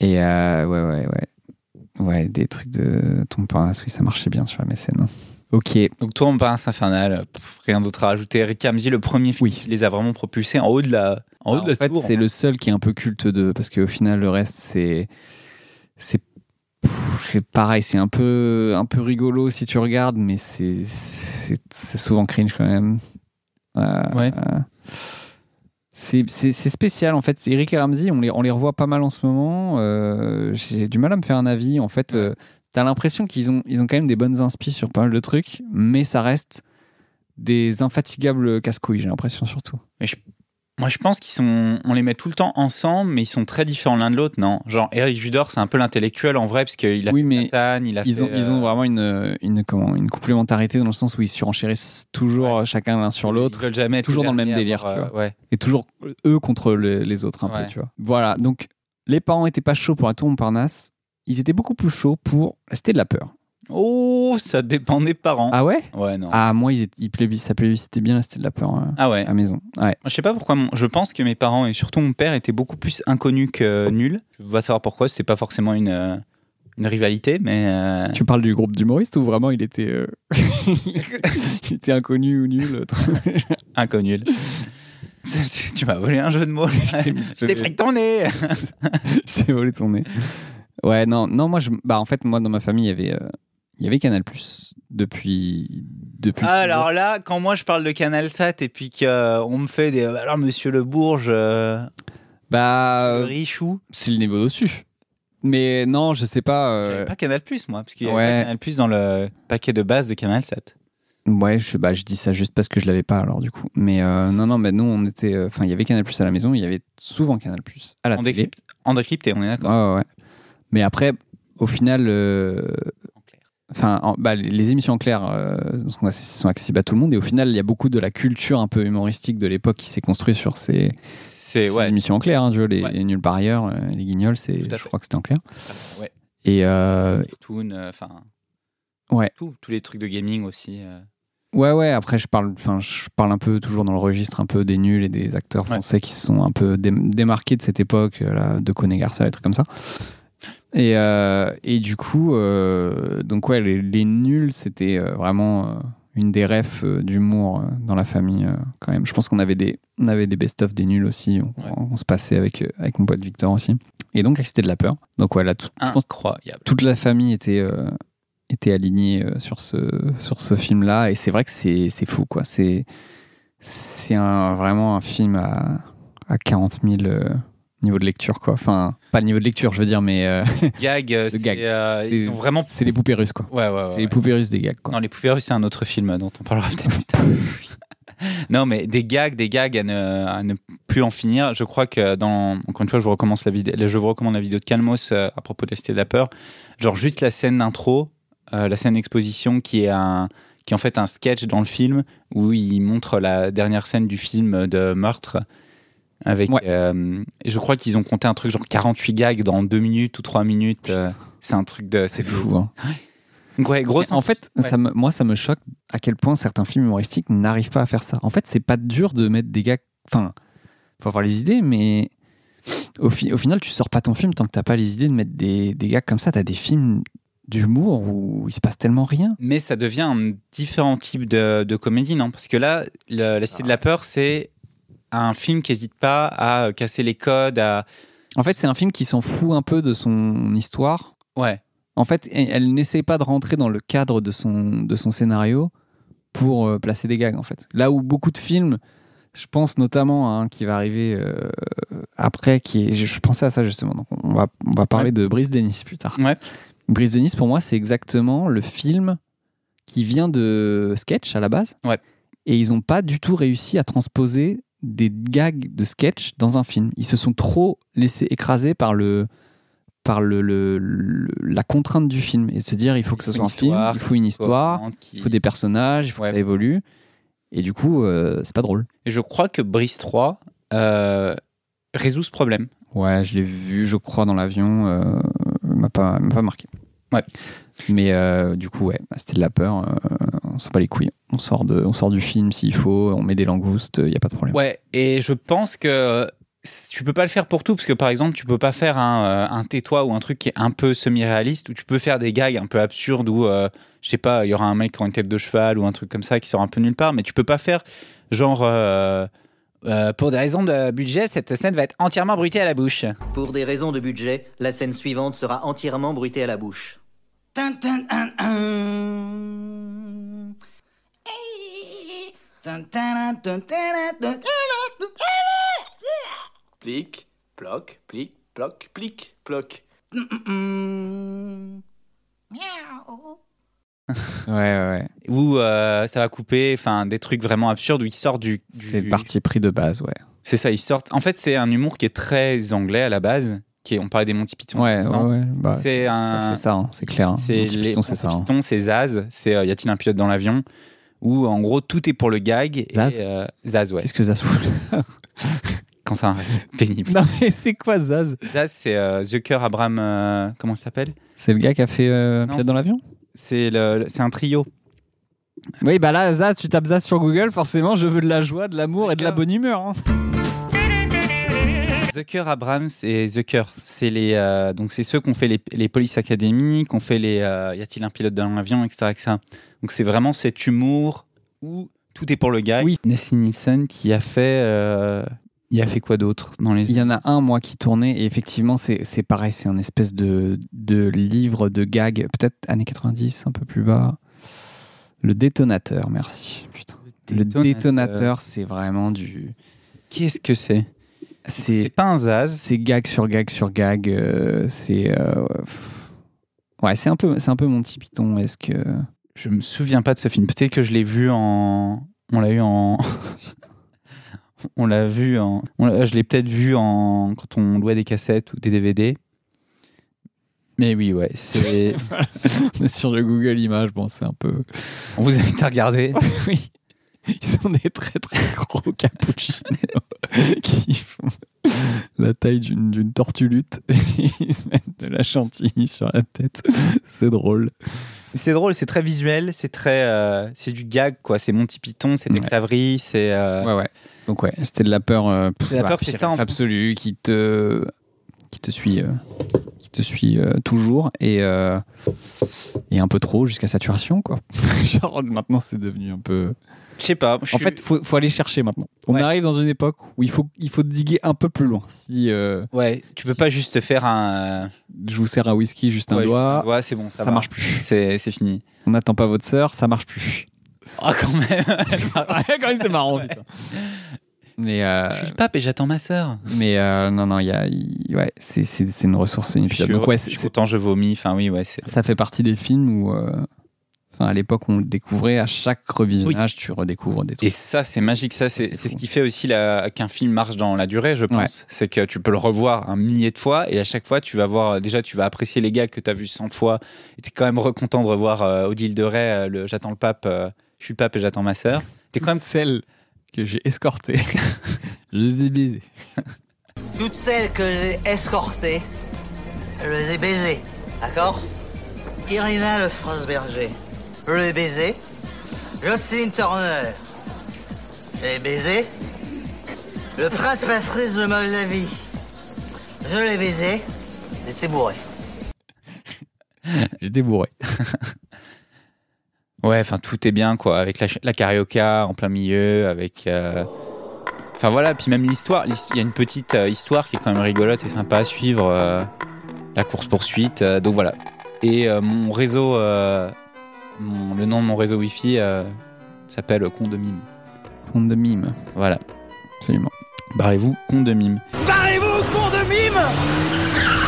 Speaker 2: Et euh, ouais, ouais, ouais. Ouais, des trucs de Tom Parnasse, oui, ça marchait bien sur MSN. hein. Ok.
Speaker 1: Donc, toi, Montparnasse infernale, pff, rien d'autre à rajouter. Rick Hamzy, le premier film
Speaker 2: Oui.
Speaker 1: qui les a vraiment propulsés en haut de la, en haut
Speaker 2: Alors,
Speaker 1: de la
Speaker 2: Bah, fait,
Speaker 1: tour.
Speaker 2: c'est le seul qui est un peu culte de. Parce qu'au final, le reste, c'est. C'est. pff, c'est pareil, c'est un peu, un peu rigolo si tu regardes, mais c'est c'est- c'est souvent cringe quand même. Euh,
Speaker 1: Ouais.
Speaker 2: euh, c'est c'est- c'est spécial en fait. C'est Eric et Ramsey, on les, on les revoit pas mal en ce moment. euh, J'ai du mal à me faire un avis. En fait, euh, t'as l'impression qu'ils ont, ils ont quand même des bonnes inspi sur pas mal de trucs, mais ça reste des infatigables casse-couilles, j'ai l'impression surtout.
Speaker 1: Mais je Moi, je pense qu'ils sont. On les met tout le temps ensemble, mais ils sont très différents l'un de l'autre, non Genre, Eric Judor, c'est un peu l'intellectuel en vrai, parce qu'il a
Speaker 2: Oui,
Speaker 1: fait
Speaker 2: mais
Speaker 1: Platane, il a
Speaker 2: ils
Speaker 1: fait,
Speaker 2: ont, ils
Speaker 1: euh,
Speaker 2: ont vraiment une, une, comment, une complémentarité dans le sens où ils surenchérissent toujours chacun l'un sur l'autre.
Speaker 1: veulent jamais être
Speaker 2: Toujours
Speaker 1: les
Speaker 2: dans le même
Speaker 1: derniers à
Speaker 2: délire, tu
Speaker 1: avoir,
Speaker 2: vois.
Speaker 1: euh, ouais.
Speaker 2: Et toujours eux contre le- les autres, un
Speaker 1: Ouais.
Speaker 2: peu, tu vois. Voilà, donc les parents étaient pas chauds pour la tour Montparnasse. Ils étaient beaucoup plus chauds pour la Cité de la Peur.
Speaker 1: Oh, ça dépend des parents.
Speaker 2: Ah ouais
Speaker 1: Ouais, non.
Speaker 2: Ah, moi, ils, étaient- ils plébis- ça plébiscitait bien la Cité de la Peur euh,
Speaker 1: Ah ouais.
Speaker 2: à maison. Ouais.
Speaker 1: Je sais pas pourquoi. mon- Je pense que mes parents et surtout mon père étaient beaucoup plus inconnus que nuls. Je vais savoir pourquoi. C'était pas forcément une, euh, une rivalité, mais. euh,
Speaker 2: Tu parles du groupe d'humoristes ou vraiment il était, euh, (laughs) il était inconnu ou nul euh, (laughs)
Speaker 1: Inconnu. tu (laughs) tu m'as volé un jeu de mots. je t'ai pris ton nez.
Speaker 2: (laughs) Je t'ai volé ton nez. Ouais, non, non, moi, je, bah, en fait, moi, dans ma famille, il y avait, euh, il y avait Canal Plus depuis, depuis.
Speaker 1: Ah, Alors là, quand moi je parle de Canal Sat et puis qu'on me fait des. bah, Alors Monsieur Le Bourge, euh,
Speaker 2: Bah, euh,
Speaker 1: Richou.
Speaker 2: c'est le niveau dessus. Mais non, je sais pas. euh,
Speaker 1: Pas Canal Plus, moi, parce qu'il y a
Speaker 2: Ouais.
Speaker 1: pas Canal Plus dans le paquet de base de Canal Sat.
Speaker 2: Ouais, je, bah, je dis ça juste parce que je l'avais pas alors du coup. Mais euh, non, non, mais nous on était, euh, enfin il y avait Canal Plus à la maison, il y avait souvent Canal Plus à la
Speaker 1: En
Speaker 2: télé.
Speaker 1: décrypte- en décrypté, on est d'accord.
Speaker 2: Ouais, ouais, ouais. Mais après, au final, euh, enfin en- bah, les- les émissions en clair euh, sont, assez- sont accessibles à tout le monde et au final il y a beaucoup de la culture un peu humoristique de l'époque qui s'est construite sur ces,
Speaker 1: C'est
Speaker 2: ces
Speaker 1: ouais.
Speaker 2: émissions en clair. hein, tu vois, les, les nuls par ailleurs, euh, les guignols, c'est,
Speaker 1: Tout à
Speaker 2: je
Speaker 1: fait. Ah,
Speaker 2: crois que c'était en clair.
Speaker 1: Ouais.
Speaker 2: Et euh,
Speaker 1: Toon, euh, enfin.
Speaker 2: ouais.
Speaker 1: tout, tous les trucs de gaming aussi. euh.
Speaker 2: Ouais, ouais, après, je parle, enfin, je parle un peu toujours dans le registre un peu des nuls et des acteurs français qui se sont un peu dé- démarqués de cette époque, euh, là, de Coné Garcia, des trucs comme ça. Et, euh, et du coup, euh, donc, ouais, les, les nuls, c'était euh, vraiment euh, une des refs euh, d'humour euh, dans la famille, euh, quand même. Je pense qu'on avait des, on avait des best-of des nuls aussi, on, on se passait avec, euh, avec mon pote Victor aussi. Et donc, la Cité de la Peur. Donc, ouais, là, tout, je pense-
Speaker 1: Incroyable.
Speaker 2: toute la famille était, euh, était alignée euh, sur ce, sur ce film-là. Et c'est vrai que c'est c'est fou, quoi. C'est c'est un- vraiment un film à, à 40 000 euh, niveaux de lecture, quoi. Enfin, pas le niveau de lecture, je veux dire, mais. euh,
Speaker 1: Gag, euh,
Speaker 2: de
Speaker 1: c'est,
Speaker 2: gag.
Speaker 1: euh,
Speaker 2: C'est-
Speaker 1: ils ont vraiment.
Speaker 2: C'est les poupées russes, quoi.
Speaker 1: Ouais, ouais, ouais,
Speaker 2: c'est
Speaker 1: ouais.
Speaker 2: les poupées russes des gags, quoi.
Speaker 1: Non, les poupées russes, c'est un autre film dont on parlera peut-être
Speaker 2: (laughs)
Speaker 1: plus tard. non, mais des gags, des gags à ne, à ne plus en finir. Je crois que dans. Encore une fois, je vous, recommence la vidéo, je vous recommande la vidéo de Calmos euh, à propos de la Cité de la Peur. Genre, juste la scène d'intro, euh, la scène d'exposition qui est un. qui est en fait un sketch dans le film où il montre la dernière scène du film de meurtre avec euh, je crois qu'ils ont compté un truc genre 48 gags dans 2 minutes ou 3 minutes euh, c'est un truc de c'est
Speaker 2: fou hein.
Speaker 1: Donc ouais, grosse
Speaker 2: Mais En fait,
Speaker 1: Ouais.
Speaker 2: ça me- moi, ça me choque à quel point certains films humoristiques n'arrivent pas à faire ça. En fait, c'est pas dur de mettre des gars. Enfin, faut avoir les idées, mais au, fi- au final, tu sors pas ton film tant que t'as pas les idées de mettre des, des gars comme ça. T'as des films d'humour où il se passe tellement rien.
Speaker 1: Mais ça devient un différent type de, de comédie, non Parce que là, le- La Cité de la Peur, c'est un film qui n'hésite pas à euh, casser les codes, à...
Speaker 2: En fait, c'est un film qui s'en fout un peu de son histoire.
Speaker 1: Ouais.
Speaker 2: En fait, elle, elle n'essaye pas de rentrer dans le cadre de son, de son scénario pour euh, placer des gags, en fait. Là où beaucoup de films, je pense notamment à un qui va arriver euh, après, qui est, je, je pensais à ça justement. Donc on va, on va parler de Brice Denis plus tard. Brice Denis, pour moi, c'est exactement le film qui vient de sketch à la base. Et ils n'ont pas du tout réussi à transposer des gags de sketch dans un film. Ils se sont trop laissés écraser par le par le, le- le- la contrainte du film et de se dire il faut que ce
Speaker 1: faut
Speaker 2: soit
Speaker 1: une histoire,
Speaker 2: un film, il faut une histoire,
Speaker 1: cohérente
Speaker 2: il faut des personnages, il faut que ça évolue. Et du coup, euh, c'est pas drôle.
Speaker 1: Et je crois que Brice 3 euh, résout ce problème.
Speaker 2: Ouais, je l'ai vu, je crois, dans l'avion. euh, m'a pas, m'a pas marqué.
Speaker 1: Ouais.
Speaker 2: Mais euh, du coup, ouais, bah, c'était de la peur. euh, on s'en bat les couilles. On sort, de, on sort du film s'il faut. On met des langoustes. Il n'y a pas de problème.
Speaker 1: Ouais, et je pense que euh, tu peux pas le faire pour tout, parce que par exemple, tu peux pas faire un, euh, un tais-toi ou un truc qui est un peu semi-réaliste, où tu peux faire des gags un peu absurdes, où, euh, je sais pas, il y aura un mec qui aura une tête de cheval ou un truc comme ça qui sort un peu nulle part, mais tu peux pas faire genre. euh, euh, pour des raisons de budget, cette scène va être entièrement bruitée à la bouche.
Speaker 15: Pour des raisons de budget, la scène suivante sera entièrement bruitée à la bouche.
Speaker 10: Tin, tin, tin, tin. Hey. Tin, tin, tin, tin, tin, tin, tin, tin,
Speaker 4: Plic, ploc, plic, ploc, plic, ploc.
Speaker 10: tin, tin, tin. Miaou.
Speaker 2: Ouais, ouais,
Speaker 1: Où euh, ça va couper, enfin, des trucs vraiment absurdes où il sort du.
Speaker 2: C'est le parti pris de base, ouais.
Speaker 1: C'est ça, ils sortent. En fait, c'est un humour qui est très anglais à la base. Qui est, on parlait des Monty Python.
Speaker 2: Ouais,
Speaker 1: juste, hein.
Speaker 2: ouais, ouais. Bah,
Speaker 1: c'est
Speaker 2: ça-
Speaker 1: un.
Speaker 2: ça fait ça, hein, c'est clair, hein.
Speaker 1: C'est
Speaker 2: Monty
Speaker 1: les
Speaker 2: Python,
Speaker 1: Monty
Speaker 2: c'est ça,
Speaker 1: Python,
Speaker 2: hein.
Speaker 1: c'est Zaz. C'est euh, Y a-t-il un pilote dans l'avion Où en gros tout est pour le gag.
Speaker 2: Zaz
Speaker 1: et, euh, Zaz, ouais.
Speaker 2: Qu'est-ce que Zaz
Speaker 1: Quand ça arrête, (laughs) pénible.
Speaker 2: (laughs) Non, mais c'est quoi Zaz
Speaker 1: Zaz, c'est euh, Zucker Abraham. euh, comment ça s'appelle
Speaker 2: C'est le gars qui a fait euh,
Speaker 1: Non,
Speaker 2: Pilote dans l'avion
Speaker 1: C'est le, le- c'est un trio.
Speaker 2: Oui, bah là, Zaz, tu tapes Zaz sur Google, forcément, je veux de la joie, de l'amour et de la bonne humeur. hein.
Speaker 1: Zucker, Abrams et Zucker, c'est les euh, donc c'est ceux qu'on fait les, les Police Academy, qu'on fait les euh, y a-t-il un pilote dans l'avion, etc., etc. Donc c'est vraiment cet humour où tout est pour le gars. Oui, Nessie Nielsen qui a fait euh, il a fait quoi d'autre dans les
Speaker 2: Il y en a un, moi, qui tournait, et effectivement, c'est c'est pareil, c'est un espèce de, de livre de gag, peut-être années 90, un peu plus bas. Le détonateur, merci. Putain. Le détonateur, c'est vraiment du.
Speaker 1: Qu'est-ce que c'est
Speaker 2: C'est
Speaker 1: pas un Zaz.
Speaker 2: C'est gag sur gag sur gag. euh, c'est. euh, pff. ouais, c'est un, peu- c'est un peu mon petit python. Est-ce que. (laughs)
Speaker 1: Je me souviens pas de ce film. Peut-être que je l'ai vu en. On l'a eu en. (laughs) on l'a vu en. on l'a- Je l'ai peut-être vu en. Quand on louait des cassettes ou des DVD. Mais oui, ouais, (laughs) c'est.
Speaker 2: sur le Google Images, bon, c'est un peu.
Speaker 1: on vous invite à regarder.
Speaker 2: oui. Ils ont des très très gros cappuccinos (laughs) qui font la taille d'une d'une tortue lutte. (laughs) Ils se mettent de la chantilly sur la tête. C'est drôle.
Speaker 1: C'est drôle, c'est très visuel, c'est très. euh, c'est du gag, quoi. C'est Monty Python, c'est Tex Avery, c'est. euh,
Speaker 2: Ouais, ouais. Donc, ouais, c'était de la peur. euh, pff,
Speaker 1: C'est la
Speaker 2: bah,
Speaker 1: peur, c'est
Speaker 2: pire,
Speaker 1: ça, en fait.
Speaker 2: Absolue, qui te. qui te suit. euh, qui te suit euh, toujours. Et. euh, et un peu trop jusqu'à saturation, quoi. (laughs) Genre, maintenant, c'est devenu un peu.
Speaker 1: Je sais pas. je suis-
Speaker 2: En fait, faut, faut aller chercher maintenant. On arrive dans une époque où il faut, il faut diguer un peu plus loin. Si euh,
Speaker 1: Ouais, tu peux pas juste te faire un.
Speaker 2: je vous sers un whisky juste un
Speaker 1: Ouais,
Speaker 2: doigt,
Speaker 1: juste un doigt, c'est bon, ça
Speaker 2: ça
Speaker 1: va.
Speaker 2: marche plus.
Speaker 1: C'est c'est fini.
Speaker 2: On n'attend pas votre sœur, ça
Speaker 1: (laughs)
Speaker 2: marche plus.
Speaker 1: Ah, quand même
Speaker 2: Quand même, c'est marrant, putain. Mais, euh,
Speaker 1: Je suis le pape et j'attends ma sœur.
Speaker 2: mais euh, non, non, il y a, il- ouais, c'est, c'est, c'est une ressource
Speaker 1: Je
Speaker 2: inépuisable.
Speaker 1: suis
Speaker 2: Donc, ouais, c'est-
Speaker 1: je- autant je vomis, enfin oui, ouais, c'est.
Speaker 2: ça fait partie des films où, euh, enfin, à l'époque, on le découvrait. À chaque revisionnage, tu redécouvres des trucs.
Speaker 1: Et ça, c'est magique. Ça, c'est c'est ce qui fait aussi la- qu'un film marche dans la durée, je pense. C'est que tu peux le revoir un millier de fois et à chaque fois, tu vas voir. Déjà, tu vas apprécier les gars que tu as vus 100 fois. Et tu es quand même recontent de revoir euh, Odile de Ray, euh, le J'attends le pape, euh, je suis pape et j'attends ma sœur. Tu es quand même.
Speaker 2: Celle que j'ai
Speaker 1: (laughs)
Speaker 2: escortée. je les ai baisés.
Speaker 15: Toutes celles que j'ai escortées, je les ai baisées, d'accord Irina Le Berger, je l'ai baisée. Jocelyne Turner, je l'ai baisée. Le prince Patrice de Moldavie, je l'ai baisée. J'étais bourré.
Speaker 2: J'étais bourré.
Speaker 1: (laughs) Ouais, enfin, tout est bien, quoi. Avec la, ch- la carioca en plein milieu, avec. euh, Enfin voilà, puis même l'histoire, l'his- il y a une petite euh, histoire qui est quand même rigolote et sympa à suivre, euh, la course-poursuite, euh, donc voilà. Et euh, mon réseau, euh, mon- le nom de mon réseau Wi-Fi euh, s'appelle Con de Mime.
Speaker 2: Compte de mime.
Speaker 1: Voilà,
Speaker 2: Absolument.
Speaker 1: barrez-vous, Con de Mime.
Speaker 10: Barrez-vous, con de mime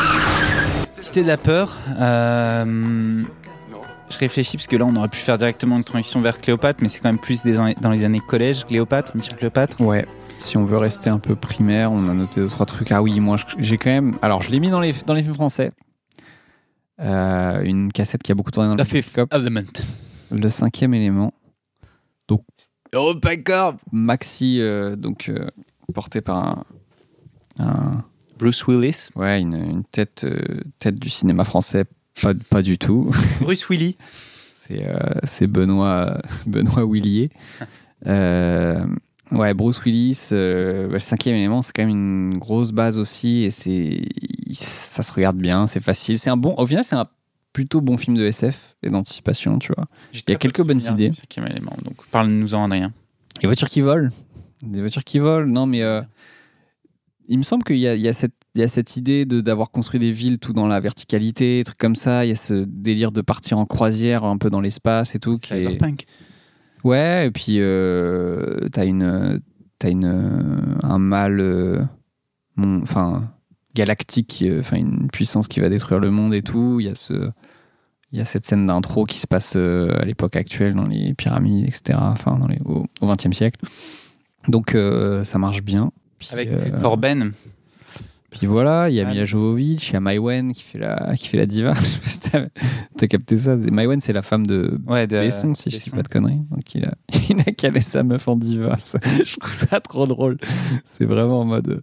Speaker 1: Cité de la peur, euh, je réfléchis parce que là on aurait pu faire directement une transition vers Cléopâtre, mais c'est quand même plus des an- dans les années collège, Cléopâtre, Michel Cléopâtre.
Speaker 2: Ouais, si on veut rester un peu primaire, on a noté deux, trois trucs. Ah oui, moi, je- j'ai quand même. Alors, je l'ai mis dans les, dans les films français. Euh, une cassette qui a beaucoup tourné dans
Speaker 1: La
Speaker 2: le film
Speaker 1: Fifth
Speaker 2: Cop.
Speaker 1: Element.
Speaker 2: Le cinquième élément. Donc,
Speaker 1: Europacorp
Speaker 2: Maxi, euh, donc, euh, porté par un. un-
Speaker 1: Bruce Willis.
Speaker 2: ouais, une, une tête, euh, tête du cinéma français. Pas, pas du tout.
Speaker 1: Bruce Willis.
Speaker 2: C'est euh, c'est Benoît, (laughs) Benoît (laughs) Willier. Euh, ouais, Bruce Willis, euh, bah, le cinquième élément, c'est quand même une grosse base aussi. Et c'est il- ça se regarde bien, c'est facile. C'est un bon, au final, c'est un plutôt bon film de SF et d'anticipation, tu vois. Il y a quelques bonnes idées.
Speaker 1: Cinquième élément, donc parle-nous-en, Adrien.
Speaker 2: Les voitures qui volent. Des voitures qui volent. Non, mais euh, il me semble qu'il y a, il y a cette, il y a cette idée de- d'avoir construit des villes tout dans la verticalité, trucs comme ça. Il y a ce délire de partir en croisière un peu dans l'espace et tout. Qui est...
Speaker 1: Cyberpunk.
Speaker 2: Ouais, et puis euh, t'as une, t'as une, euh, un mal, euh, mon- enfin galactique, euh, enfin une puissance qui va détruire le monde et tout. Il y a ce, il y a cette scène d'intro qui se passe euh, à l'époque actuelle dans les pyramides, etc. Enfin, dans les, au, XXe siècle. Donc euh, ça marche bien.
Speaker 1: Avec
Speaker 2: euh,
Speaker 1: Corben.
Speaker 2: Puis voilà, il y a
Speaker 1: Ouais.
Speaker 2: Mila Jovovich, il y a Maïwen qui fait la, qui fait la diva. (laughs) Je sais pas si t'as- T'as capté ça Maïwen, c'est la femme de
Speaker 1: Ouais, de-
Speaker 2: Besson, si je dis
Speaker 1: Besson.
Speaker 2: pas de conneries. Donc il a, (laughs) il a calé sa meuf en diva. Ça, (laughs) je trouve ça trop drôle. C'est vraiment en mode. euh,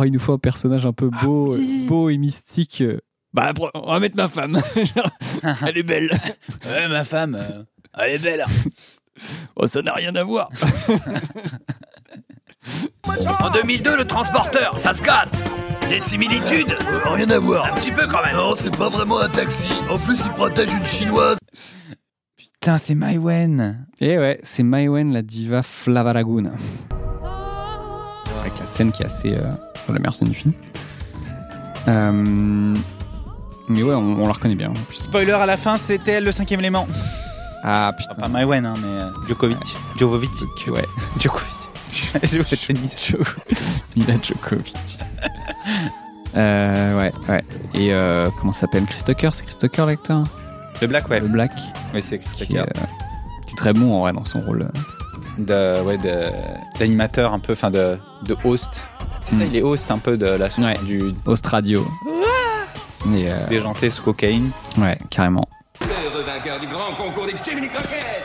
Speaker 2: Oh, il nous faut un personnage un peu beau, euh, beau et mystique. euh, Bah, pre- on va mettre ma femme. (laughs) Genre, Elle est belle.
Speaker 1: Ouais, ma femme, euh, elle est belle.
Speaker 2: Oh, ça n'a rien à voir.
Speaker 16: (laughs) En 2002, le transporteur, ça se gâte Les similitudes Rien à voir. Un petit peu quand même. Non, c'est pas vraiment un taxi. En plus, il protège une chinoise.
Speaker 2: Putain, c'est Maïwen. Et Eh ouais, c'est Maïwen, la diva Flavaraguna. Avec la scène qui est assez. euh, sur la meilleure scène du film. Euh, mais ouais, on, on la reconnaît bien.
Speaker 1: Spoiler à la fin, c'était le cinquième élément.
Speaker 2: Ah putain.
Speaker 1: pas Maïwen, hein, mais euh, Djokovic. Djokovic.
Speaker 2: Ouais.
Speaker 1: (laughs)
Speaker 2: (laughs)
Speaker 1: Djokovic. Je jouais au tennis.
Speaker 2: Mila Djokovic. (laughs) Euh, ouais, ouais. Et euh, comment ça s'appelle Chris Tucker C'est Chris Tucker l'acteur
Speaker 1: Le Black, ouais.
Speaker 2: Le Black.
Speaker 1: Oui, c'est Chris
Speaker 2: Qui,
Speaker 1: Tucker.
Speaker 2: euh, qui est très bon en vrai dans son rôle. euh,
Speaker 1: De- ouais, de- d'animateur un peu, enfin de, de host. C'est
Speaker 2: Hmm.
Speaker 1: ça, il est host un peu de la soirée du.
Speaker 2: Host radio. Et, euh,
Speaker 1: Déjanté sous cocaïne.
Speaker 2: Ouais, carrément.
Speaker 17: Heureux vainqueur du grand concours des Jiminy Croquettes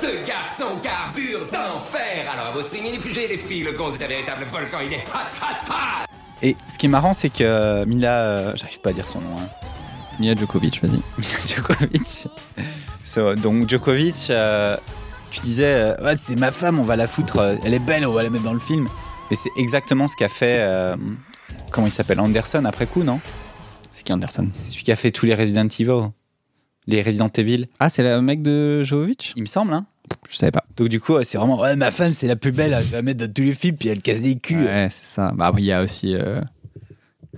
Speaker 17: Ce garçon carbure d'enfer Alors à vos streamings, les fugés, les filles, le gonze est un véritable volcan, il est hot, hot, hot
Speaker 1: Et ce qui est marrant, c'est que euh, Mila. euh, J'arrive pas à dire son nom. hein.
Speaker 2: Mila Djokovic, vas-y.
Speaker 1: (laughs) Djokovic. So, donc Djokovic, euh, tu disais, euh, Ouais, c'est ma femme, on va la foutre, euh, elle est belle, on va la mettre dans le film. Et c'est exactement ce qu'a fait, euh, comment il s'appelle, Anderson après coup, non
Speaker 2: C'est qui Anderson
Speaker 1: C'est celui qui a fait tous les Resident Evil, les Resident Evil.
Speaker 2: Ah, c'est le mec de Jovovic
Speaker 1: Il me semble, hein
Speaker 2: Je savais pas.
Speaker 1: Donc du coup, euh, c'est vraiment, ouais, ma femme, c'est la plus belle, elle va la mettre dans tous les films, puis elle casse des culs.
Speaker 2: Ouais, c'est ça. Bah, après, il y a aussi. euh,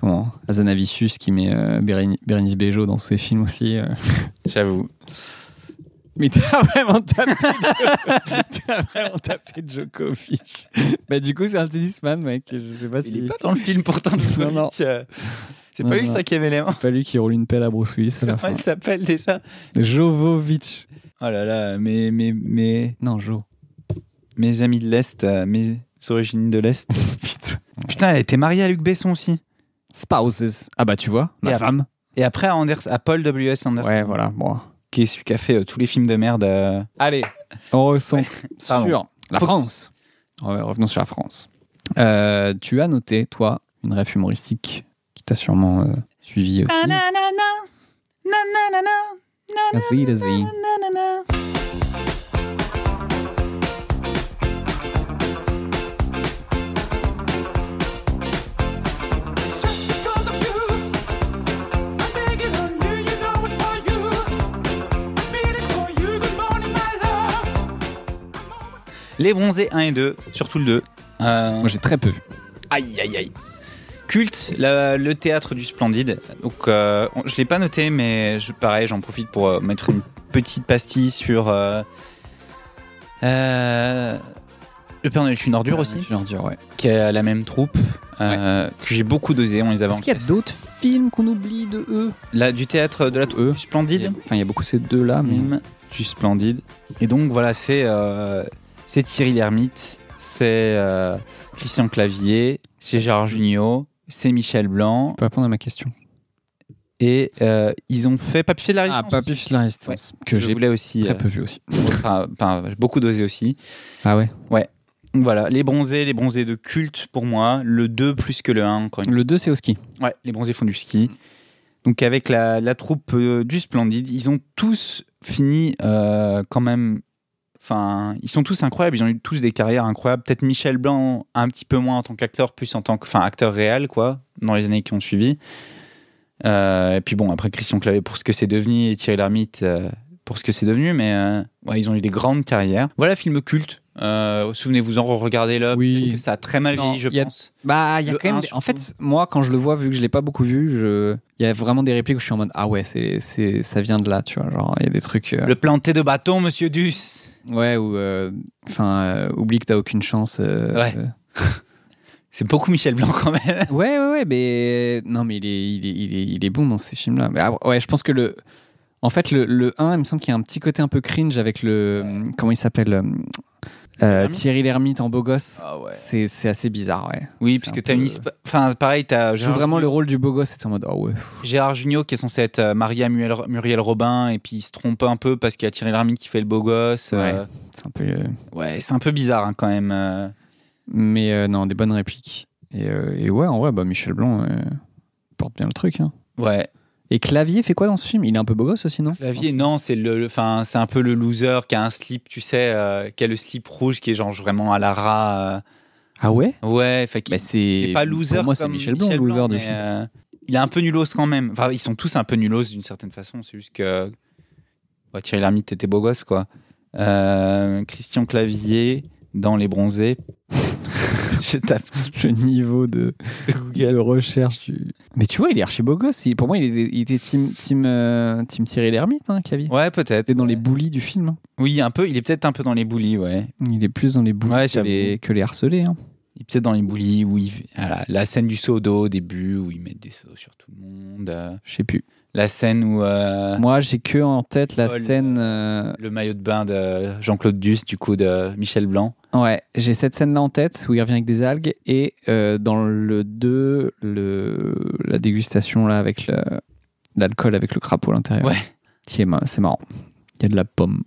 Speaker 2: comment Azanavicius qui met euh, Bérén- Bérénice Bejo dans ses films aussi. euh. (laughs)
Speaker 1: J'avoue.
Speaker 2: Mais t'as vraiment tapé. (laughs) t'as vraiment tapé Djokovic. bah, du coup, c'est un tennisman, mec. Je sais pas
Speaker 1: Il
Speaker 2: si.
Speaker 1: est pas dans le film pourtant,
Speaker 2: Non,
Speaker 1: Djokovic.
Speaker 2: non.
Speaker 1: euh, c'est
Speaker 2: Non,
Speaker 1: pas lui
Speaker 2: non.
Speaker 1: le cinquième élément.
Speaker 2: C'est pas lui qui roule une pelle à Bruce Willis à la
Speaker 1: Comment (laughs)
Speaker 2: fin.
Speaker 1: il s'appelle déjà
Speaker 2: Jovovic.
Speaker 1: Oh là là, mais, mais, mais...
Speaker 2: Non, Jo.
Speaker 1: Mes amis de l'Est, euh, mes origines de l'Est. (laughs)
Speaker 2: Putain.
Speaker 1: Putain, elle était mariée à Luc Besson aussi.
Speaker 2: Spouses. Ah bah tu vois, ma
Speaker 1: Et à-
Speaker 2: femme.
Speaker 1: Et après à, Anders- à Paul W.S. Anderson.
Speaker 2: Ouais, voilà, bon.
Speaker 1: Qui est celui qui a fait euh, tous les films de merde. euh,
Speaker 2: Allez, on recentre
Speaker 1: Pardon.
Speaker 2: sur la
Speaker 1: Faut-
Speaker 2: France. Re- Revenons sur la France. Euh, tu as noté, toi, une rêve humoristique qui t'a sûrement euh, suivi aussi. Vas-y, vas-y.
Speaker 1: Les bronzés 1 et 2, surtout le 2.
Speaker 2: Moi, j'ai très peu vu.
Speaker 1: Euh, Aïe, aïe, aïe. Culte, la- le théâtre du Splendide. Donc, euh, on- je l'ai pas noté, mais je, pareil, j'en profite pour euh, mettre une petite pastille sur. euh, euh, le Père Noël est une ordure aussi.
Speaker 2: Une ordure, ouais.
Speaker 1: Qui a la même troupe, euh, que j'ai beaucoup dosé, on les avait
Speaker 2: Est-ce qu'il y a d'autres films qu'on oublie de eux
Speaker 1: Là, du théâtre de la troupe
Speaker 2: Euh,
Speaker 1: du Splendide.
Speaker 2: Enfin, il y a beaucoup ces deux-là, mais
Speaker 1: Mime du Splendide. Et donc voilà, c'est euh, c'est Thierry Lhermitte, c'est euh, Christian Clavier, c'est Gérard Jugnot, c'est Michel Blanc.
Speaker 2: tu peux répondre à ma question.
Speaker 1: Et euh, ils ont fait Papier de la
Speaker 2: Ah,
Speaker 1: Résistance.
Speaker 2: Papy
Speaker 1: aussi.
Speaker 2: Fils de la Résistance, que
Speaker 1: je
Speaker 2: j'ai
Speaker 1: voulais aussi.
Speaker 2: très
Speaker 1: euh,
Speaker 2: peu vu aussi.
Speaker 1: enfin, enfin, j'ai beaucoup dosé aussi.
Speaker 2: Ah ouais
Speaker 1: Ouais. Donc Voilà, les bronzés, les bronzés de culte pour moi, le 2 plus que le 1, encore une
Speaker 2: Le 2, c'est au ski.
Speaker 1: Ouais, les bronzés font du ski. Donc avec la, la troupe euh, du Splendide, ils ont tous fini euh, quand même... Enfin, ils sont tous incroyables, ils ont eu tous des carrières incroyables. Peut-être Michel Blanc un petit peu moins en tant qu'acteur, plus en tant que... Enfin, acteur réel, quoi, dans les années qui ont suivi. Euh, et puis bon, après Christian Clavier pour ce que c'est devenu et Thierry Lhermitte euh, pour ce que c'est devenu, mais euh, ouais, ils ont eu des grandes carrières. Voilà, film culte. Euh, Souvenez-vous-en, regardez-le.
Speaker 2: Oui.
Speaker 1: Peut-être que ça a très mal
Speaker 2: Non,
Speaker 1: vieilli, je
Speaker 2: il y a-
Speaker 1: pense.
Speaker 2: Bah, il y a
Speaker 1: Le
Speaker 2: quand même.
Speaker 1: un,
Speaker 2: des- En fait, moi, quand je le vois, vu que je l'ai pas beaucoup vu, je... il y a vraiment des répliques où je suis en mode Ah ouais, c'est, c'est... ça vient de là, tu vois. Genre, il y a des trucs. euh,
Speaker 1: Le planté de bâton, monsieur Duss.
Speaker 2: Ouais, ou. euh, Enfin, euh, oublie que t'as aucune chance. euh,
Speaker 1: Ouais.
Speaker 2: euh.
Speaker 1: C'est beaucoup Michel Blanc quand même.
Speaker 2: ouais, ouais, ouais, mais. Non, mais il est, il est, il est, il est bon dans ces films-là. Mais, ah, ouais, je pense que le. En fait, le, le 1, il me semble qu'il y a un petit côté un peu cringe avec le. Comment il s'appelle euh, Euh, Thierry Lhermitte en beau gosse,
Speaker 1: Ah
Speaker 2: c'est c'est assez bizarre, ouais.
Speaker 1: Oui, parce que t'as une histoire- Enfin, pareil, t'as.
Speaker 2: Je joue
Speaker 1: Gérard-
Speaker 2: vraiment le rôle du beau gosse, c'est en mode, oh ouais.
Speaker 1: Gérard Jugnot qui est censé être euh, marié à Muriel, Muriel Robin et puis il se trompe un peu parce qu'il y a Thierry Lhermitte qui fait le beau gosse. euh,
Speaker 2: C'est un peu. euh,
Speaker 1: Ouais, c'est un peu bizarre hein, quand même. euh.
Speaker 2: Mais euh, non, des bonnes répliques. Et, euh, et ouais, en vrai, bah, Michel Blanc euh, porte bien le truc. hein.
Speaker 1: Ouais.
Speaker 2: Et Clavier fait quoi dans ce film Il est un peu beau gosse aussi, non
Speaker 1: Clavier, non, c'est le, le- enfin, c'est un peu le loser qui a un slip, tu sais, euh, qui a le slip rouge qui est genre vraiment à la rat. euh.
Speaker 2: Ah ouais
Speaker 1: Ouais, fait qu'il- il est pas loser.
Speaker 2: pour moi, c'est
Speaker 1: comme
Speaker 2: Michel Blanc, le loser du
Speaker 1: mais,
Speaker 2: film.
Speaker 1: euh, il est un peu nulos quand même. Enfin, ils sont tous un peu nulos d'une certaine façon. C'est juste que ouais, Thierry Lhermitte était beau gosse, quoi. Euh, Christian Clavier dans Les Bronzés. (laughs) Je tape.
Speaker 2: (laughs) Le
Speaker 1: (laughs)
Speaker 2: niveau de, de recherche. du- Mais tu vois, il est archi beau gosse. Il- pour moi, il était, il était team, team, euh, team Thierry Lhermitte, hein, Clavier.
Speaker 1: Ouais, peut-être.
Speaker 2: Il est dans les boulis du film. hein.
Speaker 1: Oui, un peu. Il est peut-être un peu dans les boulis, ouais.
Speaker 2: Il est plus dans les boulis
Speaker 1: Ouais,
Speaker 2: que, les, que les harcelés. hein.
Speaker 1: Il est peut-être dans les boulis où il... ah là, la scène du seau d'eau au début où ils mettent des seaux sur tout le monde. euh,
Speaker 2: Je sais plus.
Speaker 1: La scène où euh,
Speaker 2: Moi, j'ai que en tête la
Speaker 1: Paul,
Speaker 2: scène. euh,
Speaker 1: le maillot de bain de Jean-Claude Duss, du coup de Michel Blanc.
Speaker 2: Ouais, j'ai cette scène-là en tête où il revient avec des algues et euh, dans le 2, le, la dégustation là avec le- l'alcool avec le crapaud à l'intérieur.
Speaker 1: Ouais.
Speaker 2: Qui est ma- C'est marrant. Il y a de la pomme.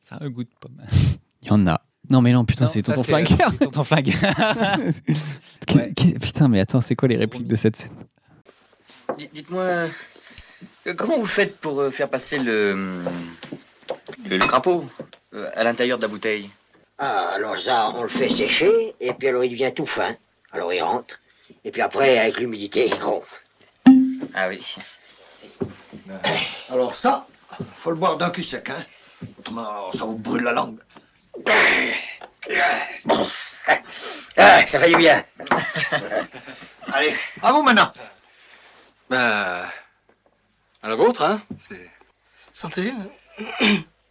Speaker 1: Ça a un goût de pomme.
Speaker 2: Il y en a. Non mais non, putain,
Speaker 1: Non,
Speaker 2: c'est
Speaker 1: ça,
Speaker 2: tonton
Speaker 1: c'est, euh,
Speaker 2: (laughs) flingueur.
Speaker 1: c'est Tonton Flingueur.
Speaker 2: Qu'est- qu'est- Putain, mais attends, c'est quoi les répliques de cette scène (laughs)
Speaker 18: Dites- Dites-moi, euh, euh, comment vous faites pour euh, faire passer le, hum, le, le crapaud euh, à l'intérieur de la bouteille
Speaker 19: Ah, alors ça, on le fait sécher, et puis alors il devient tout fin. Alors il rentre, et puis après, avec l'humidité, il gonfle.
Speaker 18: Ah oui.
Speaker 20: Alors ça, faut le boire d'un cul sec, hein. Autrement, ça vous brûle la langue.
Speaker 19: Ah, ça fait du bien.
Speaker 20: Allez, à vous maintenant.
Speaker 13: Ben. À la vôtre, hein
Speaker 18: Santé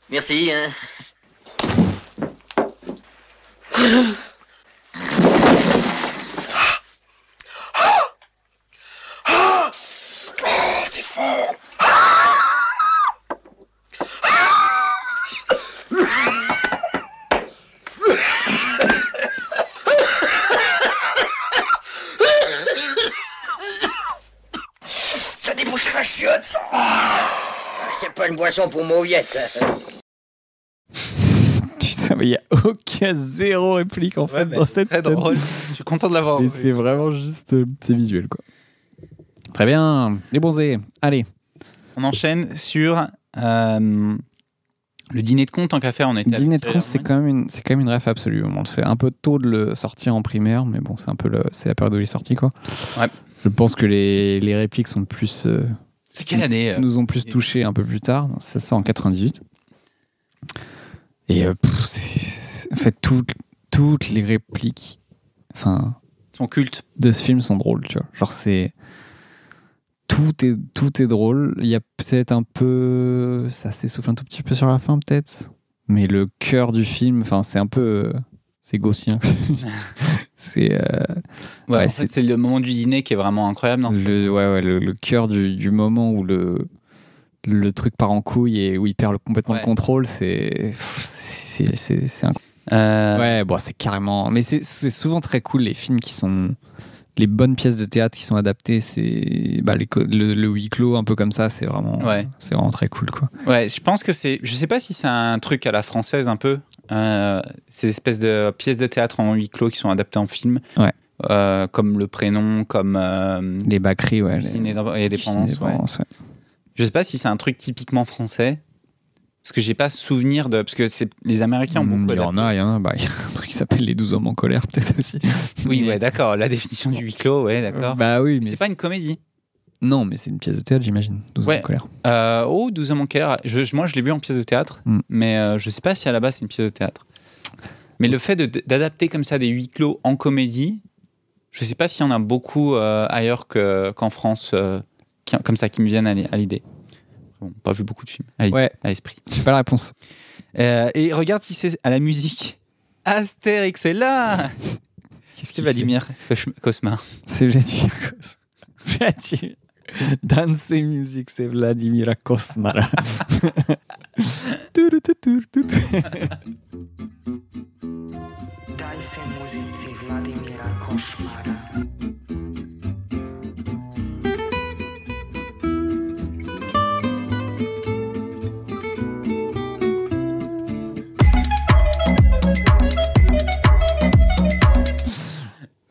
Speaker 18: Merci. hein.
Speaker 20: Ah Oh, c'est fort
Speaker 19: Ça débouche la chiotte, ça. Ah, C'est pas une boisson pour mauviette.
Speaker 2: Putain, mais il y a aucun zéro réplique
Speaker 1: (laughs)
Speaker 2: en fait
Speaker 1: mais
Speaker 2: dans
Speaker 1: c'est
Speaker 2: bah,
Speaker 1: bah,
Speaker 2: cette
Speaker 1: très
Speaker 2: scène.
Speaker 1: drôle. Je suis content de l'avoir
Speaker 2: Mais
Speaker 1: vu.
Speaker 2: c'est vraiment juste, euh, c'est visuel quoi. Très bien, les bronzés. Allez.
Speaker 1: On enchaîne sur euh, le dîner de con, tant qu'à faire. On était à
Speaker 2: Dîner de
Speaker 1: Thierry
Speaker 2: con, c'est quand même une, c'est quand même une ref absolue. On le sait un peu tôt de le sortir en primaire, mais bon, c'est un peu le, c'est la période où il est sorti quoi. Je pense que les, les répliques sont plus. euh,
Speaker 1: C'est quelle année, euh,
Speaker 2: Nous ont plus touchés un peu plus tard. Ça sort en 98. Et euh, pff, c'est- en fait, toutes toutes les répliques, enfin,
Speaker 1: sont cultes
Speaker 2: de ce film sont drôles, tu vois. Genre c'est tout est tout est drôle. Il y a peut-être un peu, ça s'essouffle un tout petit peu sur la fin peut-être, mais le cœur du film, enfin, c'est un peu, euh,
Speaker 1: (laughs)
Speaker 2: c'est gaussien. c'est euh,
Speaker 1: Ouais,
Speaker 2: ouais,
Speaker 1: en
Speaker 2: c'est
Speaker 1: fait, c'est le moment du dîner qui est vraiment incroyable. Non
Speaker 2: le, ouais, ouais, le, le cœur du, du moment où le, le truc part en couille et où il perd le- complètement
Speaker 1: Ouais.
Speaker 2: le contrôle, c'est. C'est. c'est- c'est inc-
Speaker 1: Ah. Euh,
Speaker 2: Ouais, bon, c'est carrément. Mais c'est c'est souvent très cool les films qui sont. Les bonnes pièces de théâtre qui sont adaptées, c'est. Bah, les co- le, le huis clos, un peu comme ça, c'est vraiment.
Speaker 1: Ouais.
Speaker 2: C'est vraiment très cool, quoi.
Speaker 1: Ouais, je pense que c'est. Je sais pas si c'est un truc à la française un peu. euh, ces espèces de pièces de théâtre en huis clos qui sont adaptées en film.
Speaker 2: Ouais.
Speaker 1: Euh, comme le prénom, comme. euh,
Speaker 2: Les Bacri, ouais.
Speaker 1: Cuisine
Speaker 2: les-
Speaker 1: et Dépendance, et Dépendance, ouais.
Speaker 2: Dépendance, ouais.
Speaker 1: Je sais pas si c'est un truc typiquement français. Parce que j'ai pas souvenir de. Parce que c'est- les Américains ont
Speaker 2: Mm,
Speaker 1: beaucoup
Speaker 2: Il y
Speaker 1: adapté.
Speaker 2: en a, il y en a. Bah, il y a un truc qui s'appelle Les 12 hommes en colère, peut-être aussi.
Speaker 1: Oui, ouais, d'accord. La définition du huis clos, ouais, d'accord.
Speaker 2: Bah oui, mais.
Speaker 1: C'est pas une comédie.
Speaker 2: Non, mais c'est une pièce de théâtre, j'imagine. 12
Speaker 1: Ouais.
Speaker 2: hommes en colère.
Speaker 1: Euh, oh, 12 hommes en colère. Je, je- moi, je l'ai vu en pièce de théâtre,
Speaker 2: Mm.
Speaker 1: mais euh, je sais pas si à la base c'est une pièce de théâtre. Mais le fait de- d'adapter comme ça des huis clos en comédie, je sais pas s'il y en a beaucoup euh, ailleurs que- qu'en France, euh, qui- comme ça, qui me viennent à l'i- à l'idée. Bon, pas vu beaucoup de films à l'idée,
Speaker 2: Ouais.
Speaker 1: à l'esprit.
Speaker 2: J'ai pas la réponse.
Speaker 1: Euh, et regarde si c'est à la musique. Astérix est là Qu'est-ce qu'il va dire, Cosma
Speaker 2: C'est Vladimir Kosma. (laughs) Vladimir. Dance music, c'est Vladimir (laughs) Kosmara.
Speaker 21: Siamo zitti, Vladimira Košmara.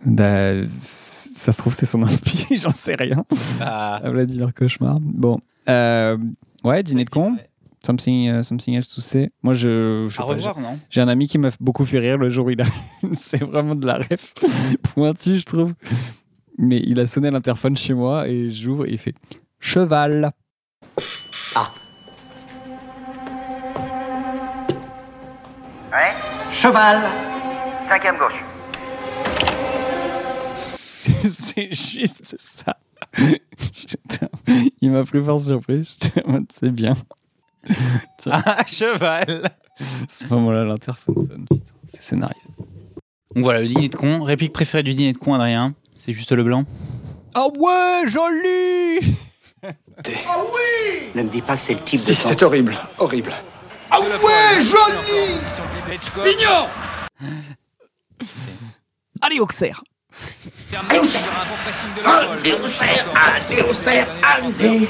Speaker 2: Bah, ça se trouve, c'est son inspi, (laughs) j'en sais rien. À Vladimir Cauchemar. Bon. Euh, ouais, dîner de con. Something, euh, something else to say. Moi, je. je sais
Speaker 1: À
Speaker 2: pas,
Speaker 1: revoir,
Speaker 2: j'ai-
Speaker 1: non
Speaker 2: J'ai un ami qui m'a beaucoup fait rire le jour où il a. (laughs) c'est vraiment de la (laughs) ref pointue, je trouve. Mais il a sonné à l'interphone chez moi et j'ouvre et il fait Cheval.
Speaker 21: Ouais Cheval Cinquième gauche.
Speaker 2: (laughs) c'est juste ça. (laughs) J'étais- il m'a pris fort surprise. (laughs) J'étais en mode, c'est bien.
Speaker 1: Ah, cheval
Speaker 2: Ce moment-là, l'interphone sonne. Putain, c'est scénarisé.
Speaker 1: Donc voilà, le dîner de con. Réplique préférée du dîner de con, Adrien C'est juste le blanc
Speaker 2: Ah ouais, joli
Speaker 21: Ah oui
Speaker 18: Ne me dis pas que c'est le type
Speaker 1: Si,
Speaker 18: de.
Speaker 1: c'est
Speaker 18: horrible, horrible.
Speaker 21: Ah ouais, joli Pignon
Speaker 2: Allez, Auxerre
Speaker 21: Allez, Auxerre Allez, Auxerre Allez, Auxerre Allez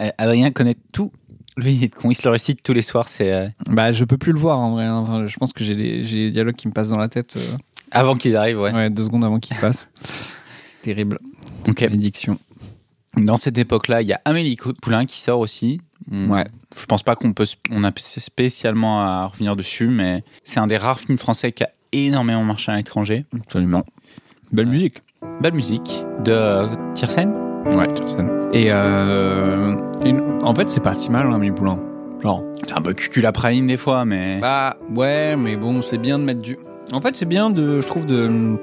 Speaker 1: Euh, Adrien connaît tout le dîner de con. Il se le récite tous les soirs. C'est euh,
Speaker 2: Bah, je peux plus le voir en vrai. hein. Enfin, je pense que j'ai les, j'ai les dialogues qui me passent dans la tête. euh,
Speaker 1: avant qu'ils arrivent, ouais.
Speaker 2: ouais, deux secondes avant qu'ils passent. C'est terrible.
Speaker 1: Ok.
Speaker 2: Bénédiction.
Speaker 1: Dans cette époque-là, il y a Amélie Cou- Poulain qui sort aussi. Ouais. Je pense pas qu'on peut, sp- on a p- spécialement à revenir dessus, mais c'est un des rares films français qui a énormément marché à l'étranger.
Speaker 2: Absolument. Belle musique.
Speaker 1: Belle musique de euh, Tiersen.
Speaker 2: Ouais, Et euh, une- en fait, c'est pas si mal, hein, mes poulains. Genre.
Speaker 1: C'est un peu cucul praline des fois, mais.
Speaker 2: Bah, ouais, mais bon, c'est bien de mettre du. En fait, c'est bien de, je trouve, de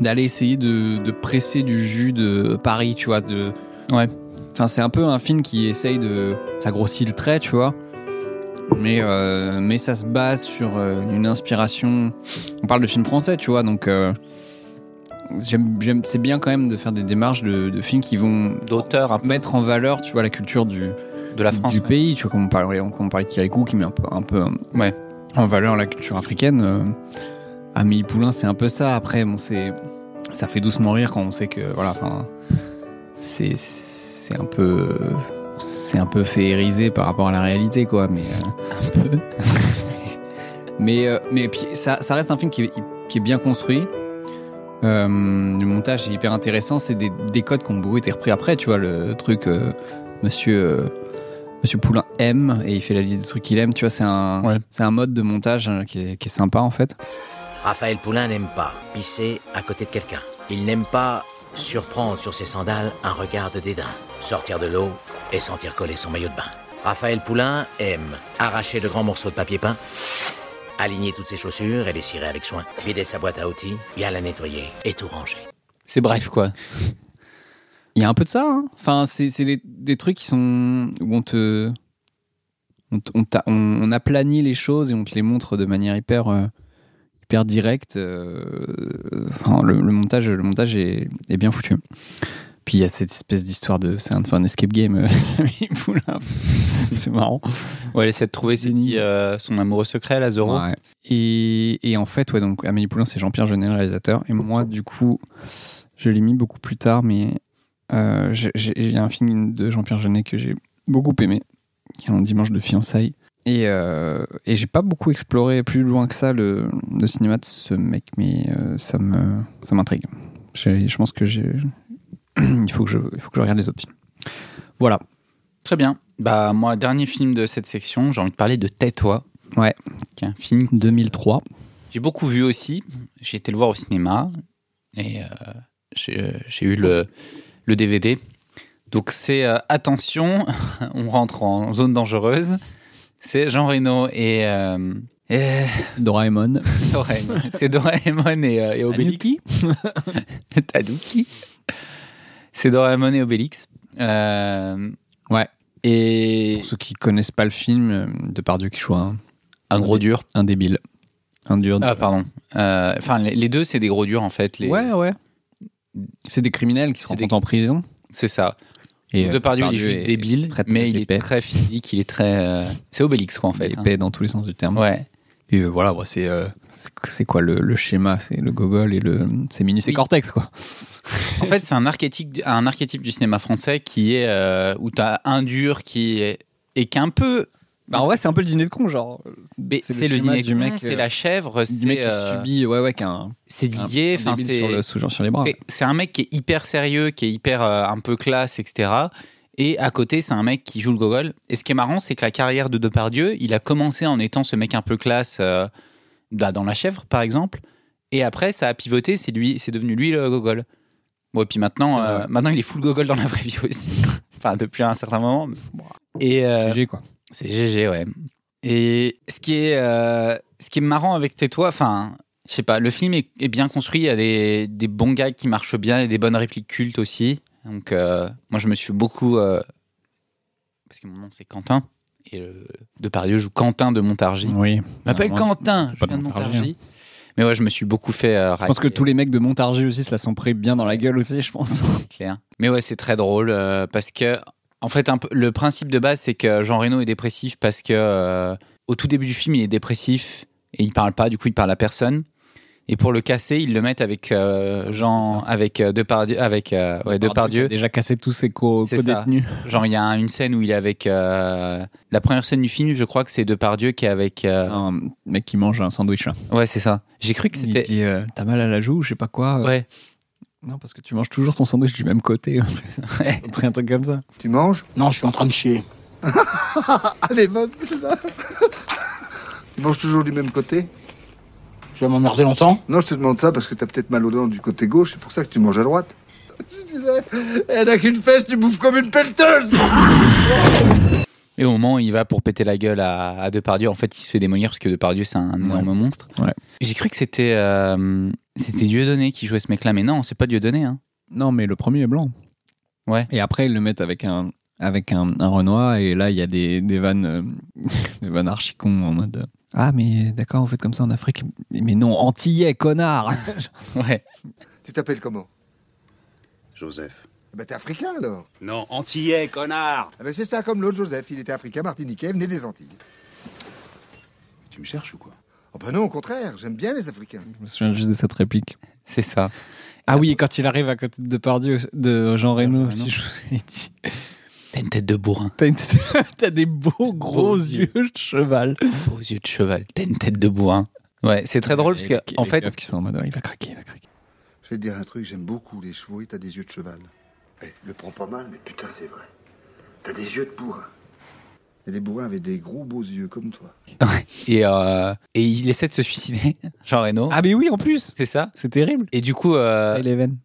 Speaker 2: d'aller essayer de, de presser du jus de Paris, tu vois. De.
Speaker 1: Ouais.
Speaker 2: Enfin, c'est un peu un film qui essaye de. Ça grossit le trait, tu vois. Mais, euh, mais ça se base sur euh, une inspiration. On parle de film français, tu vois, donc. euh, j'aime- j'aime- c'est bien quand même de faire des démarches de, de films qui vont
Speaker 1: d'auteurs
Speaker 2: mettre en valeur tu vois la culture du
Speaker 1: de la France
Speaker 2: du pays tu vois comme on parlait comme on parlait de Kirikou qui met un peu, un peu euh, en valeur la culture africaine euh, Amélie Poulain c'est un peu ça après bon c'est ça fait doucement rire quand on sait que voilà enfin c'est c'est un peu c'est un peu féerisé par rapport à la réalité quoi mais
Speaker 1: un
Speaker 2: euh,
Speaker 1: peu
Speaker 2: (laughs) mais euh, mais puis ça ça reste un film qui est, qui est bien construit Euh, le montage est hyper intéressant c'est des, des codes qui ont beaucoup été repris après tu vois le truc euh, monsieur euh, Monsieur Poulain aime et il fait la liste des trucs qu'il aime. Tu vois, c'est un, c'est un mode de montage hein, qui est, qui est sympa en fait.
Speaker 22: Raphaël Poulain n'aime pas pisser à côté de quelqu'un. Il n'aime pas surprendre sur ses sandales un regard de dédain, sortir de l'eau et sentir coller son maillot de bain. Raphaël Poulain aime arracher de grands morceaux de papier peint, aligner toutes ses chaussures et les cirer avec soin, vider sa boîte à outils, bien la nettoyer et tout ranger.
Speaker 1: C'est bref, quoi.
Speaker 2: Il y a un peu de ça. hein. Enfin, c'est, c'est des, des trucs qui sont où on te, on, te- on t'a- on- on aplanit les choses et on te les montre de manière hyper, euh, hyper directe. euh, enfin, le, le montage, le montage est, est bien foutu. Puis il y a cette espèce d'histoire de, c'est un, peu un escape game. euh, (laughs) Amélie Poulain. c'est marrant.
Speaker 1: Ouais, elle essaie de trouver c'est qui, euh, son amoureux secret, la Zorro.
Speaker 2: Ouais. Et, et en fait, ouais, donc Amélie Poulain, c'est Jean-Pierre Jeunet, le réalisateur. Et moi, du coup, je l'ai mis beaucoup plus tard, mais euh, j'ai- j'ai- il y a un film de Jean-Pierre Jeunet que j'ai beaucoup aimé, qui est un dimanche de fiançailles. Et, euh, et j'ai pas beaucoup exploré plus loin que ça le, le cinéma de ce mec, mais euh, ça me ça m'intrigue. J'ai- Je pense que j'ai (clears throat) il faut que je il faut que je regarde les autres films. Voilà.
Speaker 1: Très bien. Bah, moi, dernier film de cette section, j'ai envie de parler de Tais-toi.
Speaker 2: Ouais.
Speaker 1: Qui est un film.
Speaker 2: 2003.
Speaker 1: J'ai beaucoup vu aussi. J'ai été le voir au cinéma et euh, j'ai j'ai eu le, le DVD. Donc, c'est euh, attention, (laughs) on rentre en zone dangereuse. C'est Jean Reno et. euh, et- (laughs)
Speaker 2: Doraemon.
Speaker 1: Doraemon. C'est Doraemon et, euh, et Obélix. (laughs) Tanuki. C'est Doraemon et Obélix. Euh,
Speaker 2: Ouais.
Speaker 1: Et
Speaker 2: pour ceux qui connaissent pas le film, euh, de Pardieu qui joue un,
Speaker 1: un gros dur,
Speaker 2: un débile, un dur.
Speaker 1: Ah, pardon. Euh, Enfin, les, les deux, c'est des gros durs, en fait. Les...
Speaker 2: Ouais, ouais. C'est des criminels qui se rencontrent en prison.
Speaker 1: C'est ça.
Speaker 2: Et,
Speaker 1: Et
Speaker 2: euh,
Speaker 1: Depardieu, il est
Speaker 2: Depardieu
Speaker 1: juste
Speaker 2: est
Speaker 1: débile, mais il est très physique, il est très. euh, C'est Obélix, quoi, en fait.
Speaker 2: Épais dans tous les sens du terme.
Speaker 1: Ouais.
Speaker 2: Et euh, voilà, bah, c'est euh, c'est- c'est quoi le, le schéma C'est le gogol et le c'est Minus et Cortex, quoi.
Speaker 1: En fait, c'est un archétype, un archétype du cinéma français qui est euh, où t'as un dur qui est et qui est un peu.
Speaker 2: Bah en vrai, c'est un peu le dîner de con, genre.
Speaker 1: Mais
Speaker 2: c'est le
Speaker 1: c'est le,
Speaker 2: schéma
Speaker 1: dîner
Speaker 2: du
Speaker 1: du mec,
Speaker 2: mec,
Speaker 1: c'est
Speaker 2: euh,
Speaker 1: la chèvre, c'est
Speaker 2: du mec qui
Speaker 1: euh,
Speaker 2: subit, ouais, ouais, qu'un.
Speaker 1: C'est Didier,
Speaker 2: un
Speaker 1: enfin
Speaker 2: débile
Speaker 1: c'est
Speaker 2: sur le- sous- genre sur les bras.
Speaker 1: c'est- C'est un mec qui est hyper sérieux, qui est hyper euh, un peu classe, etc. Et à côté, c'est un mec qui joue le gogol. Et ce qui est marrant, c'est que la carrière de Depardieu, il a commencé en étant ce mec un peu classe euh, bah, dans La Chèvre, par exemple. Et après, ça a pivoté, c'est lui, c'est devenu lui le gogol. Bon, et puis maintenant, euh, maintenant, il est full gogol dans la vraie vie aussi. (laughs) enfin, depuis un certain moment. Et, euh,
Speaker 2: GG, quoi.
Speaker 1: C'est GG, ouais. Et ce qui est, euh, ce qui est marrant avec Tais-toi, enfin, je sais pas, le film est, est bien construit, il y a des, des bons gags qui marchent bien et des bonnes répliques cultes aussi. Donc, euh, moi, je me suis beaucoup. euh, parce que mon nom, c'est Quentin. Et euh, le, Depardieu joue Quentin de Montargis.
Speaker 2: Oui.
Speaker 1: euh, Je m'appelle
Speaker 2: Ouais,
Speaker 1: Quentin,
Speaker 2: c'est
Speaker 1: je
Speaker 2: pas
Speaker 1: viens de
Speaker 2: de Montargis,
Speaker 1: Montargis. Mais ouais, je me suis beaucoup fait euh,
Speaker 2: Je pense que
Speaker 1: railler.
Speaker 2: tous les mecs de Montargis aussi se la sont pris bien dans la gueule aussi, je pense.
Speaker 1: clair. Mais ouais, c'est très drôle euh, parce que, en fait, un peu- le principe de base, c'est que Jean Reno est dépressif parce que, euh, au tout début du film, il est dépressif et il parle pas, du coup, il parle à personne. Et pour le casser, ils le mettent avec euh, Jean, avec euh, Depardieu, avec euh, ouais,
Speaker 2: Depardieu qui
Speaker 1: Depardieu.
Speaker 2: a déjà cassé tous ses co-
Speaker 1: C'est ça.
Speaker 2: co-détenus.
Speaker 1: Genre, il y a un- une scène où il est avec. euh, la première scène du film, je crois que c'est Depardieu qui est avec.
Speaker 2: Euh,
Speaker 1: euh,
Speaker 2: Un mec qui mange un sandwich, là.
Speaker 1: Ouais, c'est ça. J'ai cru que
Speaker 2: Ah. Il
Speaker 1: c'était.
Speaker 2: dit euh, T'as mal à la joue ou je sais pas quoi. Euh,
Speaker 1: Ouais.
Speaker 2: Non, parce que tu manges toujours ton sandwich du même côté. (laughs) Un truc- un truc comme ça.
Speaker 20: Tu manges Non, je suis en train de (laughs) chier. Elle est bonne celle-là. (laughs) Tu manges toujours du même côté Tu vas m'emmerder longtemps Non, je te demande ça parce que t'as peut-être mal au dents du côté gauche, c'est pour ça que tu manges à droite. (laughs) Je disais, elle a qu'une fesse, tu bouffes comme une pelleteuse
Speaker 1: Et au moment où il va pour péter la gueule à, à Depardieu, en fait, il se fait démolir parce que Depardieu, c'est un énorme monstre. J'ai cru que c'était euh, c'était Dieudonné qui jouait ce mec-là, mais non, c'est pas Dieudonné. Hein. (laughs)
Speaker 2: Non, mais le premier est blanc.
Speaker 1: Ouais.
Speaker 2: Et après, ils le mettent avec un, avec un, un Renoir. Et là, il y a des, des vannes, euh, (laughs) des vannes archicons en mode. euh, Ah, mais d'accord, vous faites comme ça en Afrique. Mais non, antillais, connard (laughs)
Speaker 1: Ouais.
Speaker 20: (laughs) Tu t'appelles comment
Speaker 3: Joseph.
Speaker 20: Bah t'es africain alors
Speaker 3: Non, antillais, connard
Speaker 20: Ah bah c'est ça comme l'autre Joseph, il était africain, martiniquais, venait des Antilles.
Speaker 3: Tu me cherches ou quoi
Speaker 20: Oh bah non, au contraire, j'aime bien les Africains.
Speaker 2: Je me souviens juste de cette réplique.
Speaker 1: C'est ça.
Speaker 2: Ah oui, et quand il arrive à côté de Pardieu, de Jean Reno, si je vous ai dit.
Speaker 1: T'as une tête de bourrin.
Speaker 2: T'as, une tête- (laughs) t'as des beaux gros yeux de cheval.
Speaker 1: Aux yeux de cheval, t'as une tête de bourrin. Ouais, c'est très drôle parce
Speaker 2: Les-
Speaker 1: que, en
Speaker 2: les
Speaker 1: fait.
Speaker 2: keufs qui sont en mode, il va craquer, il va craquer.
Speaker 20: Je vais te dire un truc, j'aime beaucoup les chevaux et t'as des yeux de cheval. Eh, le prends pas mal, mais putain, c'est vrai. T'as des yeux de bourrin. Et des bourrins avec des gros beaux yeux comme toi.
Speaker 1: Et, euh, et il essaie de se suicider, (laughs) Jean Reno.
Speaker 2: Ah, mais oui, en plus
Speaker 1: C'est ça
Speaker 2: C'est terrible.
Speaker 1: Et du coup. euh,
Speaker 2: Eleven.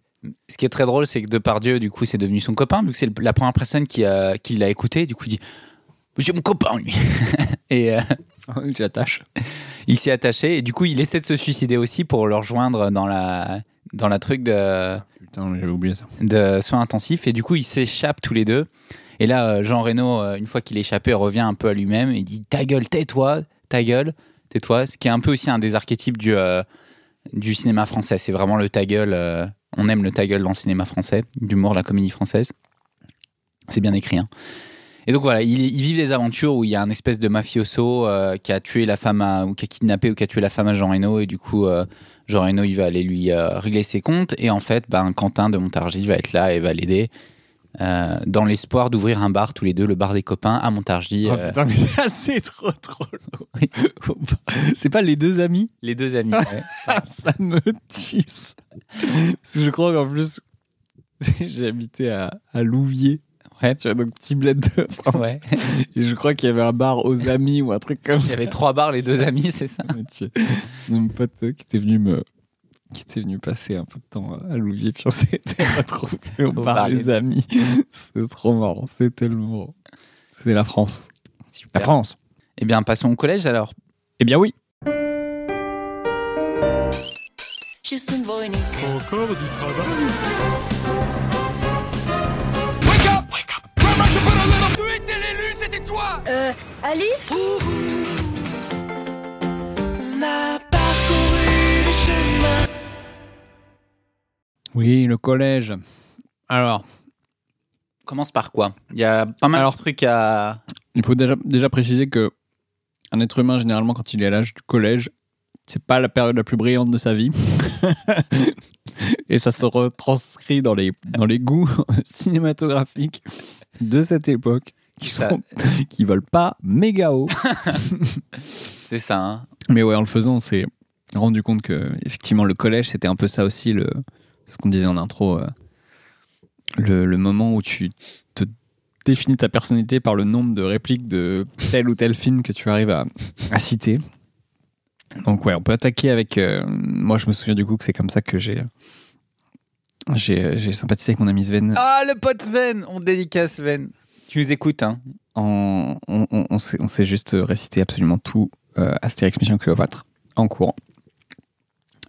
Speaker 1: ce qui est très drôle, c'est que Depardieu, du coup, c'est devenu son copain, vu que c'est le- la première personne qui, euh, qui l'a écouté. Du coup, il dit J'ai mon copain, lui. (laughs) et. euh,
Speaker 2: Tu attaches.
Speaker 1: il s'y est attaché et du coup il essaie de se suicider aussi pour le rejoindre dans la dans la truc de
Speaker 2: putain j'avais oublié ça
Speaker 1: de soins intensifs et du coup ils s'échappent tous les deux et là euh, Jean Reno euh, une fois qu'il est échappé revient un peu à lui-même et dit ta gueule tais-toi ta gueule tais-toi ce qui est un peu aussi un des archétypes du euh, du cinéma français c'est vraiment le ta gueule euh, on aime le ta gueule dans le cinéma français d'humour la comédie française c'est bien écrit hein. Et donc voilà, ils, ils vivent des aventures où il y a un espèce de mafioso euh, qui a tué la femme à- ou qui a kidnappé ou qui a tué la femme à Jean Reno et du coup euh, Jean Reno il va aller lui euh, régler ses comptes et en fait ben, Quentin de Montargis va être là et va l'aider euh, dans l'espoir d'ouvrir un bar tous les deux, le bar des copains à Montargis.
Speaker 2: Oh
Speaker 1: euh,
Speaker 2: putain, mais (laughs) ça, c'est trop trop long. (laughs) c'est pas les deux amis
Speaker 1: Les deux amis. (laughs) ouais.
Speaker 2: (laughs) Ça me tue. ça. Parce que je crois qu'en plus, (laughs) j'ai habité à, à Louviers.
Speaker 1: Ouais.
Speaker 2: Tu vois, donc petit bled de France.
Speaker 1: Ouais.
Speaker 2: Et je crois qu'il y avait un bar aux amis ou un truc comme ça.
Speaker 1: Il y avait trois bars, les deux amis, c'est
Speaker 2: (laughs)
Speaker 1: ça
Speaker 2: m'a tué. De mon pote euh, qui était venu me qui était venu passer un peu de temps à Louviers, puis on (laughs) s'était retrouvés au
Speaker 1: Au
Speaker 2: bar
Speaker 1: bar
Speaker 2: les
Speaker 1: des-
Speaker 2: amis. (laughs) C'est trop marrant, c'est tellement... C'est la France. La France
Speaker 1: Eh bien, passons au collège alors.
Speaker 2: Eh bien oui
Speaker 8: Justin Voynick.
Speaker 16: Encore du travail
Speaker 11: Euh, Alice
Speaker 2: Oui, le collège. Alors,
Speaker 1: Commence par quoi Il y a pas mal
Speaker 2: Alors-
Speaker 1: de trucs à.
Speaker 2: il faut déjà, déjà préciser que un être humain, généralement, quand il est à l'âge du collège, c'est pas la période la plus brillante de sa vie. (laughs) Et ça se retranscrit dans les, dans les goûts (laughs) cinématographiques de cette époque qui,
Speaker 1: Ça-
Speaker 2: sont- qui volent pas méga haut.
Speaker 1: C'est ça, hein.
Speaker 2: Mais ouais, en le faisant, on s'est rendu compte que, effectivement, le collège, c'était un peu ça aussi, le, c'est ce qu'on disait en intro, euh, le, le moment où tu te définis ta personnalité par le nombre de répliques de tel ou tel film que tu arrives à, à citer. Donc ouais, on peut attaquer avec... euh, moi, je me souviens du coup que c'est comme ça que j'ai... J'ai j'ai sympathisé avec mon ami Sven.
Speaker 1: Ah, le pote Sven On dédicace Sven. Tu nous écoutes, hein.
Speaker 2: en- on, on- on s'est- on s'est juste récité absolument tout euh, Astérix Mission Cléopâtre en courant.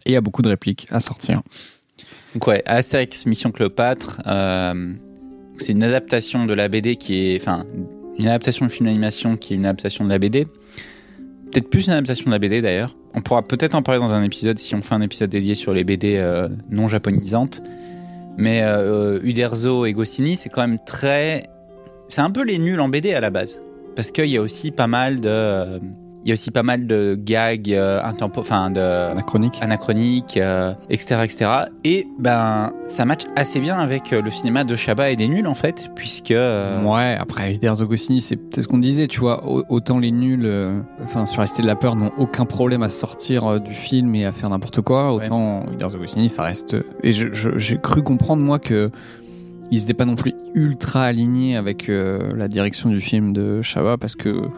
Speaker 2: Et il y a beaucoup de répliques à sortir.
Speaker 1: Donc ouais, Astérix Mission Cléopâtre, euh, c'est une adaptation de la BD qui est, enfin, une adaptation de film d'animation qui est une adaptation de la BD. Peut-être plus une adaptation de la BD d'ailleurs. On pourra peut-être en parler dans un épisode si on fait un épisode dédié sur les BD euh, non japonisantes. Mais euh, Uderzo et Goscinny, c'est quand même très, c'est un peu les nuls en BD à la base, parce qu'il y a aussi pas mal de, euh, il y a aussi pas mal de gags euh, intempo- enfin de
Speaker 2: anachroniques,
Speaker 1: euh, etc., etc. Et ben, ça match assez bien avec euh, le cinéma de Chabat et des nuls en fait, puisque euh,
Speaker 2: Ouais, après Uderzo Goscinny, c'est c'est ce qu'on disait, tu vois, au- autant les nuls, euh, enfin sur la Cité de la Peur, n'ont aucun problème à sortir euh, du film et à faire n'importe quoi, autant Uderzo Goscinny, ça reste... euh, Et je- je- j'ai cru comprendre, moi, que ils n'étaient pas non plus ultra alignés avec euh, la direction du film de Chabat, parce que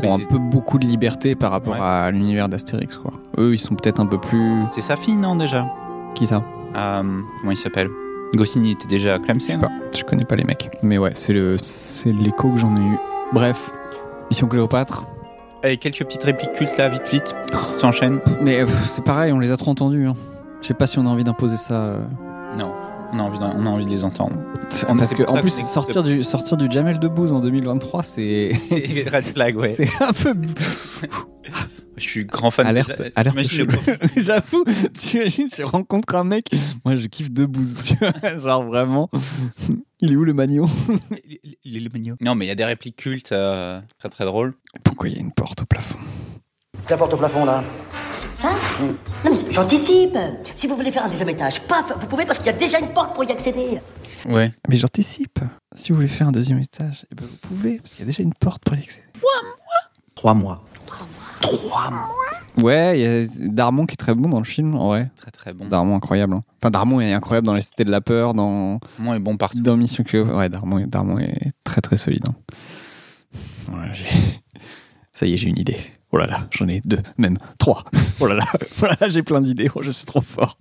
Speaker 2: prend un peu beaucoup de liberté par rapport à l'univers d'Astérix, quoi. Eux, ils sont peut-être un peu plus...
Speaker 1: c'est sa fille, non déjà
Speaker 2: Qui ça
Speaker 1: Euh, Comment il s'appelle Goscinny était déjà à Clemson. Je sais pas,
Speaker 2: je connais pas les mecs. Mais ouais, c'est le- c'est l'écho que j'en ai eu. Bref, Mission Cléopâtre...
Speaker 1: Allez, quelques petites répliques cultes là, vite, vite, s'enchaîne.
Speaker 2: Mais euh, pff, c'est pareil, on les a trop entendus. hein. Je sais pas si on a envie d'imposer ça. euh.
Speaker 1: Non, on a envie, d'en- on a envie de les entendre. (laughs) On-
Speaker 2: Parce
Speaker 1: c'est
Speaker 2: que,
Speaker 1: pour
Speaker 2: en
Speaker 1: ça
Speaker 2: plus,
Speaker 1: c'est-
Speaker 2: sortir du, sortir du Jamel Debbouze en 2023, (laughs) c'est.
Speaker 1: c'est red flag, ouais.
Speaker 2: C'est un peu.
Speaker 1: Je suis grand fan.
Speaker 2: Alerte,
Speaker 1: de...
Speaker 2: alerte.
Speaker 1: T'imagines
Speaker 2: je-
Speaker 1: le pauvre-
Speaker 2: (laughs) J'avoue, (laughs) tu imagines, tu rencontres un mec. Moi, je kiffe Debbouze, (laughs) tu vois. Genre vraiment. (laughs) Il est où le magnon
Speaker 1: (laughs) Il est le mignon. Non, mais il y a des répliques cultes euh, très très drôles.
Speaker 2: Pourquoi il y a une porte au plafond
Speaker 5: La porte au plafond, là.
Speaker 7: Ah, Ça Non, mais j'anticipe. Si vous voulez faire un deuxième étage, paf, vous pouvez parce qu'il y a déjà une porte pour y accéder.
Speaker 1: Ouais.
Speaker 2: Mais j'anticipe. Si vous voulez faire un deuxième étage, eh ben, vous pouvez, parce qu'il y a déjà une porte pour y accéder.
Speaker 14: Trois mois.
Speaker 2: Trois mois. Ouais, il y a Darmon qui est très bon dans le film, en vrai.
Speaker 1: Très très bon.
Speaker 2: Darmon incroyable. hein. Enfin, Darmon est incroyable dans les Cités de la Peur, dans.
Speaker 1: Darmon est bon partout.
Speaker 2: Dans Mission Cléopâtre. Ouais, Darmon est, Darmon est très très solide. hein. Voilà, j'ai- (laughs) Ça y est, j'ai une idée. Oh là là, j'en ai deux, même trois. (laughs) Oh là là, oh là là, j'ai plein d'idées. Oh, je suis trop fort.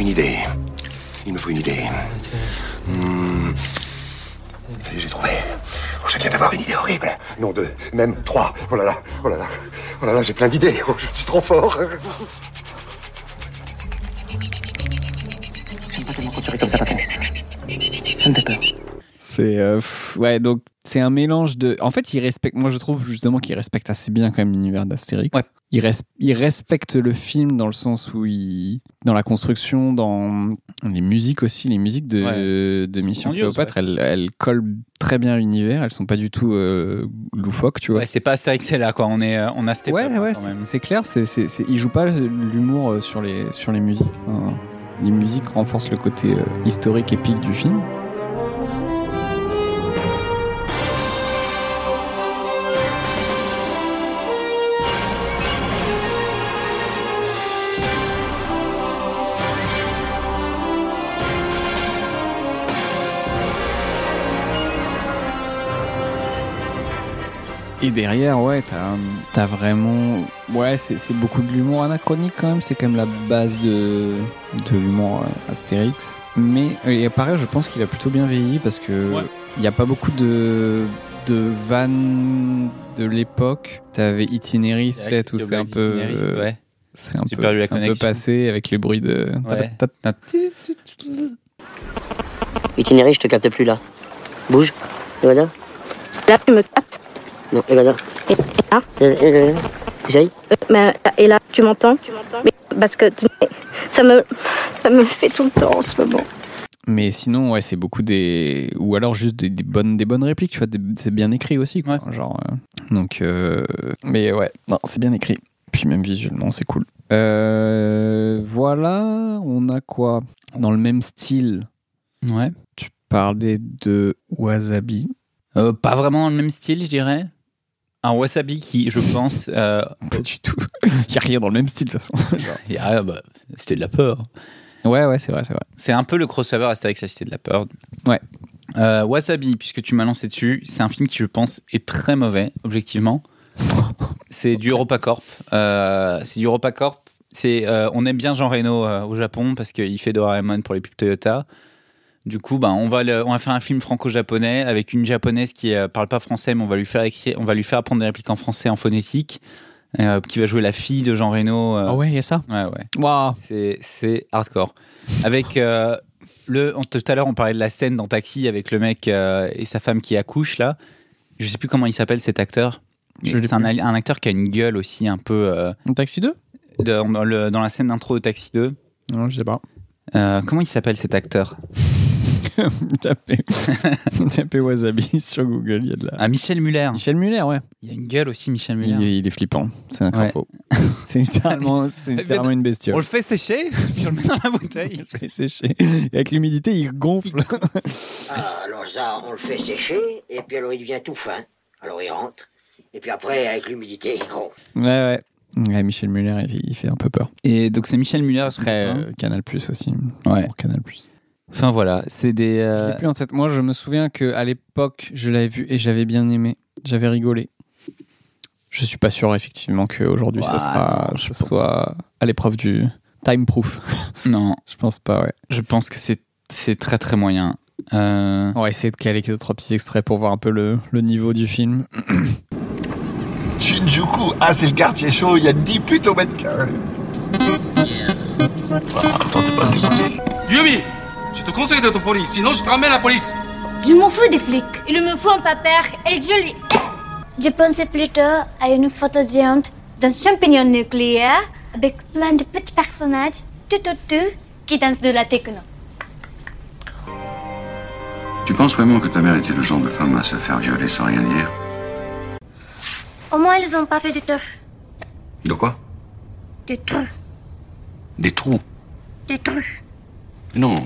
Speaker 3: Une idée. Il me faut une idée. Hmm. Ça y est, j'ai trouvé. Oh, je viens d'avoir une idée horrible. Non, deux, même trois. Oh là là, oh là là. Oh là là, j'ai plein d'idées. Oh, je suis trop fort.
Speaker 5: J'aime pas tellement quand tu ris comme ça, Papa. Ça me fait peur.
Speaker 2: C'est euh, pff, ouais, donc c'est un mélange de. En fait, il respecte. Moi, je trouve justement qu'il respecte assez bien quand même l'univers d'Astérix. Il, res- il respecte le film dans le sens où il, dans la construction, dans les musiques aussi, les musiques de, de Mission
Speaker 1: Grandiose,
Speaker 2: Cléopâtre, elles, elles collent très bien à l'univers. Elles sont pas du tout euh, loufoques, tu vois.
Speaker 1: Ouais, c'est pas ça que c'est là quoi. On est, euh, on a step up,
Speaker 2: Ouais,
Speaker 1: hein,
Speaker 2: ouais,
Speaker 1: quand
Speaker 2: c'est-
Speaker 1: même.
Speaker 2: c'est clair. C'est, c'est- c'est- il joue pas l'humour euh, sur les, sur les musiques. Enfin, les musiques renforcent le côté euh, historique, épique du film. Et derrière, ouais, t'as, t'as vraiment. Ouais, c'est, c'est beaucoup de l'humour anachronique quand même. C'est quand même la base de, de l'humour euh, Astérix. Mais euh, et pareil, je pense qu'il a plutôt bien vieilli parce que il n'y a pas beaucoup de, de vannes de l'époque. T'avais Itinéris
Speaker 1: Direct,
Speaker 2: peut-être où
Speaker 1: Yo
Speaker 2: c'est un
Speaker 1: Black
Speaker 2: peu.
Speaker 1: Itinéris,
Speaker 2: euh,
Speaker 1: ouais.
Speaker 2: C'est un,
Speaker 1: J'ai
Speaker 2: peu,
Speaker 1: perdu la
Speaker 2: c'est un peu
Speaker 1: connexion.
Speaker 2: passé avec les bruits de. (laughs)
Speaker 1: Ouais.
Speaker 7: Itinéris, je te captais plus là. Bouge. Evada. Là, tu me captes Non, Evada.
Speaker 23: Et là,
Speaker 7: J'aille.
Speaker 23: euh, mais- et là, tu m'entends Mais parce que tu- ça me, ça me fait tout le temps en ce moment.
Speaker 2: Mais sinon, ouais, c'est beaucoup des. Ou alors juste des, des bonnes, des bonnes répliques, tu vois. des- C'est bien écrit aussi, quoi. Genre, euh, Donc, euh, mais ouais, non, c'est bien écrit. Puis même visuellement, c'est cool. Euh, voilà, on a quoi Dans le même style.
Speaker 1: Ouais.
Speaker 2: Tu parlais de Wasabi. (laughs)
Speaker 1: Euh, pas vraiment dans le même style, je dirais. Un wasabi qui, je pense. euh,
Speaker 2: (laughs) Pas du tout. Il n'y a rien dans le même style, de toute façon. Ah, bah,
Speaker 1: C'était de la peur.
Speaker 2: Ouais, ouais, c'est vrai, c'est vrai.
Speaker 1: C'est un peu le crossover Astérix la Cité de la Peur.
Speaker 2: Ouais.
Speaker 1: Euh, Wasabi, puisque tu m'as lancé dessus, c'est un film qui, je pense, est très mauvais,
Speaker 2: (laughs)
Speaker 1: objectivement. c'est du Europacorp. Euh, c'est du Europacorp. C'est, euh, on aime bien Jean Reno euh, au Japon parce qu'il fait Doraemon pour les pubs Toyota. Du coup, ben, on, va le- on va faire un film franco-japonais avec une japonaise qui euh, parle pas français, mais on va lui faire écrire, on va lui faire apprendre des répliques en français en phonétique, euh, qui va jouer la fille de Jean Reno. euh,
Speaker 2: Ah ouais, il y a ça
Speaker 1: Ouais, ouais.
Speaker 2: Waouh
Speaker 1: C'est, c'est hardcore. Avec euh, le. en- Tout à l'heure, on parlait de la scène dans Taxi avec le mec euh, et sa femme qui accouche, là. Je sais plus comment il s'appelle cet acteur.
Speaker 2: Je l'ai
Speaker 1: C'est un, un acteur qui a une gueule aussi un peu. euh,
Speaker 2: Dans Taxi 2
Speaker 1: dans, dans le- dans la scène d'intro de Taxi 2.
Speaker 2: Non, je sais pas.
Speaker 1: Euh, comment il s'appelle cet acteur
Speaker 2: (laughs) tapez, (laughs) tapez Wasabi sur Google, il y a de la.
Speaker 1: Ah, Michel Muller.
Speaker 2: Michel Muller, ouais.
Speaker 1: Il y a une gueule aussi, Michel Muller.
Speaker 2: Il, est- il est flippant, c'est un crapaud. (laughs) C'est (laughs) littéralement, c'est littéralement une bestiole.
Speaker 1: On le fait sécher, (laughs) puis on le met dans la bouteille.
Speaker 2: Je vais sécher. Et avec l'humidité, il gonfle.
Speaker 19: Ah, alors ça, on le fait sécher, et puis alors il devient tout fin. Alors il rentre, et puis après, avec l'humidité, il gonfle.
Speaker 2: (laughs) ouais, ouais. Ouais, Michel Muller, il, il fait un peu peur.
Speaker 1: Et donc, c'est Michel Muller.
Speaker 2: Très euh, Canal Plus aussi.
Speaker 1: Ouais.
Speaker 2: Pour Canal Plus.
Speaker 1: Enfin, voilà. C'est des. euh,
Speaker 2: Plus en tête. Moi, je me souviens que à l'époque, je l'avais vu et j'avais bien aimé. J'avais rigolé. Je suis pas sûr effectivement qu'aujourd'hui ça
Speaker 1: Ouah,
Speaker 2: sera, ça soit à l'épreuve du time proof.
Speaker 1: Non.
Speaker 2: je pense pas. Ouais.
Speaker 1: Je pense que c'est, c'est très très moyen. Euh,
Speaker 2: On va essayer de caler quelques trois petits extraits pour voir un peu le, le niveau du film.
Speaker 20: Shinjuku, ah, c'est le quartier chaud, il y a 10 putes au mètre carré.
Speaker 17: Yumi, je te conseille de te police, sinon je te ramène la police.
Speaker 8: Je m'en fous des flics.
Speaker 11: Il me faut un paper et je lui.
Speaker 8: Je pensais plutôt à une photo géante d'un champignon nucléaire avec plein de petits personnages tout autour qui dansent de la techno.
Speaker 13: Tu penses vraiment que ta mère était le genre de femme à se faire violer sans rien dire
Speaker 8: Au moins, ils n'ont pas fait de trucs.
Speaker 13: De quoi
Speaker 8: Des trucs.
Speaker 13: Des trous.
Speaker 8: Des trucs.
Speaker 13: Non,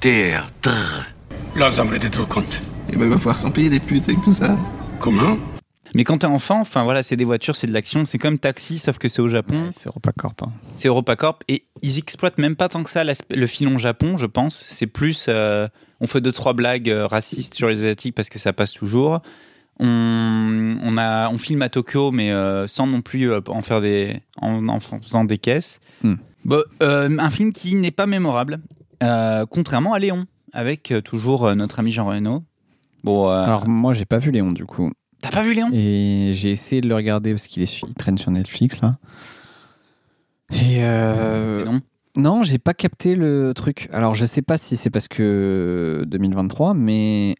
Speaker 13: terre, terre.
Speaker 17: L'ensemble des deux comptes.
Speaker 20: Et ben, il va falloir s'en payer des putes avec tout ça.
Speaker 17: Comment
Speaker 1: Mais quand t'es enfant, enfin voilà, c'est des voitures, c'est de l'action, c'est comme taxi, sauf que c'est au Japon.
Speaker 2: c'est Europacorp. hein.
Speaker 1: C'est Europacorp et ils exploitent même pas tant que ça l'aspect- le filon Japon, je pense. C'est plus, euh, on fait deux trois blagues euh, racistes sur les asiatiques parce que ça passe toujours. On, on a, on filme à Tokyo, mais euh, sans non plus euh, en faire des, en, en faisant des caisses.
Speaker 2: Hmm.
Speaker 1: Bon, euh, un film qui n'est pas mémorable, euh, contrairement à Léon, avec euh, toujours euh, notre ami Jean Reno. Bon, euh,
Speaker 2: Alors moi, j'ai pas vu Léon du coup.
Speaker 1: t'as pas vu Léon
Speaker 2: Et j'ai essayé de le regarder parce qu'il est sur- il traîne sur Netflix là. Et euh,
Speaker 1: C'est long.
Speaker 2: non, j'ai pas capté le truc. Alors je sais pas si c'est parce que 2023, mais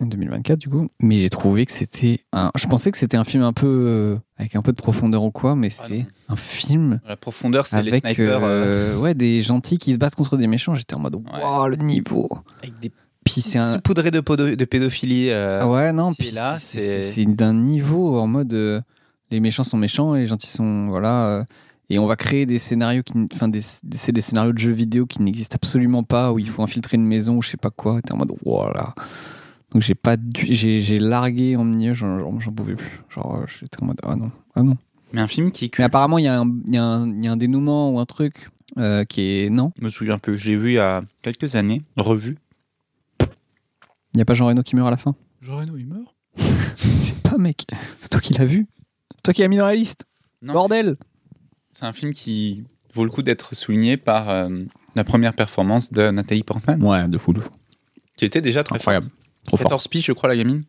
Speaker 2: 2024 du coup. Mais j'ai trouvé que c'était un. Je pensais que c'était un film un peu euh, avec un peu de profondeur ou quoi, mais c'est un film
Speaker 1: La profondeur, Ah c'est les
Speaker 2: avec
Speaker 1: snipers. euh,
Speaker 2: euh, ouais des gentils qui se battent contre des méchants. J'étais en mode waouh le niveau.
Speaker 1: Avec des
Speaker 2: Puis c'est un
Speaker 1: petits poudrés de, podo- de pédophilie. euh,
Speaker 2: Ah ouais, non,
Speaker 1: ici et
Speaker 2: puis
Speaker 1: là,
Speaker 2: c'est-
Speaker 1: c'est-
Speaker 2: c'est c'est d'un niveau en mode euh, les méchants sont méchants et les gentils sont. Voilà. euh, et on va créer des scénarios qui. n- Enfin, des, des- c'est des scénarios de jeux vidéo qui n'existent absolument pas, où il faut infiltrer une maison ou je sais pas quoi. T'es en mode, voilà. Donc j'ai pas du- j'ai j'ai largué en milieu, j'en j'en- j'en pouvais plus. Genre, euh, j'étais en mode, ah non, ah non.
Speaker 1: Mais un film qui.
Speaker 2: Mais apparemment, il y, a un- il y, a un- il y a un dénouement ou un truc euh, qui est. Non,
Speaker 1: Je me souviens peu, je l'ai vu il y a quelques années, revu.
Speaker 2: il n'y a pas Jean Reno qui meurt à la fin.
Speaker 1: Jean Reno, il meurt
Speaker 2: (laughs) Pas, mec. C'est toi qui l'as vu. C'est toi qui l'as mis dans la liste.
Speaker 1: Non.
Speaker 2: Bordel.
Speaker 1: C'est un film qui vaut le coup d'être souligné par euh, la première performance de Nathalie Portman,
Speaker 2: Ouais, de fou, de fou.
Speaker 1: qui était déjà très
Speaker 2: Incroyable.
Speaker 1: forte.
Speaker 2: Trop fort.
Speaker 1: 14 piges, je crois, la gamine.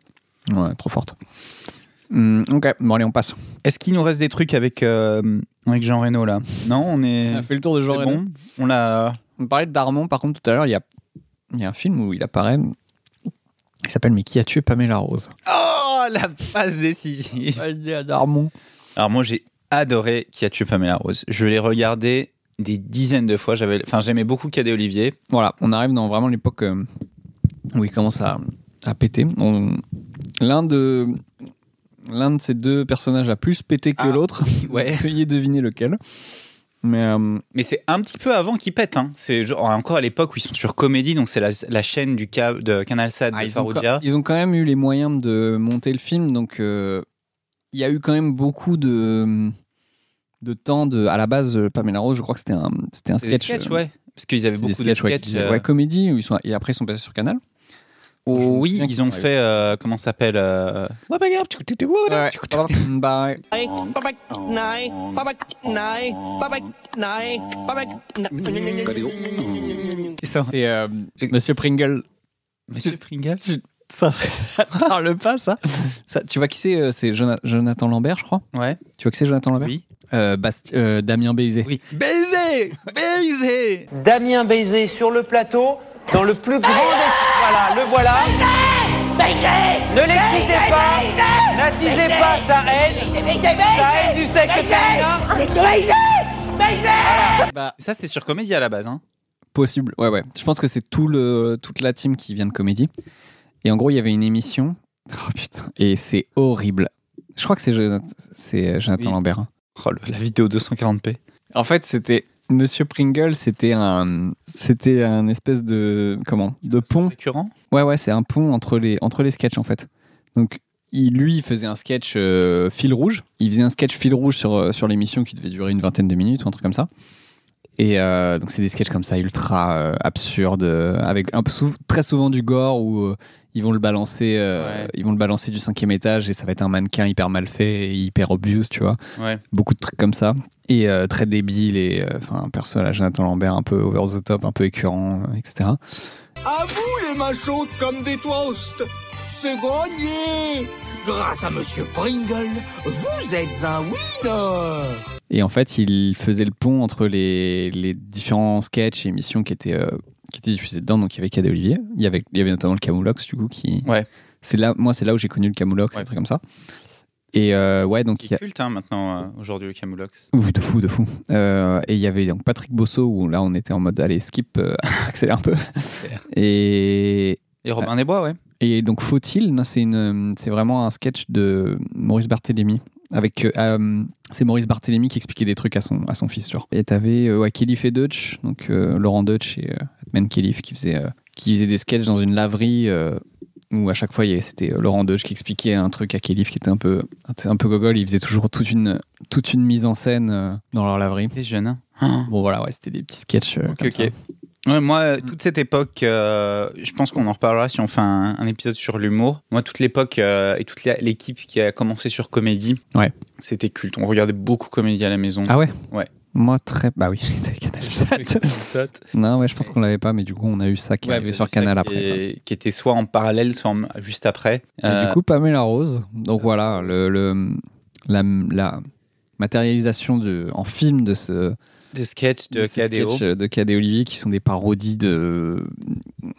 Speaker 2: Ouais, trop forte. Hmm, ok, bon allez, on passe.
Speaker 1: Est-ce qu'il nous reste des trucs avec, euh, avec Jean Reno là Non, on est.
Speaker 2: On a fait le tour de Ah, Jean
Speaker 1: c'est
Speaker 2: Reno.
Speaker 1: bon On l'a.
Speaker 2: On parlait de Darmon, par contre, tout à l'heure, il y a, il y a un film où il apparaît. Il s'appelle Mais qui a tué Pamela Rose
Speaker 1: Oh, la passe décisive (laughs)
Speaker 2: Il y a Darmon.
Speaker 1: Alors moi j'ai adoré Qui a tué Pamela Rose. Je l'ai regardé des dizaines de fois. J'avais, enfin, j'aimais beaucoup Cadet Olivier.
Speaker 2: Voilà, on arrive dans vraiment l'époque euh, où il commence à, à péter. On- L'un de l'un de ces deux personnages a plus pété que
Speaker 1: Ah. (laughs)
Speaker 2: l'autre.
Speaker 1: ouais.
Speaker 2: Veuillez deviner lequel. Mais, euh,
Speaker 1: c'est un petit peu avant qu'il pète. Hein. C'est genre- encore à l'époque où ils sont sur Comédie, donc c'est la, la chaîne du câble- de Canal Sat
Speaker 2: Ah,
Speaker 1: de
Speaker 2: ils, ont
Speaker 1: Faroudia.
Speaker 2: quand, ils ont quand même eu les moyens de monter le film, donc euh, il y a eu quand même beaucoup de de temps de à la base euh, Pamela Rose je crois que c'était un c'était un
Speaker 1: C'est des
Speaker 2: sketch
Speaker 1: sketchs,
Speaker 2: euh,
Speaker 1: ouais. Parce qu'ils avaient
Speaker 2: c'est des
Speaker 1: beaucoup de
Speaker 2: sketchs, ouais,
Speaker 1: sketchs,
Speaker 2: qui disaient,
Speaker 1: euh, oh
Speaker 2: ouais, comédie où ils sont et après ils sont passés sur Canal
Speaker 1: oui, ils ont fait. euh, comment ça s'appelle euh,
Speaker 2: Bye. C'est euh, Monsieur Pringle.
Speaker 1: Monsieur Pringle
Speaker 2: (laughs) Ça parle pas, ça. ça Tu vois qui c'est euh, C'est Jona- Jonathan Lambert, je crois.
Speaker 1: Ouais.
Speaker 2: Tu vois qui c'est Jonathan Lambert Oui. Damien Bézé. Oui.
Speaker 1: Baiser Baiser
Speaker 6: Damien Baiser sur le plateau, dans le plus grand des... Voilà, le voilà. Ne l'excitez pas, n'attisez pas sa haine, sa haine du sexe féminin.
Speaker 1: Ça, c'est sur Comédie à la base. Hein.
Speaker 2: Possible, ouais, ouais. Je pense que c'est tout le, toute la team qui vient de comédie. Et en gros, il y avait une émission. (laughs) Oh putain. Et c'est horrible. Je crois que c'est Jonathan, c'est Jonathan Lambert. hein.
Speaker 1: Oh, le- la vidéo 240p.
Speaker 2: En fait, c'était Monsieur Pringle, c'était un, c'était un espèce de comment, de pont.
Speaker 1: Récurrent.
Speaker 2: Ouais, ouais, c'est un pont entre les entre les sketchs en fait. Donc il, lui, il faisait un sketch euh, fil rouge. Il faisait un sketch fil rouge sur euh, sur l'émission qui devait durer une vingtaine de minutes ou un truc comme ça. Et euh, donc c'est des sketchs comme ça ultra euh, absurdes euh, avec un peu sou- très souvent du gore où euh, ils vont le balancer euh, ils vont le balancer du cinquième étage et ça va être un mannequin hyper mal fait et hyper obvious tu vois
Speaker 1: Ouais.
Speaker 2: beaucoup de trucs comme ça et euh, très débile et euh, enfin un personnage Jonathan Lambert un peu over the top un peu écœurant euh, etc
Speaker 9: À vous les mains chaudes comme des toasts C'est gagné Grâce à Monsieur Pringle, vous êtes un winner
Speaker 2: Et en fait, il faisait le pont entre les, les différents sketchs et émissions qui étaient, euh, qui étaient diffusés dedans. Donc il y avait Cadet Olivier, il y avait, il y avait notamment le Camoulox, du coup, qui.
Speaker 1: Ouais.
Speaker 2: C'est là, moi, c'est là où j'ai connu le Camoulox, un truc comme ça. Et euh, ouais, donc il y a.
Speaker 1: Culte hein, maintenant, euh, aujourd'hui, le Camoulox.
Speaker 2: Ouh, de fou, de fou. Euh, et il y avait donc Patrick Bosso, où là, on était en mode, allez, skip, euh, (laughs) accélère un peu. et.
Speaker 1: Et Robin des Bois, ouais.
Speaker 2: Et donc, faut-il non, C'est une, c'est vraiment un sketch de Maurice Barthélémy. Avec, euh, euh, c'est Maurice Barthélémy qui expliquait des trucs à son, à son fils, genre. Et t'avais euh, ouais, Kelif et Dutch, donc euh, Laurent Dutch et euh, Atman Kelif qui faisaient, euh, qui faisaient des sketchs dans une laverie euh, où à chaque fois il y avait- c'était euh, Laurent Dutch qui expliquait un truc à Kelif qui était un peu, un peu gogol. Il faisait toujours toute une, toute une mise en scène euh, dans leur laverie.
Speaker 1: Des jeunes, hein.
Speaker 2: Bon, voilà, ouais, c'était des petits sketchs. euh,
Speaker 1: Ok,
Speaker 2: comme ça. Mm.
Speaker 1: ok. Ouais, moi, euh, toute cette époque, euh, je pense qu'on en reparlera si on fait un, un épisode sur l'humour. Moi, toute l'époque euh, et toute la- l'équipe qui a commencé sur Comédie,
Speaker 2: Ouais.
Speaker 1: c'était culte. On regardait beaucoup Comédie à la maison.
Speaker 2: Ah (laughs) ouais
Speaker 1: Ouais.
Speaker 2: Moi, très. Bah oui, (laughs) c'était Canal Non, ouais, je pense qu'on l'avait pas, mais du coup, on a eu ça qui
Speaker 1: Ouais,
Speaker 2: arrivait
Speaker 1: vous
Speaker 2: sur
Speaker 1: avez ça
Speaker 2: Canal
Speaker 1: qui
Speaker 2: après. quoi.
Speaker 1: est- Qui était soit en parallèle, soit en- juste après.
Speaker 2: Et
Speaker 1: Euh,
Speaker 2: du coup, Pamela Rose. Donc voilà, le, le- la, la matérialisation de, en film de ce.
Speaker 1: de sketch de,
Speaker 2: de ces
Speaker 1: KDO.
Speaker 2: sketchs de Cadet Olivier qui sont des parodies de,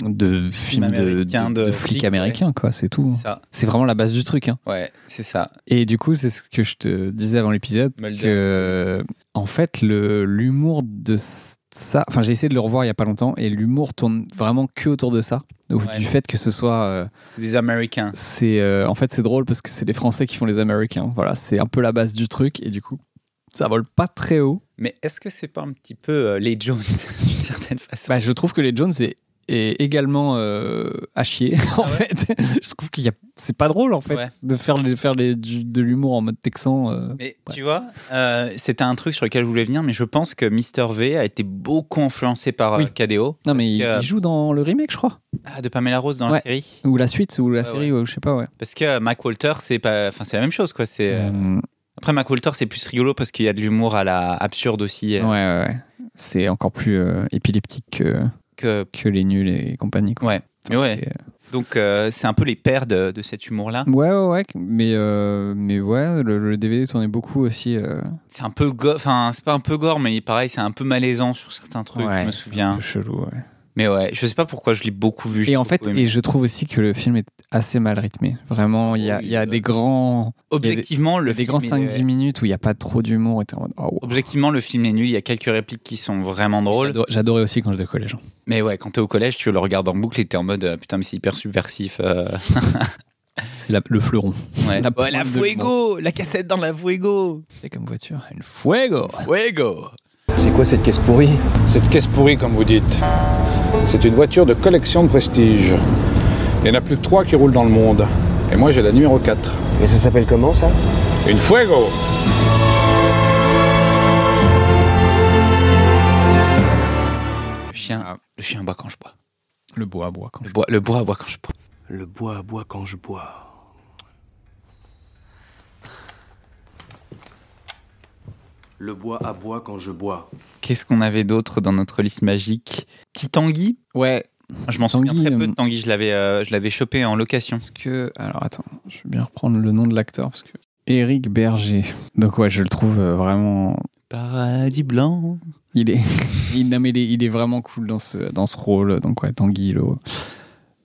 Speaker 2: de films de,
Speaker 1: américains,
Speaker 2: de-
Speaker 1: de
Speaker 2: de
Speaker 1: flics,
Speaker 2: flics
Speaker 1: ouais.
Speaker 2: américains, quoi, c'est tout.
Speaker 1: ça.
Speaker 2: C'est vraiment la base du truc. hein.
Speaker 1: Ouais, c'est ça.
Speaker 2: Et du coup, c'est ce que je te disais avant l'épisode,
Speaker 1: Mulder,
Speaker 2: que en fait, le- l'humour de s- ça, enfin, j'ai essayé de le revoir il y a pas longtemps, et l'humour tourne vraiment que autour de ça, au-
Speaker 1: Ouais.
Speaker 2: du fait que ce soit, euh,
Speaker 1: C'est Des Américains.
Speaker 2: c'est, euh, en fait, c'est drôle parce que c'est les Français qui font les Américains. Voilà, c'est un peu la base du truc, et du coup, ça vole pas très haut.
Speaker 1: Mais est-ce que c'est pas un petit peu euh, les Jones (laughs) d'une certaine façon
Speaker 2: Bah, je trouve que les Jones est, est également euh, à chier, (laughs) en fait. je trouve que c'est pas drôle, en fait,
Speaker 1: Ah Ouais.
Speaker 2: de faire, les, faire les, du- de l'humour en mode texan. euh,
Speaker 1: Mais tu vois, euh, c'était un truc sur lequel je voulais venir, mais je pense que Mr V a été beaucoup influencé par euh,
Speaker 2: Oui.
Speaker 1: KDO.
Speaker 2: Non,
Speaker 1: parce
Speaker 2: mais il,
Speaker 1: que- euh,
Speaker 2: il joue dans le remake, je crois.
Speaker 1: Ah, de Pamela Rose dans la
Speaker 2: Ouais.
Speaker 1: série.
Speaker 2: Ou la suite, ou la
Speaker 1: Ouais,
Speaker 2: série, ouais, je sais pas, ouais.
Speaker 1: Parce que euh, Mac Walter, c'est pas, enfin, c'est la même chose, quoi. C'est euh, après Mac Walter, c'est plus rigolo parce qu'il y a de l'humour à la absurde aussi euh,
Speaker 2: Ouais, ouais, ouais. C'est encore plus euh, épileptique que,
Speaker 1: que.
Speaker 2: que les nuls et compagnie, quoi.
Speaker 1: Ouais. Mais ouais. Donc euh, c'est un peu les pères de, de cet humour-là.
Speaker 2: euh, Ouais, ouais, ouais. Mais, euh, mais ouais, le, le DVD tournait beaucoup aussi. euh,
Speaker 1: C'est un peu, go- enfin, c'est pas un peu gore, mais pareil, c'est un peu malaisant sur certains trucs.
Speaker 2: Ouais,
Speaker 1: je me
Speaker 2: c'est un
Speaker 1: souviens.
Speaker 2: peu chelou, ouais.
Speaker 1: Mais ouais, je sais pas pourquoi je l'ai beaucoup vu.
Speaker 2: Et en fait, et je trouve aussi que le film est assez mal rythmé. Vraiment, il y a, il y a des grands.
Speaker 1: Objectivement,
Speaker 2: le Des grands
Speaker 1: film est-
Speaker 2: 5-10 minutes où il n'y a pas trop d'humour. et t'es en mode, oh, wow.
Speaker 1: Objectivement, le film est nul. Il y a quelques répliques qui sont vraiment drôles.
Speaker 2: J'adorais aussi quand j'étais au collège.
Speaker 1: Mais ouais, quand t'es au collège, tu le regardes en boucle et t'es en mode euh, putain, mais c'est hyper subversif.
Speaker 2: (laughs)
Speaker 1: euh.
Speaker 2: C'est la- le fleuron.
Speaker 1: ouais.
Speaker 2: La
Speaker 1: La, ouais, la
Speaker 2: pointe de
Speaker 1: Fuego La cassette dans la Fuego
Speaker 2: C'est comme voiture. Une Fuego
Speaker 1: Fuego
Speaker 4: C'est quoi cette caisse pourrie Cette caisse pourrie, comme vous dites, c'est une voiture de collection de prestige. Il n'y en a plus que trois qui roulent dans le monde. Et moi, j'ai la numéro 4. Et ça s'appelle comment, ça Une Fuego
Speaker 1: Le chien, le chien boit quand je bois.
Speaker 2: Le bois boit quand
Speaker 1: je bois. Le bois boit quand je bois.
Speaker 16: Le bois bois quand je bois. Le bois aboie quand je bois.
Speaker 1: Qu'est-ce qu'on avait d'autre dans notre liste magique Petit Tanguy
Speaker 2: Ouais.
Speaker 1: Je m'en
Speaker 2: Tanguy,
Speaker 1: souviens très peu
Speaker 2: euh,
Speaker 1: de Tanguy. Je l'avais, euh, je l'avais chopé en location.
Speaker 2: que. Alors attends, je vais bien reprendre le nom de l'acteur parce que. Éric Berger. Donc ouais, je le trouve euh, vraiment.
Speaker 1: Paradis blanc.
Speaker 2: Il est, (laughs) il, non, mais il est, il est vraiment cool dans ce, dans ce rôle. Donc ouais, Tanguy, le-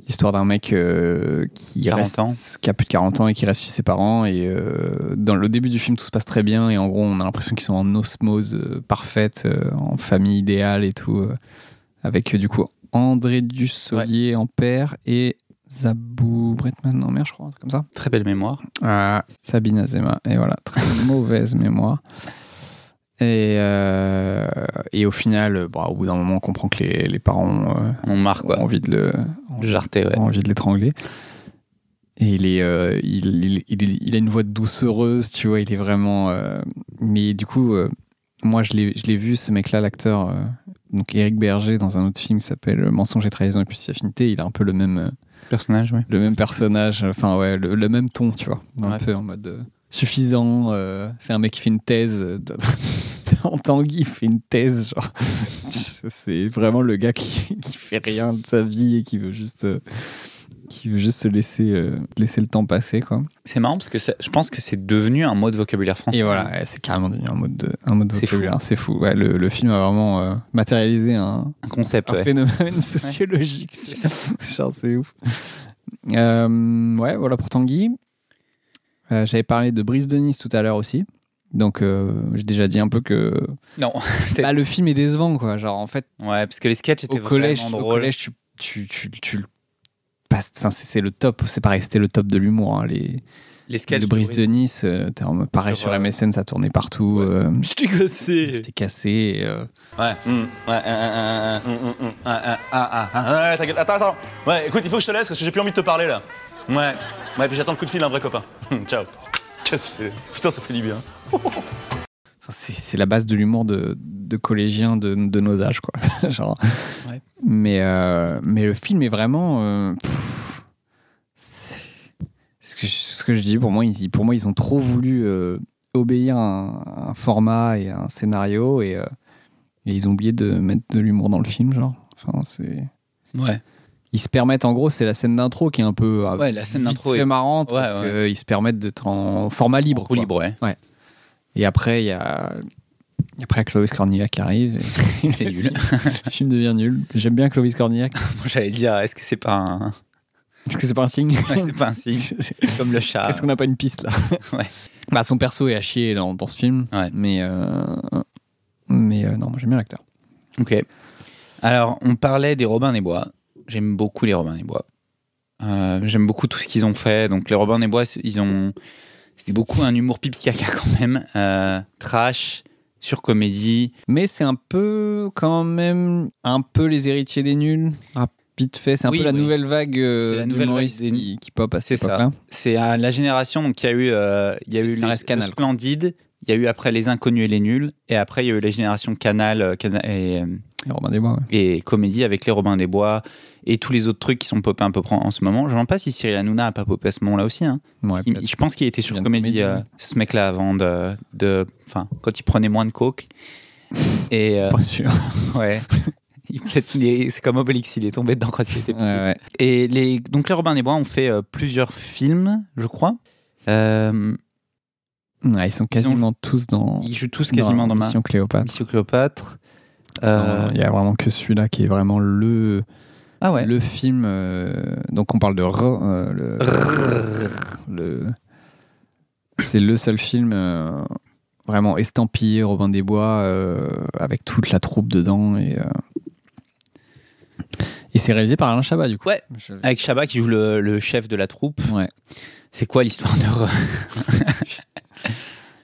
Speaker 2: l'histoire d'un mec euh, qui
Speaker 1: 40
Speaker 2: reste-
Speaker 1: ans.
Speaker 2: qui a plus de 40 ans et qui reste chez ses parents. Et euh, dans le début du film, tout se passe très bien. Et en gros, on a l'impression qu'ils sont en osmose euh, parfaite, euh, en famille idéale et tout. euh, avec euh, du coup André Dussolier en père et Zabou Bretman en mère, je crois, un truc comme ça.
Speaker 1: Très belle mémoire.
Speaker 2: Ah, Sabine Azema. Et voilà,
Speaker 1: (laughs)
Speaker 2: très mauvaise mémoire. Et, euh, et au final, bah, au bout d'un moment, on comprend que les, les parents euh,
Speaker 1: On marre, quoi.
Speaker 2: ont envie de le
Speaker 1: Le jarter, ouais.
Speaker 2: ont envie de l'étrangler. Et il, est, euh, il, il, il est- il a une voix doucereuse, tu vois, il est vraiment... euh, mais du coup, euh, moi, je l'ai je l'ai vu, ce mec-là, l'acteur, euh, donc Eric Berger, dans un autre film qui s'appelle Mensonge et trahison et puis affinité, il a un peu le même... euh,
Speaker 1: Personnage, ouais.
Speaker 2: le même personnage, enfin ouais, le, le même ton, tu vois, un
Speaker 1: Ouais.
Speaker 2: peu en mode euh, suffisant. euh, c'est un mec qui fait une thèse euh, de- (laughs) en Tanguy, il fait une thèse, genre. (laughs) c'est vraiment le gars qui, qui fait rien de sa vie et qui veut juste, euh, qui veut juste se laisser, euh, laisser le temps passer, quoi.
Speaker 1: C'est marrant parce que ça- je pense que c'est devenu un mot de vocabulaire français.
Speaker 2: Et voilà, ouais, c'est carrément devenu un mode de, un mode de
Speaker 1: C'est fou.
Speaker 2: vocabulaire, c'est fou. Ouais, le, le film a vraiment euh, matérialisé un,
Speaker 1: Un concept, (laughs)
Speaker 2: un
Speaker 1: ouais.
Speaker 2: phénomène sociologique.
Speaker 1: (laughs)
Speaker 2: Genre, c'est ouf. Euh, ouais, voilà pour Tanguy. Euh, J'avais parlé de Brice Denis tout à l'heure aussi. Donc, euh, j'ai déjà dit un peu que.
Speaker 1: Non, (laughs) c'est-
Speaker 2: Bah, le film est décevant, quoi. Genre, en fait,
Speaker 1: Ouais, parce que les sketchs étaient
Speaker 2: au collège,
Speaker 1: vraiment
Speaker 2: au
Speaker 1: drôles.
Speaker 2: collège, tu, tu, tu, tu le passes. Enfin, c'est c'est le top. C'est pareil, c'était le top de l'humour. hein, les...
Speaker 1: Les sketchs
Speaker 2: de
Speaker 1: de
Speaker 2: Brice
Speaker 1: Brice-
Speaker 2: Denis, euh, t'es en mode- pareil
Speaker 1: Sur,
Speaker 2: sur, MSN, ça tournait partout.
Speaker 1: (laughs)
Speaker 2: euh,
Speaker 1: Je t'ai cassé.
Speaker 2: t'es cassé. et, euh,
Speaker 16: Ouais. hum, Ouais. hein, hein, hein, hein, hum, hum, hum, hein, hein, ah, ah, ah, ah, ouais, t'inquiète. Attends, attends. Ouais, écoute, il faut que je te laisse parce que j'ai plus envie de te parler là. Ouais. Ouais, puis j'attends le coup de fil d'un vrai copain. (laughs) Hum, Ciao. Cassé. Putain, ça fait du bien.
Speaker 2: Enfin, C'est c'est la base de l'humour de, de collégiens de, de nos âges, quoi. (laughs) Genre.
Speaker 1: Ouais.
Speaker 2: Mais, euh, mais le film est vraiment. euh, pff, c'est- ce, que je, ce que je dis, pour moi, ils, pour moi, ils ont trop voulu euh, obéir à un, à un format et à un scénario et, euh, et ils ont oublié de mettre de l'humour dans le film, genre. Enfin, c'est.
Speaker 1: Ouais.
Speaker 2: Ils se permettent, en gros, c'est la scène d'intro qui est un peu. euh,
Speaker 1: Ouais, la scène
Speaker 2: vite
Speaker 1: d'intro
Speaker 2: fait
Speaker 1: est-
Speaker 2: marrante
Speaker 1: Ouais,
Speaker 2: parce
Speaker 1: ouais.
Speaker 2: qu'ils se permettent d'être en format libre. quoi.
Speaker 1: libre, ouais.
Speaker 2: Ouais. Et après, il y a. et Après, Clovis Cornillac arrive.
Speaker 1: (laughs)
Speaker 2: et-
Speaker 1: C'est nul.
Speaker 2: Le film devient nul. J'aime bien Clovis Cornillac.
Speaker 1: Moi, (laughs) J'allais dire, est-ce que c'est pas un. (laughs)
Speaker 2: Est-ce que c'est pas un signe (laughs)
Speaker 1: Ouais, c'est pas un signe. Comme le chat.
Speaker 2: Est-ce qu'on n'a pas une piste là
Speaker 1: (laughs) Ouais.
Speaker 2: Bah, son perso est à chier dans, dans ce film. Mais, euh, mais euh, non, moi j'aime bien l'acteur.
Speaker 1: Ok. Alors, on parlait des Robins des Bois. J'aime beaucoup les Robins des Bois. Euh, J'aime beaucoup tout ce qu'ils ont fait. Donc, les Robins des Bois, c'est- ils ont. C'était beaucoup un humour pipi caca (laughs) quand même. Euh, trash, surcomédie.
Speaker 2: Mais c'est un peu, quand même, un peu les héritiers des nuls. Ah, vite fait, c'est un
Speaker 1: Oui,
Speaker 2: peu la
Speaker 1: oui.
Speaker 2: nouvelle vague euh,
Speaker 1: C'est la nouvelle
Speaker 2: d'humoristes
Speaker 1: vague
Speaker 2: qui, qui pop à
Speaker 1: C'est
Speaker 2: cette
Speaker 1: ça.
Speaker 2: époque-là.
Speaker 1: C'est à la génération donc, il y a eu, euh, il y a
Speaker 2: C'est-
Speaker 1: eu
Speaker 2: ça
Speaker 1: les-
Speaker 2: reste
Speaker 1: le
Speaker 2: Canal, quoi.
Speaker 1: Splendide. Il y a eu après les Inconnus et les Nuls. Et après, il y a eu la génération Canal, euh, Cana- et, euh,
Speaker 2: Et Robin des Bois, ouais.
Speaker 1: et comédie avec les Robins des Bois et tous les autres trucs qui sont popés un peu en ce moment. Je ne sais pas si Cyril Hanouna a pas popé à ce moment-là aussi. hein.
Speaker 2: Ouais,
Speaker 1: Parce qu'il-
Speaker 2: peut-être.
Speaker 1: je pense qu'il était sur
Speaker 2: vient de
Speaker 1: comédie,
Speaker 2: comédie,
Speaker 1: euh,
Speaker 2: ouais.
Speaker 1: ce mec-là, avant de, de- Enfin, quand il prenait moins de coke. Et,
Speaker 2: (laughs)
Speaker 1: euh, (laughs)
Speaker 2: Pas sûr.
Speaker 1: ouais. Il- peut-être il est- C'est comme Obélix, il est tombé dedans quand il était petit.
Speaker 2: Ouais, ouais.
Speaker 1: Et les, donc, les Robins des Bois ont fait euh, plusieurs films, je crois. Euh,
Speaker 2: Ouais, ils sont quasiment tous dans.
Speaker 1: ils jouent tous quasiment dans, ma
Speaker 2: Mission Cléopâtre.
Speaker 1: Mission Cléopâtre. Euh,
Speaker 2: Non, non, Il y a vraiment que celui-là qui est vraiment le,
Speaker 1: ah
Speaker 2: le film. euh, donc on parle de. Rrr, euh, le, le- c'est le seul film euh, vraiment estampillé Robin des Bois euh, avec toute la troupe dedans. Et, euh, et c'est réalisé par Alain Chabat du coup.
Speaker 1: Ouais, avec Chabat qui joue le, le chef de la troupe. C'est quoi l'histoire de... Re- (laughs)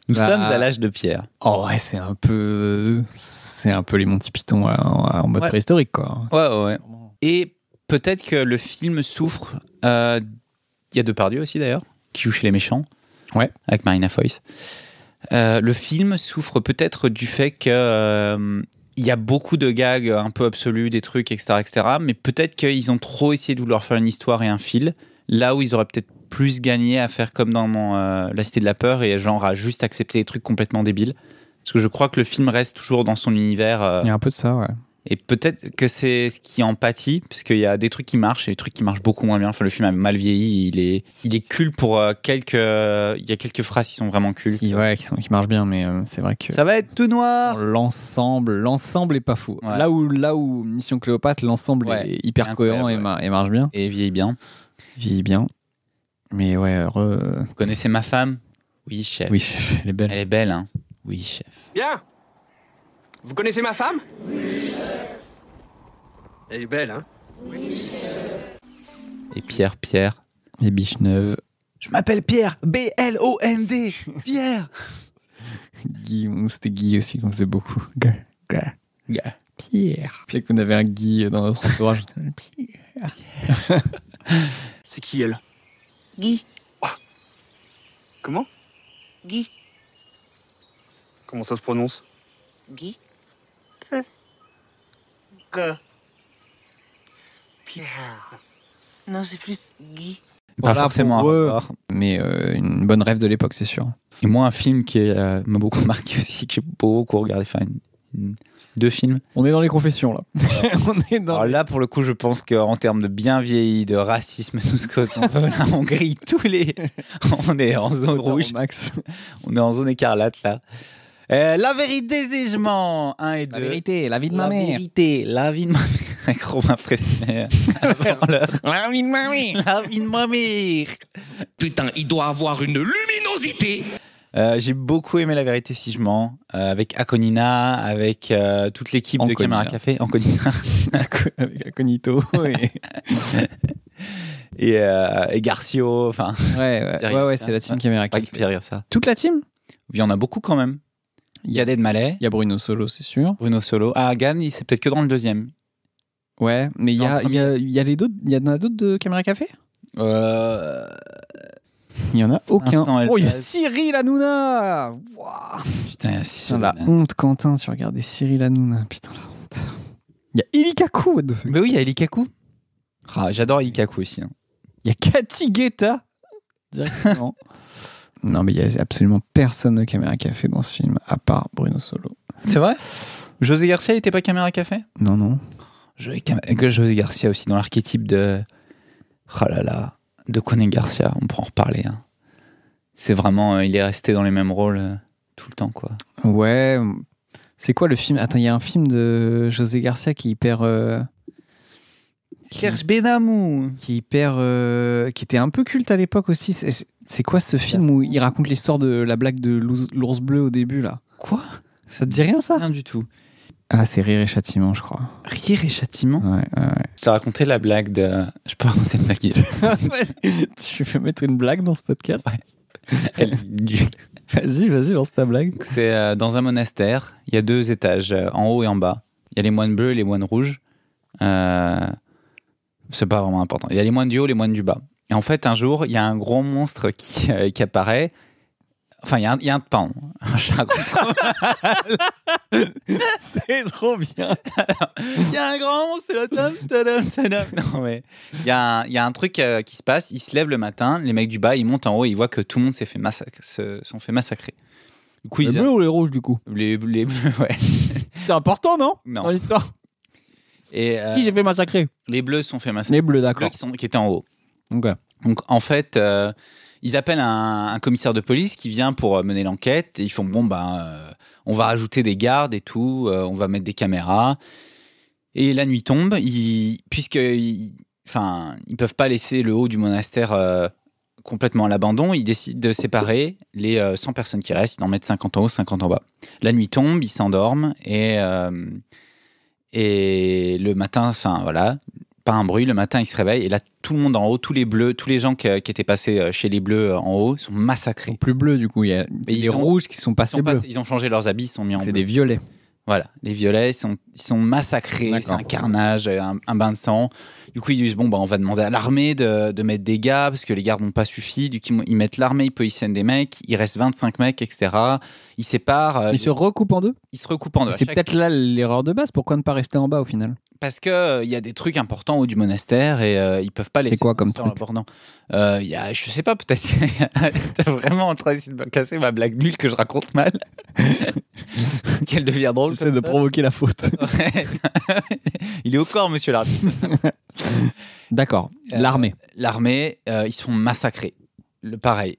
Speaker 1: Nous
Speaker 2: Bah,
Speaker 1: sommes à l'âge de pierre.
Speaker 2: En vrai, Oh, c'est un peu, c'est un peu les Monty Python ouais, en, en mode
Speaker 1: Ouais. Euh.
Speaker 2: préhistorique, quoi.
Speaker 1: Ouais, ouais, ouais. Et peut-être que le film souffre. euh, Il y a Depardieu aussi d'ailleurs, qui joue chez les méchants.
Speaker 2: Ouais.
Speaker 1: Avec Marina Foïs. Euh, le film souffre peut-être du fait que. euh, il y a beaucoup de gags un peu absolus, des trucs, etc. etc. mais peut-être qu'ils ont trop essayé de vouloir faire une histoire et un fil, là où ils auraient peut-être plus gagné à faire comme dans mon, euh, La Cité de la Peur et genre à juste accepter des trucs complètement débiles. Parce que je crois que le film reste toujours dans son univers. euh,
Speaker 2: Il y a un peu de ça, ouais.
Speaker 1: et peut-être que c'est ce qui en pâtit, parce qu'il y a des trucs qui marchent et des trucs qui marchent beaucoup moins bien. Enfin, le film a mal vieilli, il est, il est cul pour euh, quelques. euh, Il y a quelques phrases qui sont vraiment cultes.
Speaker 2: Qui, ouais, qui, sont- qui marchent bien, mais euh, c'est vrai que
Speaker 1: Ça va être tout
Speaker 2: Ah.
Speaker 1: noir
Speaker 2: l'ensemble, l'ensemble est pas fou. Là où, là où Mission Cléopâtre, l'ensemble
Speaker 1: Ouais,
Speaker 2: est hyper
Speaker 1: incroyable,
Speaker 2: cohérent et,
Speaker 1: ouais.
Speaker 2: mar- et marche bien,
Speaker 1: Et vieillit bien.
Speaker 2: vieillit bien. Mais ouais, re...
Speaker 1: Vous connaissez ma femme Oui, chef.
Speaker 2: oui, (laughs) chef, elle est belle.
Speaker 1: Elle est belle, hein Oui, chef.
Speaker 10: Bien. Vous connaissez ma femme Elle est belle, hein
Speaker 1: Et Pierre, Pierre.
Speaker 2: Les biches neuves.
Speaker 1: Je m'appelle Pierre, B-L-O-N-D, Pierre
Speaker 2: Guy, c'était Guy aussi qu'on faisait beaucoup. Guy, Guy, Guy. Pierre. Puis qu'on avait un Guy dans notre (laughs) entourage. Pierre.
Speaker 9: C'est qui elle
Speaker 10: Guy.
Speaker 9: Oh. Comment
Speaker 10: Guy.
Speaker 9: Comment ça se prononce
Speaker 10: Guy. Pierre. Non, c'est plus Guy.
Speaker 1: Pas forcément
Speaker 2: pour
Speaker 1: un
Speaker 2: eux,
Speaker 1: rapport.
Speaker 2: Mais euh, une bonne rêve de l'époque, c'est sûr.
Speaker 1: Et moi, un film qui est, euh, m'a beaucoup (laughs) marqué aussi, que j'ai beaucoup regardé, enfin, une- une- deux films.
Speaker 2: On est dans les confessions, là. (laughs) on est
Speaker 1: dans là, pour le coup, je pense qu'en termes de bien vieilli, de racisme, (laughs) tout ce qu'on veut, là, on grille tous
Speaker 2: (laughs)
Speaker 1: les. On est en zone rouge.
Speaker 2: Max.
Speaker 1: On est en zone écarlate, là. Euh, la vérité, si je mens 1 et 2. La
Speaker 2: vérité, la vie (laughs)
Speaker 1: de ma mère. La vérité, la vie de ma mère. Avec Romain Fresnay. avant l'heure.
Speaker 2: La vie de ma mère.
Speaker 1: La vie de ma mère.
Speaker 10: Putain, il doit avoir une luminosité.
Speaker 1: Euh, J'ai beaucoup aimé La vérité, si je mens. euh, avec Akonina, avec euh, toute l'équipe de
Speaker 2: Anconina.
Speaker 1: Caméra Café. Anconina.
Speaker 2: Avec Incognito et.
Speaker 1: et, euh, et Garcio. Enfin. (laughs)
Speaker 2: Ouais, ouais,
Speaker 1: Pierre
Speaker 2: ouais, hein. ouais,
Speaker 1: Garcia.
Speaker 2: c'est la team caméra.
Speaker 1: Pas Pierre Garcia.
Speaker 2: Toute la team
Speaker 1: Il y en a beaucoup quand même. Il y a Dead Malay,
Speaker 2: Il y a Bruno Solo, c'est sûr.
Speaker 1: Bruno Solo. Ah, Gann, il- c'est peut-être que dans le deuxième.
Speaker 2: Ouais, mais il y,
Speaker 1: Dans
Speaker 2: a,
Speaker 1: le
Speaker 2: il y, a, il y a les d'autres- il y en a d'autres de Caméra Café
Speaker 1: Euh,
Speaker 2: Il y en a aucun.
Speaker 1: Vincent Elbaz. Ah,
Speaker 2: Oh, il y a Cyril Hanouna Wouah.
Speaker 1: Putain, il y a six-
Speaker 2: Putain, la honte, Quentin, tu regardais Cyril Hanouna. Putain, la honte. Il y a Eli Kaku, what the fuck.
Speaker 1: Mais oui, il y a Elikaku. Ah, J'adore Elikaku aussi. hein.
Speaker 2: Il y a Cathy Guetta, directement. (laughs) non, mais il y a absolument personne de Caméra Café dans ce film, à part Bruno Solo.
Speaker 1: C'est vrai José Garcia, il était pas Caméra Café
Speaker 2: Non, non.
Speaker 1: José Cam- que José Garcia aussi, dans l'archétype de. Oh là là, de Conan Garcia, on pourra en reparler. hein. C'est vraiment. euh, il est resté dans les mêmes rôles euh, tout le temps, quoi.
Speaker 2: Ouais. C'est quoi le film Attends, il y a un film de José Garcia qui est hyper. euh,
Speaker 1: Serge Benamou
Speaker 2: qui est hyper euh, qui était un peu culte à l'époque aussi c'est c'est quoi ce film où il raconte l'histoire de la blague de l'ours l'ours bleu au début là
Speaker 1: Quoi
Speaker 2: ça te dit rien ça
Speaker 1: Rien du tout.
Speaker 2: ah c'est rire et châtiment je crois
Speaker 1: Rire et châtiment
Speaker 2: ouais,
Speaker 1: Je t'ai raconté la blague de. Je peux raconter la blague.
Speaker 2: ouais. (laughs) tu veux mettre une blague dans ce podcast
Speaker 1: Elle est nulle.
Speaker 2: (laughs) vas-y vas-y lance ta blague
Speaker 1: C'est euh, dans un monastère. Il y a deux étages, euh, en haut et en bas. Il y a les moines bleus et les moines rouges. Euh, c'est pas vraiment important. Il y a les moines du haut, les moines du bas. Et en fait, un jour, il y a un gros monstre qui, euh, qui apparaît. Enfin, il y a un, il y a un pardon. Je raconte trop mal.
Speaker 2: (laughs) c'est trop bien.
Speaker 1: Il y a un grand monstre, c'est le tom, tadam, tadam. Non, mais il y, a un- il y a un truc euh, qui se passe. Ils se lèvent le matin, les mecs du bas, ils montent en haut, et ils voient que tout le monde s'est fait massacre, se sont fait massacrer. Du coup,
Speaker 2: les
Speaker 1: ils
Speaker 2: bleus ou les rouges du coup
Speaker 1: les, les bleus, (laughs) ouais.
Speaker 2: c'est important non
Speaker 1: Non.
Speaker 2: dans l'histoire
Speaker 1: Et, euh,
Speaker 2: qui j'ai fait massacrer
Speaker 1: les bleus se sont fait massacrer.
Speaker 2: les bleus
Speaker 1: Les bleus
Speaker 2: d'accord
Speaker 1: qui, sont, qui étaient en haut.
Speaker 2: donc ouais.
Speaker 1: Donc en fait, euh, Ils appellent un, un commissaire de police qui vient pour euh, mener l'enquête et ils font bon ben euh, on va rajouter des gardes et tout, euh, on va mettre des caméras. Et la nuit tombe, ils, puisque ils- enfin ils peuvent pas laisser le haut du monastère euh, complètement à l'abandon, ils décident de séparer les euh, 100 personnes qui restent, ils en mettent 50 en haut, 50 en bas. La nuit tombe, ils s'endorment et euh, et le matin, enfin voilà, pas un bruit. Le matin, il se réveille et là, tout le monde en haut, tous les bleus, tous les gens que- qui étaient passés euh, chez les bleus euh, en haut sont massacrés.
Speaker 2: Plus bleu, du coup. Il y a
Speaker 1: Et
Speaker 2: des
Speaker 1: ils ont-
Speaker 2: rouges qui sont passés
Speaker 1: ils, sont
Speaker 2: bleus.
Speaker 1: passés- ils ont changé leurs habits, ils sont mis en
Speaker 2: C'est
Speaker 1: bleu.
Speaker 2: des violets.
Speaker 1: Voilà, les violets, ils sont, ils sont massacrés, c'est un carnage, euh, un, un bain de sang. Du coup, ils disent bon, bah, on va demander à l'armée de, de mettre des gars parce que les gardes n'ont pas suffi. Du coup, ils- ils mettent l'armée, ils positionnent des mecs, il reste 25 mecs, etc. Ils séparent. euh,
Speaker 2: Ils se recoupent en deux
Speaker 1: Ils se recoupent en deux.
Speaker 2: C'est
Speaker 1: À chaque-
Speaker 2: peut-être là l'erreur de base. Pourquoi ne pas rester en bas au final
Speaker 1: Parce que euh, il y a des trucs importants au du monastère et euh, ils peuvent pas laisser.
Speaker 2: quoi
Speaker 1: le
Speaker 2: comme
Speaker 1: monastère
Speaker 2: truc
Speaker 1: abordant. Euh, Il y a, je sais pas, peut-être. (laughs) T'es vraiment en train d'essayer de me casser ma blague nulle que je raconte mal. (laughs) Qu'elle devient drôle.
Speaker 2: J'essaie
Speaker 1: comme
Speaker 2: de
Speaker 1: ça.
Speaker 2: provoquer
Speaker 1: (laughs)
Speaker 2: la faute.
Speaker 1: Ouais. il est au corps, monsieur l'arbitre.
Speaker 2: D'accord.
Speaker 1: Euh,
Speaker 2: L'armée.
Speaker 1: L'armée, euh, ils sont massacrés. Le pareil.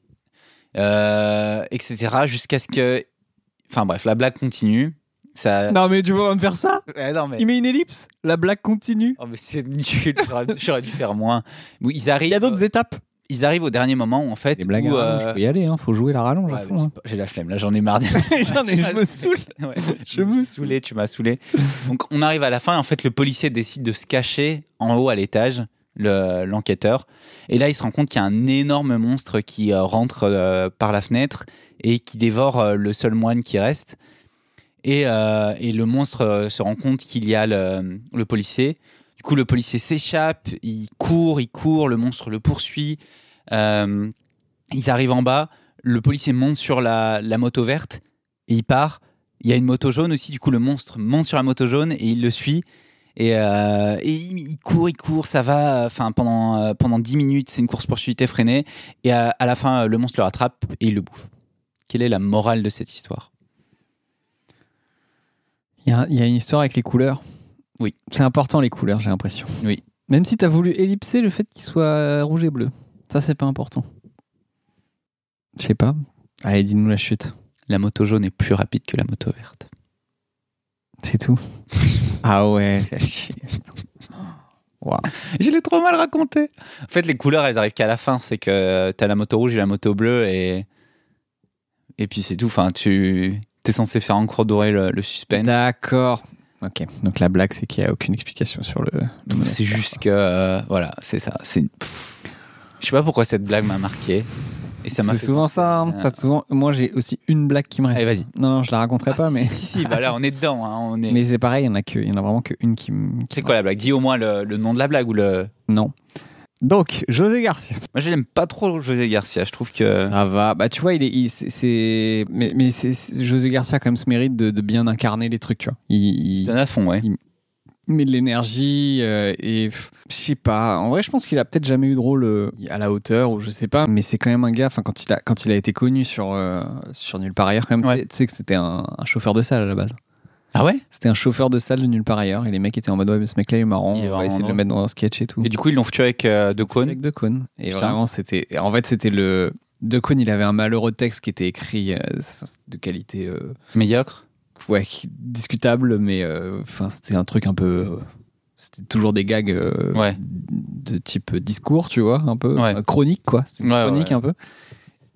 Speaker 1: Euh, etc. Jusqu'à ce que. Enfin bref, la blague continue. Ça...
Speaker 2: Non, mais tu vas me faire ça
Speaker 1: Ouais, non, mais-
Speaker 2: Il met une ellipse La blague continue
Speaker 1: Oh, mais c'est nul, j'aurais- j'aurais dû faire moins. Oui, Ils arrivent, Il y a
Speaker 2: d'autres étapes.
Speaker 1: Ils arrivent au dernier moment où, en fait.
Speaker 2: Les blagues
Speaker 1: où,
Speaker 2: à rallonge,
Speaker 1: euh,
Speaker 2: faut y aller, hein, faut jouer la rallonge à
Speaker 1: ouais,
Speaker 2: fond. hein.
Speaker 1: j'ai la flemme, là j'en ai marre.
Speaker 2: (laughs) J'en ai-
Speaker 1: (laughs)
Speaker 2: je me saoule.
Speaker 1: Ouais,
Speaker 2: (laughs) Je me saoule.
Speaker 1: saoulé, tu m'as saoulé. Donc on arrive à la fin et en fait le policier décide de se cacher en haut à l'étage, le- l'enquêteur. et là il se rend compte qu'il y a un énorme monstre qui euh, rentre euh, par la fenêtre et qui dévore euh, le seul moine qui reste. Et, euh, et le monstre euh, se rend compte qu'il y a le, le policier. Du coup, le policier s'échappe, il court, il court, le monstre le poursuit. Euh, ils arrivent en bas, le policier monte sur la, la moto verte et il part. Il y a une moto jaune aussi, du coup, le monstre monte sur la moto jaune et il le suit. Et, euh, et il, il court, il court, ça va. Enfin, pendant, euh, pendant 10 minutes, c'est une course-poursuite effrénée. Et à, à la fin, euh, le monstre le rattrape et il le bouffe. Quelle est la morale de cette histoire
Speaker 2: Il y, a- il y a une histoire avec les couleurs.
Speaker 1: Oui.
Speaker 2: C'est important les couleurs, j'ai l'impression.
Speaker 1: Oui.
Speaker 2: Même si t'as voulu ellipser le fait qu'il soit euh, rouge et bleu. Ça, c'est pas important. Je sais pas. Allez, dis-nous la chute.
Speaker 1: La moto jaune est plus rapide que la moto verte. (laughs)
Speaker 2: C'est tout. ah ouais, c'est à chier. Waouh.
Speaker 1: Je l'ai trop mal raconté. En fait, les couleurs, elles arrivent qu'à la fin. C'est que euh, t'as la moto rouge et la moto bleue et. Et puis c'est tout. Enfin, tu. T'es censé faire encore dorer le, le suspense.
Speaker 2: D'accord. Ok, donc la blague, c'est qu'il n'y a aucune explication sur le. le
Speaker 1: C'est
Speaker 2: monastère.
Speaker 1: juste que. euh, voilà, c'est ça. C'est. pff. Je sais pas pourquoi cette blague m'a marqué. Et ça Ah m'a
Speaker 2: C'est
Speaker 1: fait-
Speaker 2: souvent ça. hein.
Speaker 1: Euh.
Speaker 2: T'as souvent... Moi, j'ai aussi une blague qui me reste.
Speaker 1: Allez, vas-y.
Speaker 2: Non, non, je la raconterai
Speaker 1: Ah,
Speaker 2: pas,
Speaker 1: si,
Speaker 2: mais.
Speaker 1: Si, si, si,
Speaker 2: (laughs)
Speaker 1: bah là, on est dedans. hein, on est...
Speaker 2: Mais c'est pareil, il n'y en, a que- il y en a vraiment qu'une qui me.
Speaker 1: C'est quoi la blague Dis au moins le, le nom de la blague ou le.
Speaker 2: Non. Donc, José Garcia.
Speaker 1: Moi, je l'aime pas trop, José Garcia. Je trouve que.
Speaker 2: Ça va. Bah, tu vois, il est, il- c'est, c'est- mais, mais c'est, c'est- José Garcia quand même se mérite de, de bien incarner les trucs, tu vois. Il,
Speaker 1: C'est
Speaker 2: il
Speaker 1: un à fond, ouais.
Speaker 2: met de l'énergie euh, et pff, je sais pas. En vrai, je pense qu'il a peut-être jamais eu de rôle euh, à la hauteur ou je sais pas. Mais c'est quand même un gars. Enfin, quand il a, quand il a été connu sur euh, sur nulle part ailleurs, quand même, tu sais- tu sais que c'était un, un chauffeur de salle à la base.
Speaker 1: Ah ouais
Speaker 2: C'était un chauffeur de salle de nulle part ailleurs et les mecs étaient en mode ouais, mais ce mec-là il est marrant,
Speaker 1: Il est
Speaker 2: on
Speaker 1: vraiment
Speaker 2: va essayer de le
Speaker 1: drôle.
Speaker 2: mettre dans un sketch et tout.
Speaker 1: Et du coup, ils l'ont foutu avec euh, De Caunes.
Speaker 2: Avec De Caunes. Et
Speaker 1: Putain.
Speaker 2: vraiment, c'était. et En fait, c'était le. De Caunes, il avait un malheureux texte qui était écrit euh, de qualité. euh,
Speaker 1: Médiocre.
Speaker 2: ouais, qui- discutable, mais. euh, Enfin, c'était un truc un peu. euh, C'était toujours des gags euh,
Speaker 1: Ouais.
Speaker 2: de type discours, tu vois, un peu.
Speaker 1: Ouais.
Speaker 2: euh, Chronique, quoi. C'est une
Speaker 1: Ouais,
Speaker 2: chronique
Speaker 1: ouais.
Speaker 2: un peu.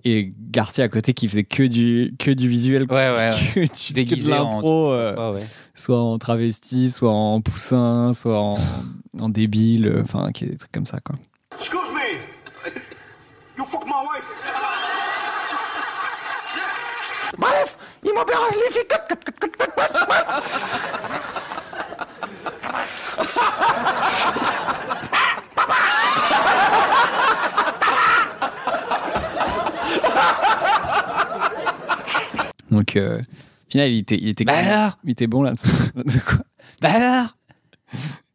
Speaker 2: Et Garcia à côté qui faisait que du, que du visuel,
Speaker 1: Ouais, ouais. ouais.
Speaker 2: (laughs) que, du- que de
Speaker 1: Déguisé en-
Speaker 2: l'impro, euh,
Speaker 1: Ouais, ouais.
Speaker 2: soit en travesti, soit en poussin, soit en, en débile, euh, enfin, qui est des trucs comme ça, quoi.
Speaker 12: Excuse me. You fuck my wife. Bref, il m'opéra les filles.
Speaker 2: Donc, euh, au final, il était, il était,
Speaker 1: Bah
Speaker 2: quand même-
Speaker 1: alors
Speaker 2: il était bon là. (laughs) (laughs) De quoi
Speaker 1: Bah alors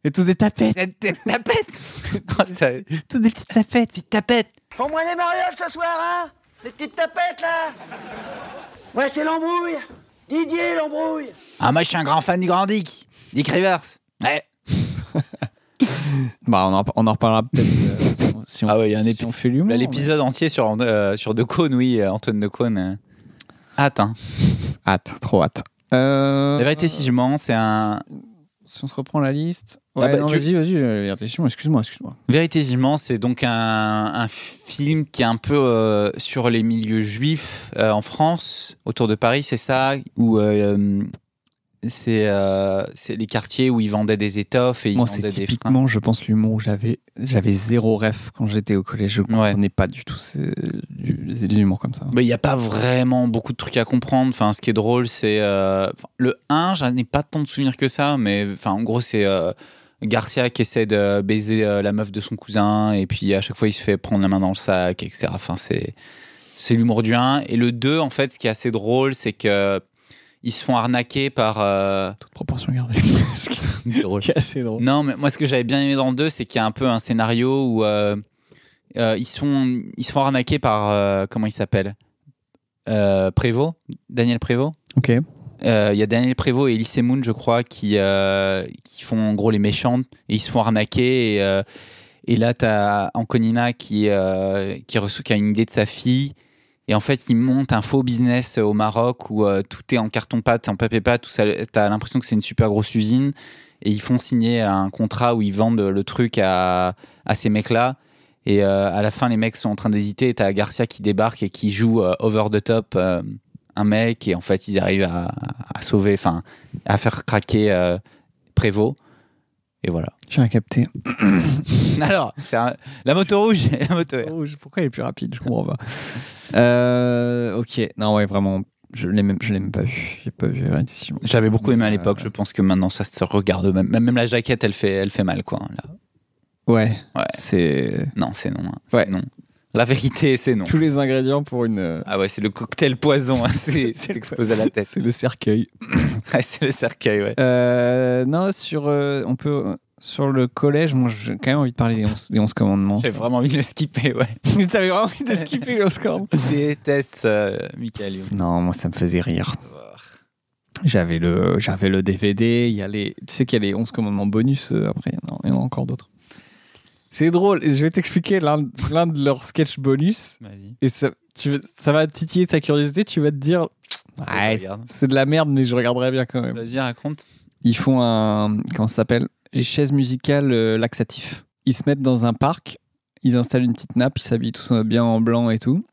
Speaker 2: Et tous des tapettes
Speaker 1: (laughs) Tapettes
Speaker 2: Tous des petites tapettes
Speaker 1: Petites tapettes
Speaker 12: Fais-moi les marioles ce soir, hein Les petites tapettes, là Ouais, c'est l'embrouille Didier, l'embrouille
Speaker 1: Ah, moi, je suis un grand fan du Grand Dick. Dick Rivers. Ouais.
Speaker 2: Bah, on en, on en reparlera peut-être euh, si on- si, on,
Speaker 1: ah ouais, il y a un épi-
Speaker 2: si on fait l'humour.
Speaker 1: Là, L'épisode entier sur, euh, sur De Caunes, oui, euh, Antoine De Caunes. euh, Hâte, hein.
Speaker 2: Hâte, trop hâte. Euh,
Speaker 1: La vérité, si je mens, c'est un.
Speaker 2: Si on se reprend la liste.
Speaker 1: Ah
Speaker 2: Ouais,
Speaker 1: bah,
Speaker 2: non,
Speaker 1: tu-
Speaker 2: vas-y, vas-y, euh, Vertichon, excuse-moi, excuse-moi.
Speaker 1: Vérité, si je mens, c'est donc un, un film qui est un peu euh, sur les milieux juifs euh, en France, autour de Paris, c'est ça Où euh, c'est euh, c'est les quartiers où ils vendaient des étoffes et ils
Speaker 2: Moi, c'est
Speaker 1: vendaient des
Speaker 2: typiquement, je pense, l'humour où j'avais, j'avais zéro ref quand j'étais au collège. Je comprenais pas du tout ces, du, c'est de l'humour comme ça. hein.
Speaker 1: Mais il n'y a pas vraiment beaucoup de trucs à comprendre. Enfin, ce qui est drôle, c'est. euh, enfin, le 1, j'en ai pas tant de souvenirs que ça, mais enfin, en gros, c'est euh, Garcia qui essaie de baiser euh, la meuf de son cousin, et puis à chaque fois, il se fait prendre la main dans le sac, etc. Enfin, c'est. C'est l'humour du 1. Et le 2, en fait, ce qui est assez drôle, c'est que. Ils se font arnaquer par. euh,
Speaker 2: Proportion gardée. (laughs) Ce qui-
Speaker 1: c'est (laughs) drôle.
Speaker 2: qui est assez drôle.
Speaker 1: Non, mais moi, ce que j'avais bien aimé dans le 2, c'est qu'il y a un peu un scénario où euh, euh, ils, sont, ils sont arnaqués par. euh, comment il s'appelle Euh, Prévost Daniel Prévost
Speaker 2: Ok.
Speaker 1: Euh, Il y a Daniel Prévost et Elise Moon, je crois, qui, euh, qui font en gros les méchantes et ils se font arnaquer. Et, euh, et là, tu as Anconina qui, euh, qui, reçoit, qui a une idée de sa fille. Et en fait, ils montent un faux business au Maroc où euh, tout est en carton-pâte, en papier-pâte. Tu as l'impression que c'est une super grosse usine. Et ils font signer un contrat où ils vendent le truc à, à ces mecs-là. Et euh, à la fin, les mecs sont en train d'hésiter. et T'as Garcia qui débarque et qui joue euh, over the top euh, un mec. Et en fait, ils arrivent à, à sauver, enfin, à faire craquer euh, Prévost. Et voilà. (laughs)
Speaker 2: J'ai rien capté.
Speaker 1: Alors, c'est un- la moto rouge. et la moto verte.
Speaker 2: Pourquoi il est plus rapide Oh, Je comprends pas. Euh, ok, non, ouais, vraiment, je l'ai même, je l'ai même pas vu. J'ai pas vu Vérité, si je mens.
Speaker 1: J'avais beaucoup aimé à l'époque. Je pense que maintenant, ça se regarde. Même, même la jaquette, elle fait, elle fait mal, quoi. Là.
Speaker 2: Ouais,
Speaker 1: Ouais.
Speaker 2: c'est
Speaker 1: Non, c'est non. hein. C'est non. La vérité, c'est non.
Speaker 2: tous les ingrédients pour une. euh,
Speaker 1: Ah ouais, c'est le cocktail poison. hein.
Speaker 2: (laughs)
Speaker 1: C'est c'est explosé à la tête.
Speaker 2: C'est le cercueil.
Speaker 1: (coughs) Ouais, c'est le cercueil, ouais.
Speaker 2: Euh, non, sur, euh, on peut, sur le collège, moi j'ai quand même envie de parler des 11, des 11 commandements.
Speaker 1: J'ai vraiment envie de le skipper,
Speaker 2: (laughs)
Speaker 1: ouais.
Speaker 2: J'avais vraiment envie de skipper les 11 commandements.
Speaker 1: Je déteste euh, Michael Youn.
Speaker 2: (laughs) Non, moi ça me faisait rire. J'avais le, j'avais le DVD, il y a les, tu sais qu'il y a les 11 commandements bonus euh, après, il y en a- il y en a encore d'autres. C'est drôle, et je vais t'expliquer l'un l'un de leurs sketchs bonus.
Speaker 1: Vas-y.
Speaker 2: Et ça, tu, vas- ça va titiller ta curiosité, tu vas te dire, ouais, c'est-
Speaker 1: regarde.
Speaker 2: c'est de la merde, mais je regarderai bien quand même.
Speaker 1: Vas-y, raconte.
Speaker 2: ils font un comment ça s'appelle les chaises musicales euh, laxatifs. Ils se mettent dans un parc, ils installent une petite nappe, ils s'habillent tous euh, bien en blanc et tout.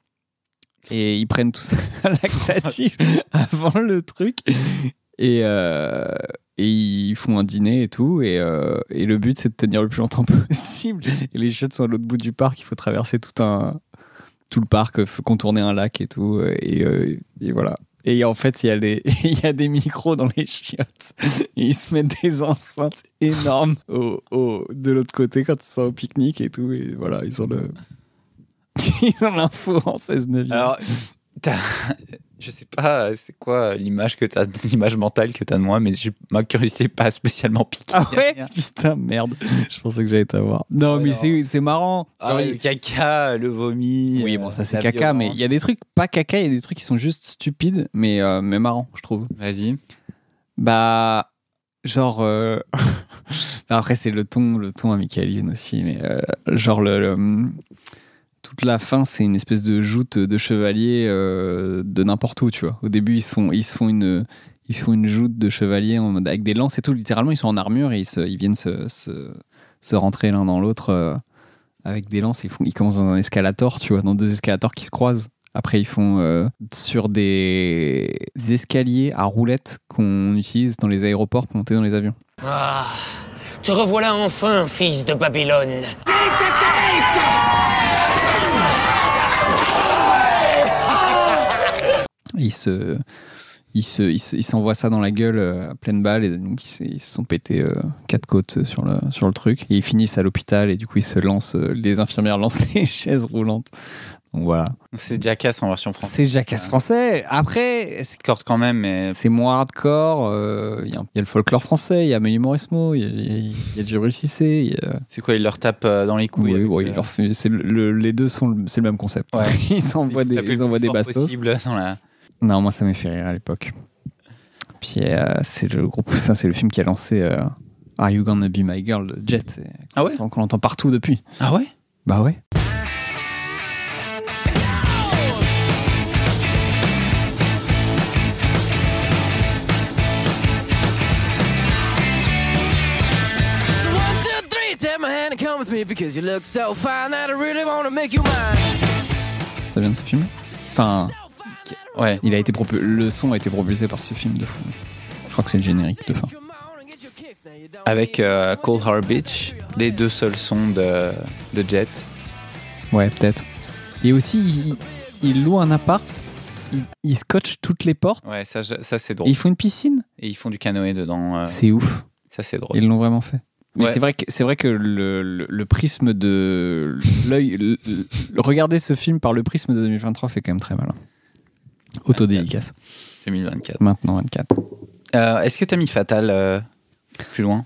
Speaker 2: Et ils prennent (laughs) tous un laxatif avant le truc. Et, euh, et ils font un dîner et tout. Et, euh, et le but, c'est de tenir le plus longtemps (laughs) possible. Et les chiottes sont à l'autre bout du parc. Il faut traverser tout, un, tout le parc, euh, faut contourner un lac et tout. euh, Et, euh, et voilà. Et en fait, il y, a les- il y a des (laughs) micros dans les chiottes. (laughs) Et ils se mettent des enceintes énormes au, au- de l'autre côté quand ils sont au pique-nique et tout. Et voilà, ils ont le. (laughs) ils ont l'info en 16 9
Speaker 1: Alors, t'as- je sais pas euh, c'est quoi l'image que t'as, l'image mentale que t'as de moi, mais j'ai- ma curiosité est pas spécialement piquée.
Speaker 2: Ah ouais Putain, merde. Je pensais que j'allais t'avoir. Non, mais c'est- c'est marrant.
Speaker 1: Ah
Speaker 2: Genre,
Speaker 1: ouais,
Speaker 2: il-
Speaker 1: le caca, le vomi. euh,
Speaker 2: Oui, bon, ça c'est caca, mais il y a des trucs pas caca, il y a des trucs qui sont juste stupides, mais, euh, mais marrants, je trouve.
Speaker 1: Vas-y.
Speaker 2: Bah, genre. euh, (laughs) bah, après, c'est le ton, le ton à Michael Youn aussi, mais euh, genre le. le- Toute la fin, c'est une espèce de joute de chevaliers euh, de n'importe où, tu vois. Au début, ils se font, ils se font une. Ils se font une joute de chevaliers en mode- avec des lances et tout. Littéralement, ils sont en armure et ils, se- ils viennent se, se, se rentrer l'un dans l'autre euh, avec des lances. Ils, font, ils commencent dans un escalator, tu vois, dans deux escalators qui se croisent. Après, ils font euh, sur des escaliers à roulettes qu'on utilise dans les aéroports pour monter dans les avions.
Speaker 10: Ah, te revoilà enfin, fils de Babylone.
Speaker 2: Et Ils se, ils se, ils se- ils s'envoient ça dans la gueule euh, à pleine balle et donc ils, se- ils se sont pétés euh, quatre côtes euh, sur le, sur le truc. Et ils finissent à l'hôpital et du coup ils se lancent, euh, les infirmières lancent (laughs) les chaises roulantes. Donc voilà.
Speaker 1: C'est Jackass en version française.
Speaker 2: C'est Jackass français. Après, c'est
Speaker 1: Corde quand même, mais
Speaker 2: c'est moins hardcore. euh, Il y, a- il y a le folklore français, il y a Amélie Mauresmo, il y a- il y, a- il y a du Rue Cissé, il y a-
Speaker 1: c'est quoi Il leur tape euh, dans les couilles.
Speaker 2: Oui,
Speaker 1: avec,
Speaker 2: bon,
Speaker 1: euh,
Speaker 2: il leur fait- c'est le- le- les deux sont le- c'est le même concept.
Speaker 1: Ouais.
Speaker 2: (laughs) ils envoient des,
Speaker 1: taper
Speaker 2: ils
Speaker 1: le
Speaker 2: envoient
Speaker 1: plus
Speaker 2: des
Speaker 1: fort
Speaker 2: bastos.
Speaker 1: possible dans la.
Speaker 2: Non, moi ça m'est fait rire à l'époque. Puis euh, c'est le groupe, enfin, c'est le film qui a lancé euh, Are You Gonna Be My Girl de Jet.
Speaker 1: Ah ouais
Speaker 2: Qu'on entend partout depuis.
Speaker 1: Ah ouais
Speaker 2: Bah ouais.
Speaker 15: me because you look so fine that I really wanna make you mine.
Speaker 2: Ça vient de ce film Enfin, ouais. Il a été propu- le son a été propulsé par ce film de fou. Je crois que c'est le générique de fin.
Speaker 1: Avec euh, Cold Harbor Beach, les deux seuls sons de, de Jet.
Speaker 2: Ouais, peut-être. Et aussi, il, il loue un appart, il, il scotche toutes les portes.
Speaker 1: Ouais, ça, je- ça c'est drôle.
Speaker 2: Et ils font une piscine
Speaker 1: Et ils font du canoë dedans. euh,
Speaker 2: C'est ouf.
Speaker 1: Ça c'est drôle.
Speaker 2: Ils l'ont vraiment fait. Mais
Speaker 1: Ouais.
Speaker 2: c'est vrai que c'est vrai que le, le- le prisme de l'œil, le- le- regarder ce film par le prisme de 2023 fait quand même très malin. Autodédicace.
Speaker 1: 2024.
Speaker 2: Maintenant 24.
Speaker 1: Euh, Est-ce que t'as mis Fatal euh, plus loin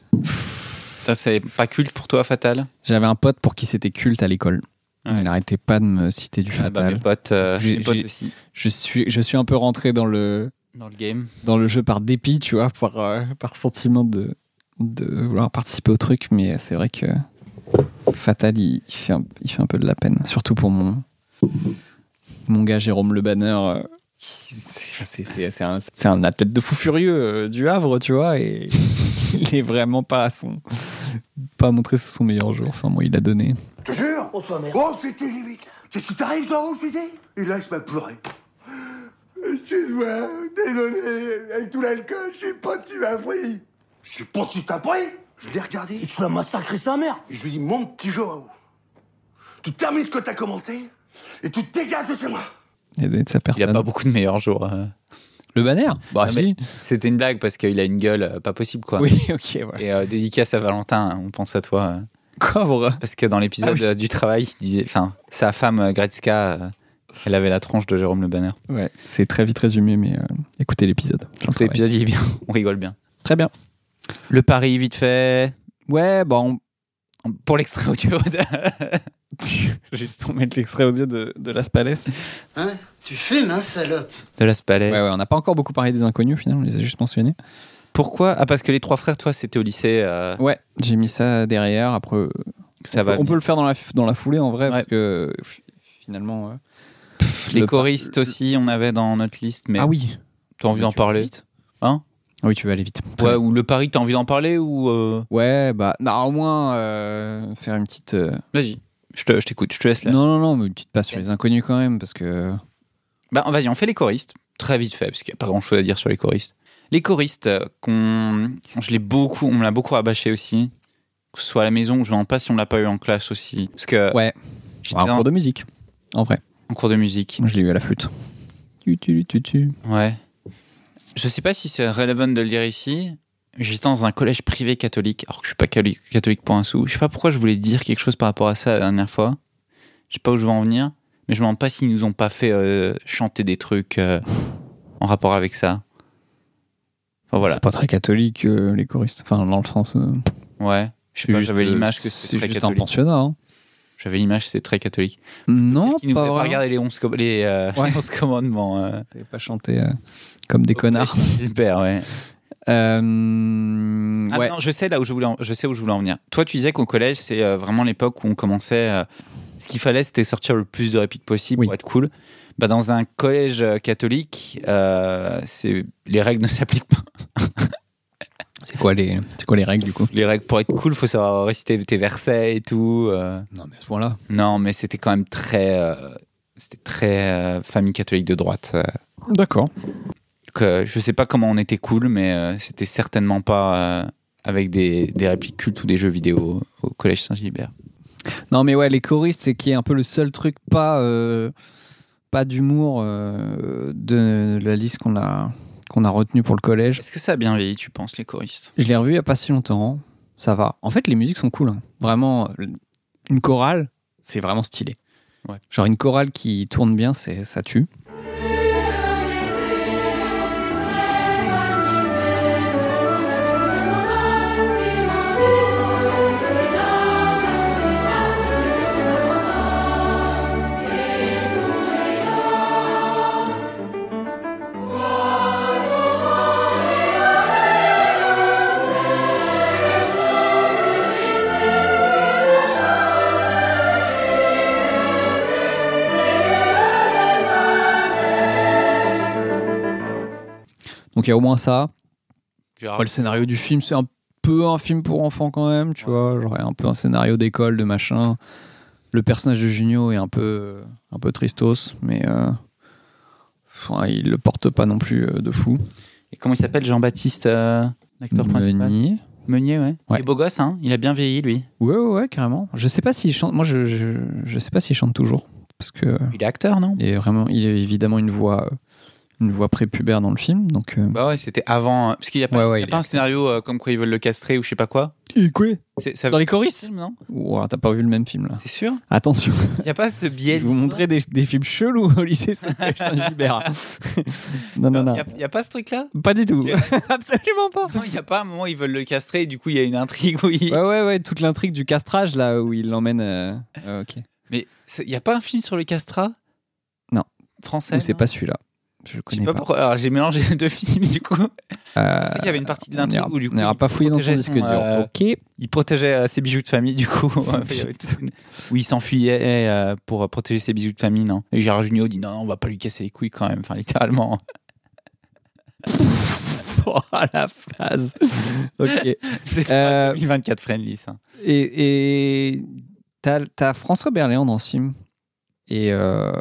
Speaker 1: Ça c'est pas culte pour toi Fatal
Speaker 2: J'avais un pote pour qui c'était culte à l'école. Il n'arrêtait pas de me citer du
Speaker 1: Ah bah,
Speaker 2: fatal.
Speaker 1: mes potes, euh,
Speaker 2: J'ai-
Speaker 1: mes potes
Speaker 2: j'ai-
Speaker 1: aussi.
Speaker 2: Je suis, je suis un peu rentré dans le
Speaker 1: Dans le game.
Speaker 2: dans le jeu par dépit, tu vois, par, euh, par sentiment de, de vouloir participer au truc, mais c'est vrai que Fatal, il, il fait un, il fait un peu de la peine, surtout pour mon, mon gars Jérôme Le Banner. euh, qui- C'est c'est- c'est un, c'est un athlète de fou furieux euh, du Havre, tu vois, et (laughs) il est vraiment pas à son. pas montré sous son meilleur jour. Enfin, moi, il a donné.
Speaker 3: Je te jure On se Oh, c'était limite C'est ce qui t'arrive, Zorro, je disais Et là, je m'a pleuré. Excuse-moi, désolé, avec tout l'alcool, je sais pas si tu m'as pris. Je sais pas si t'as pris Je l'ai regardé. Et tu l'as massacré sa mère Et je lui ai dit, mon petit Zorro, tu termines ce que t'as commencé et tu te dégages de chez moi
Speaker 2: Il a donné de sa personne.
Speaker 1: Il
Speaker 2: Bah,
Speaker 1: a pas beaucoup de meilleurs jours. euh.
Speaker 2: Le banner Ah,
Speaker 1: Non, mais C'était une blague parce qu'il a une gueule euh, pas possible quoi.
Speaker 2: Oui, (laughs) ok, ouais.
Speaker 1: Et euh, dédicace à Valentin, hein, on pense à toi. euh.
Speaker 2: Quoi, pour...
Speaker 1: Parce que dans
Speaker 2: Ah
Speaker 1: l'épisode euh, du travail, il disait, enfin, sa femme euh, Gretzka, euh, elle avait la tronche de Jérôme Le Banner.
Speaker 2: Ouais, c'est très vite résumé, mais euh, écoutez l'épisode.
Speaker 1: Cet épisode, il est bien, (laughs) on rigole bien.
Speaker 2: Très bien.
Speaker 1: Le pari vite fait.
Speaker 2: Ouais, bon.
Speaker 1: Pour l'extrait audio. de-
Speaker 2: Juste, on met l'extrait audio de, de Las Palais.
Speaker 18: Hein Tu fumes, hein, salope
Speaker 1: (laughs) De Las Palais.
Speaker 2: Ouais, ouais, on n'a pas encore beaucoup parlé des inconnus, au final, on les a juste mentionnés.
Speaker 1: Pourquoi Ah, parce que les trois frères, toi, c'était au lycée. euh,
Speaker 2: Ouais, j'ai mis ça derrière, après. euh,
Speaker 1: Ça
Speaker 2: on,
Speaker 1: va
Speaker 2: peut, on
Speaker 1: venir.
Speaker 2: peut le faire dans la, f- dans la foulée, en vrai, parce que euh, f- finalement. euh,
Speaker 1: les
Speaker 2: le-
Speaker 1: choristes aussi, on avait dans notre liste. Mais
Speaker 2: Ah oui.
Speaker 1: T'as envie d'en parler Hein
Speaker 2: Ah Oui, tu veux aller vite.
Speaker 1: Ouais, ou le pari, t'as envie d'en parler ou euh,
Speaker 2: Ouais, bah, non, au moins, euh, faire une petite. euh,
Speaker 1: Vas-y, je te- je t'écoute, je te laisse là.
Speaker 2: Non, non, non, mais une petite passe sur les inconnus quand même, parce que.
Speaker 1: Bah, vas-y, on fait les choristes. Très vite fait, parce qu'il n'y a pas grand-chose à dire sur les choristes. Les choristes, euh, qu'on, je l'ai beaucoup, on me l'a beaucoup rabâché aussi. Que ce soit à la maison, je ne pas si on l'a pas eu en classe aussi. Parce que.
Speaker 2: Ouais.
Speaker 1: J'étais
Speaker 2: En
Speaker 1: dans-
Speaker 2: cours de musique, en vrai.
Speaker 1: En cours de musique.
Speaker 2: Moi, je l'ai eu à la flûte. Tu, tu, tu, tu.
Speaker 1: Ouais. Je sais pas si c'est relevant de le dire ici. J'étais dans un collège privé catholique, alors que je suis pas cali- catholique pour un sou. Je sais pas pourquoi je voulais dire quelque chose par rapport à ça la dernière fois. Je sais pas où je veux en venir, mais je me demande pas s'ils nous ont pas fait euh, chanter des trucs euh, en rapport avec ça. Enfin, voilà.
Speaker 2: C'est pas très catholique, euh, les choristes. Enfin, dans le sens. euh,
Speaker 1: Ouais. Je sais
Speaker 2: C'est
Speaker 1: pas,
Speaker 2: juste,
Speaker 1: j'avais
Speaker 2: euh,
Speaker 1: l'image que
Speaker 2: c'est
Speaker 1: c'était très
Speaker 2: juste un
Speaker 1: catholique.
Speaker 2: pensionnat, hein.
Speaker 1: J'avais l'image que c'était très catholique.
Speaker 2: Non,
Speaker 1: Qui nous
Speaker 2: pas
Speaker 1: faisait pas
Speaker 2: vraiment.
Speaker 1: regarder les 11, les, euh, (laughs) les 11 commandements. euh.
Speaker 2: pas chanté euh, comme des connards.
Speaker 1: (laughs) Super, ouais.
Speaker 2: Euh,
Speaker 1: Ah
Speaker 2: ouais.
Speaker 1: non, je sais là où je voulais, en- je sais où je voulais en venir. Toi, tu disais qu'au collège, c'est euh, vraiment l'époque où on commençait. euh, ce qu'il fallait, c'était sortir le plus de répliques possible pour être cool. Bah, dans un collège euh, catholique, euh, c'est les règles ne (laughs) s'appliquent pas.
Speaker 2: C'est quoi les, c'est quoi les règles du coup
Speaker 1: Les règles pour être cool, faut savoir réciter tes versets et tout. euh.
Speaker 2: Non, mais à ce point-là.
Speaker 1: Non, mais c'était quand même très, euh, c'était très euh, famille catholique de droite. euh.
Speaker 2: D'accord.
Speaker 1: Donc, euh, je sais pas comment on était cool, mais euh, c'était certainement pas euh, avec des, des répliques cultes ou des jeux vidéo au collège Saint-Gilbert.
Speaker 2: Non, mais ouais, les choristes, c'est qui est un peu le seul truc pas, euh, pas d'humour euh, de la liste qu'on a, qu'on a retenue pour le collège.
Speaker 1: Est-ce que ça a bien vieilli, tu penses, les choristes
Speaker 2: Je l'ai revu il n'y a pas si longtemps. Ça va. En fait, les musiques sont cool. hein. Vraiment, euh, une chorale, c'est vraiment stylé.
Speaker 1: Ouais.
Speaker 2: Genre une chorale qui tourne bien, c'est ça tue. Donc il y a au moins ça.
Speaker 1: Gérard.
Speaker 2: Après, le scénario du film, c'est un peu un film pour enfants quand même, tu vois. J'aurais un peu un scénario d'école, de machin. Le personnage de Junio est un peu, un peu tristos, mais euh, enfin, il le porte pas non plus euh, de fou.
Speaker 1: Et comment il s'appelle Jean-Baptiste, euh, l'acteur principal
Speaker 2: Meunier.
Speaker 1: Meunier, ouais.
Speaker 2: Ouais.
Speaker 1: Il est beau gosse, hein Il a bien vieilli, lui.
Speaker 2: Ouais, ouais, ouais, carrément. Je sais pas s'il chante. Moi, je, je, je sais pas s'il chante toujours. Parce que. euh,
Speaker 1: Il est acteur, non
Speaker 2: Il est vraiment. Il a évidemment une voix, une voix prépubère dans le film. Donc. euh,
Speaker 1: Bah ouais, c'était avant. euh, Parce qu'il n'y a pas,
Speaker 2: Ouais, ouais,
Speaker 1: il y a
Speaker 2: il
Speaker 1: pas un scénario euh, comme quoi ils veulent le castrer ou je sais pas quoi.
Speaker 2: Et quoi
Speaker 1: C'est- ça-
Speaker 2: Dans les choristes
Speaker 1: film, non
Speaker 2: Ouah, t'as pas vu le même film là.
Speaker 1: C'est sûr
Speaker 2: Attention.
Speaker 1: Il n'y a pas ce biais.
Speaker 2: Je vais vous montrer des, des films chelous au
Speaker 1: (laughs)
Speaker 2: lycée Saint-Gilbert. non, non, non.
Speaker 1: Il n'y a, pas ce truc-là
Speaker 2: Pas du tout. (laughs) Absolument pas.
Speaker 1: Non, il n'y a pas un moment où ils veulent le castrer et du coup il y a une intrigue où il-
Speaker 2: Ouais, ouais, ouais, toute l'intrigue du castrage là où il l'emmène. euh, euh, ok.
Speaker 1: Mais c'est- il n'y a pas un film sur le castrat
Speaker 2: Non.
Speaker 1: Français
Speaker 2: Ou c'est
Speaker 1: non
Speaker 2: pas celui-là. Je le
Speaker 1: Je
Speaker 2: connais
Speaker 1: sais pas,
Speaker 2: pas.
Speaker 1: pourquoi. Alors j'ai mélangé les deux films du coup.
Speaker 2: Euh,
Speaker 1: je sais qu'il y avait une partie de
Speaker 2: on
Speaker 1: l'intrigue
Speaker 2: ira-
Speaker 1: où du
Speaker 2: on
Speaker 1: coup.
Speaker 2: ira
Speaker 1: il
Speaker 2: pas fouiller dans ton
Speaker 1: protégeait
Speaker 2: disque
Speaker 1: son,
Speaker 2: dur.
Speaker 1: euh,
Speaker 2: Ok. (laughs)
Speaker 1: Il protégeait euh, ses bijoux de famille du coup. (laughs) Enfin, il y avait toute une- Où il s'enfuyait euh, pour euh, protéger ses bijoux de famille, non Et Gérard Junior dit non, non, on va pas lui casser les couilles quand même, enfin littéralement. (laughs)
Speaker 2: Oh la
Speaker 1: (laughs)
Speaker 2: phase. ok.
Speaker 1: C'est pas (laughs)
Speaker 2: Euh,
Speaker 1: 2024 friendly ça.
Speaker 2: Et et t'as t'as François Berléand dans ce film. Et euh,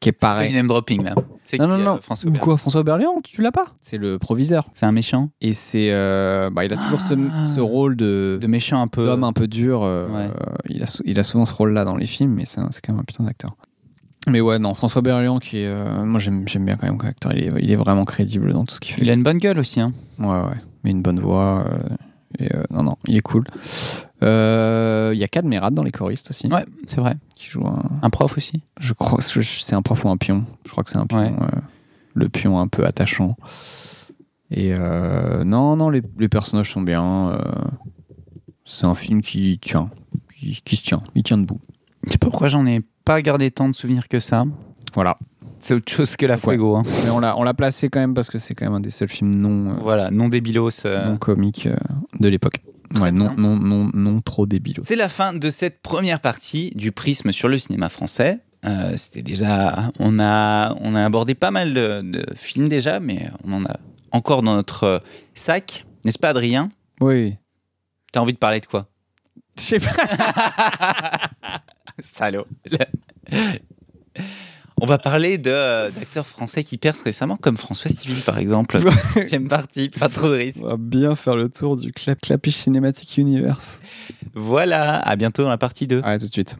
Speaker 2: qui est
Speaker 1: C'est
Speaker 2: pareil.
Speaker 1: du name dropping là. C'est
Speaker 2: Non,
Speaker 1: qui,
Speaker 2: non,
Speaker 1: euh,
Speaker 2: non.
Speaker 1: François
Speaker 2: Ou
Speaker 1: Berléand
Speaker 2: quoi, François Berléand Tu l'as pas C'est le proviseur.
Speaker 1: C'est un méchant
Speaker 2: Et c'est. euh, bah, il a toujours ce, ce rôle de.
Speaker 1: De méchant un Ah. peu.
Speaker 2: d'homme un peu dur. euh,
Speaker 1: Ouais.
Speaker 2: euh, il, a, sou- il a souvent ce rôle-là dans les films, mais c'est un- c'est quand même un putain d'acteur. Mais ouais, non, François Berléand, qui est. euh, moi, j'aime j'aime bien quand même comme acteur. Il est, il est vraiment crédible dans tout ce qu'il fait.
Speaker 1: Il a une bonne gueule aussi. Hein.
Speaker 2: Ouais, ouais. Mais une bonne voix. euh, et, euh, non, non, il est cool. Euh, Il y a Cadmerade dans les choristes aussi.
Speaker 1: Ouais, c'est vrai.
Speaker 2: Qui joue un.
Speaker 1: Un prof aussi.
Speaker 2: Je crois je- je- c'est un prof ou un pion. Je crois que c'est un pion. euh, le pion un peu attachant. Et euh, non, non, les, les personnages sont bien. euh, c'est un film qui tient. Qui, qui se tient. Il tient debout.
Speaker 1: Je sais pas pourquoi j'en ai pas gardé tant de souvenirs que ça.
Speaker 2: Voilà.
Speaker 1: C'est autre chose que la Fuego. hein.
Speaker 2: Mais on l'a on l'a placé quand même parce que c'est quand même un des seuls films non, euh,
Speaker 1: Voilà, non débilos. euh.
Speaker 2: non comiques euh, de l'époque. Ouais, non, non, non, non trop débile.
Speaker 1: C'est la fin de cette première partie du prisme sur le cinéma français. Euh, C'était déjà, on a, on a abordé pas mal de, de films déjà, mais on en a encore dans notre euh, sac, n'est-ce pas, Adrien
Speaker 2: Oui.
Speaker 1: T'as envie de parler de quoi
Speaker 2: Je sais pas.
Speaker 1: Salaud. On va parler de, euh, d'acteurs français qui percent récemment, comme François Civil par exemple. Deuxième partie, pas trop de risques.
Speaker 2: On va bien faire le tour du clap clapiche cinématique universe.
Speaker 1: Voilà, à bientôt dans la partie 2.
Speaker 2: À tout de suite.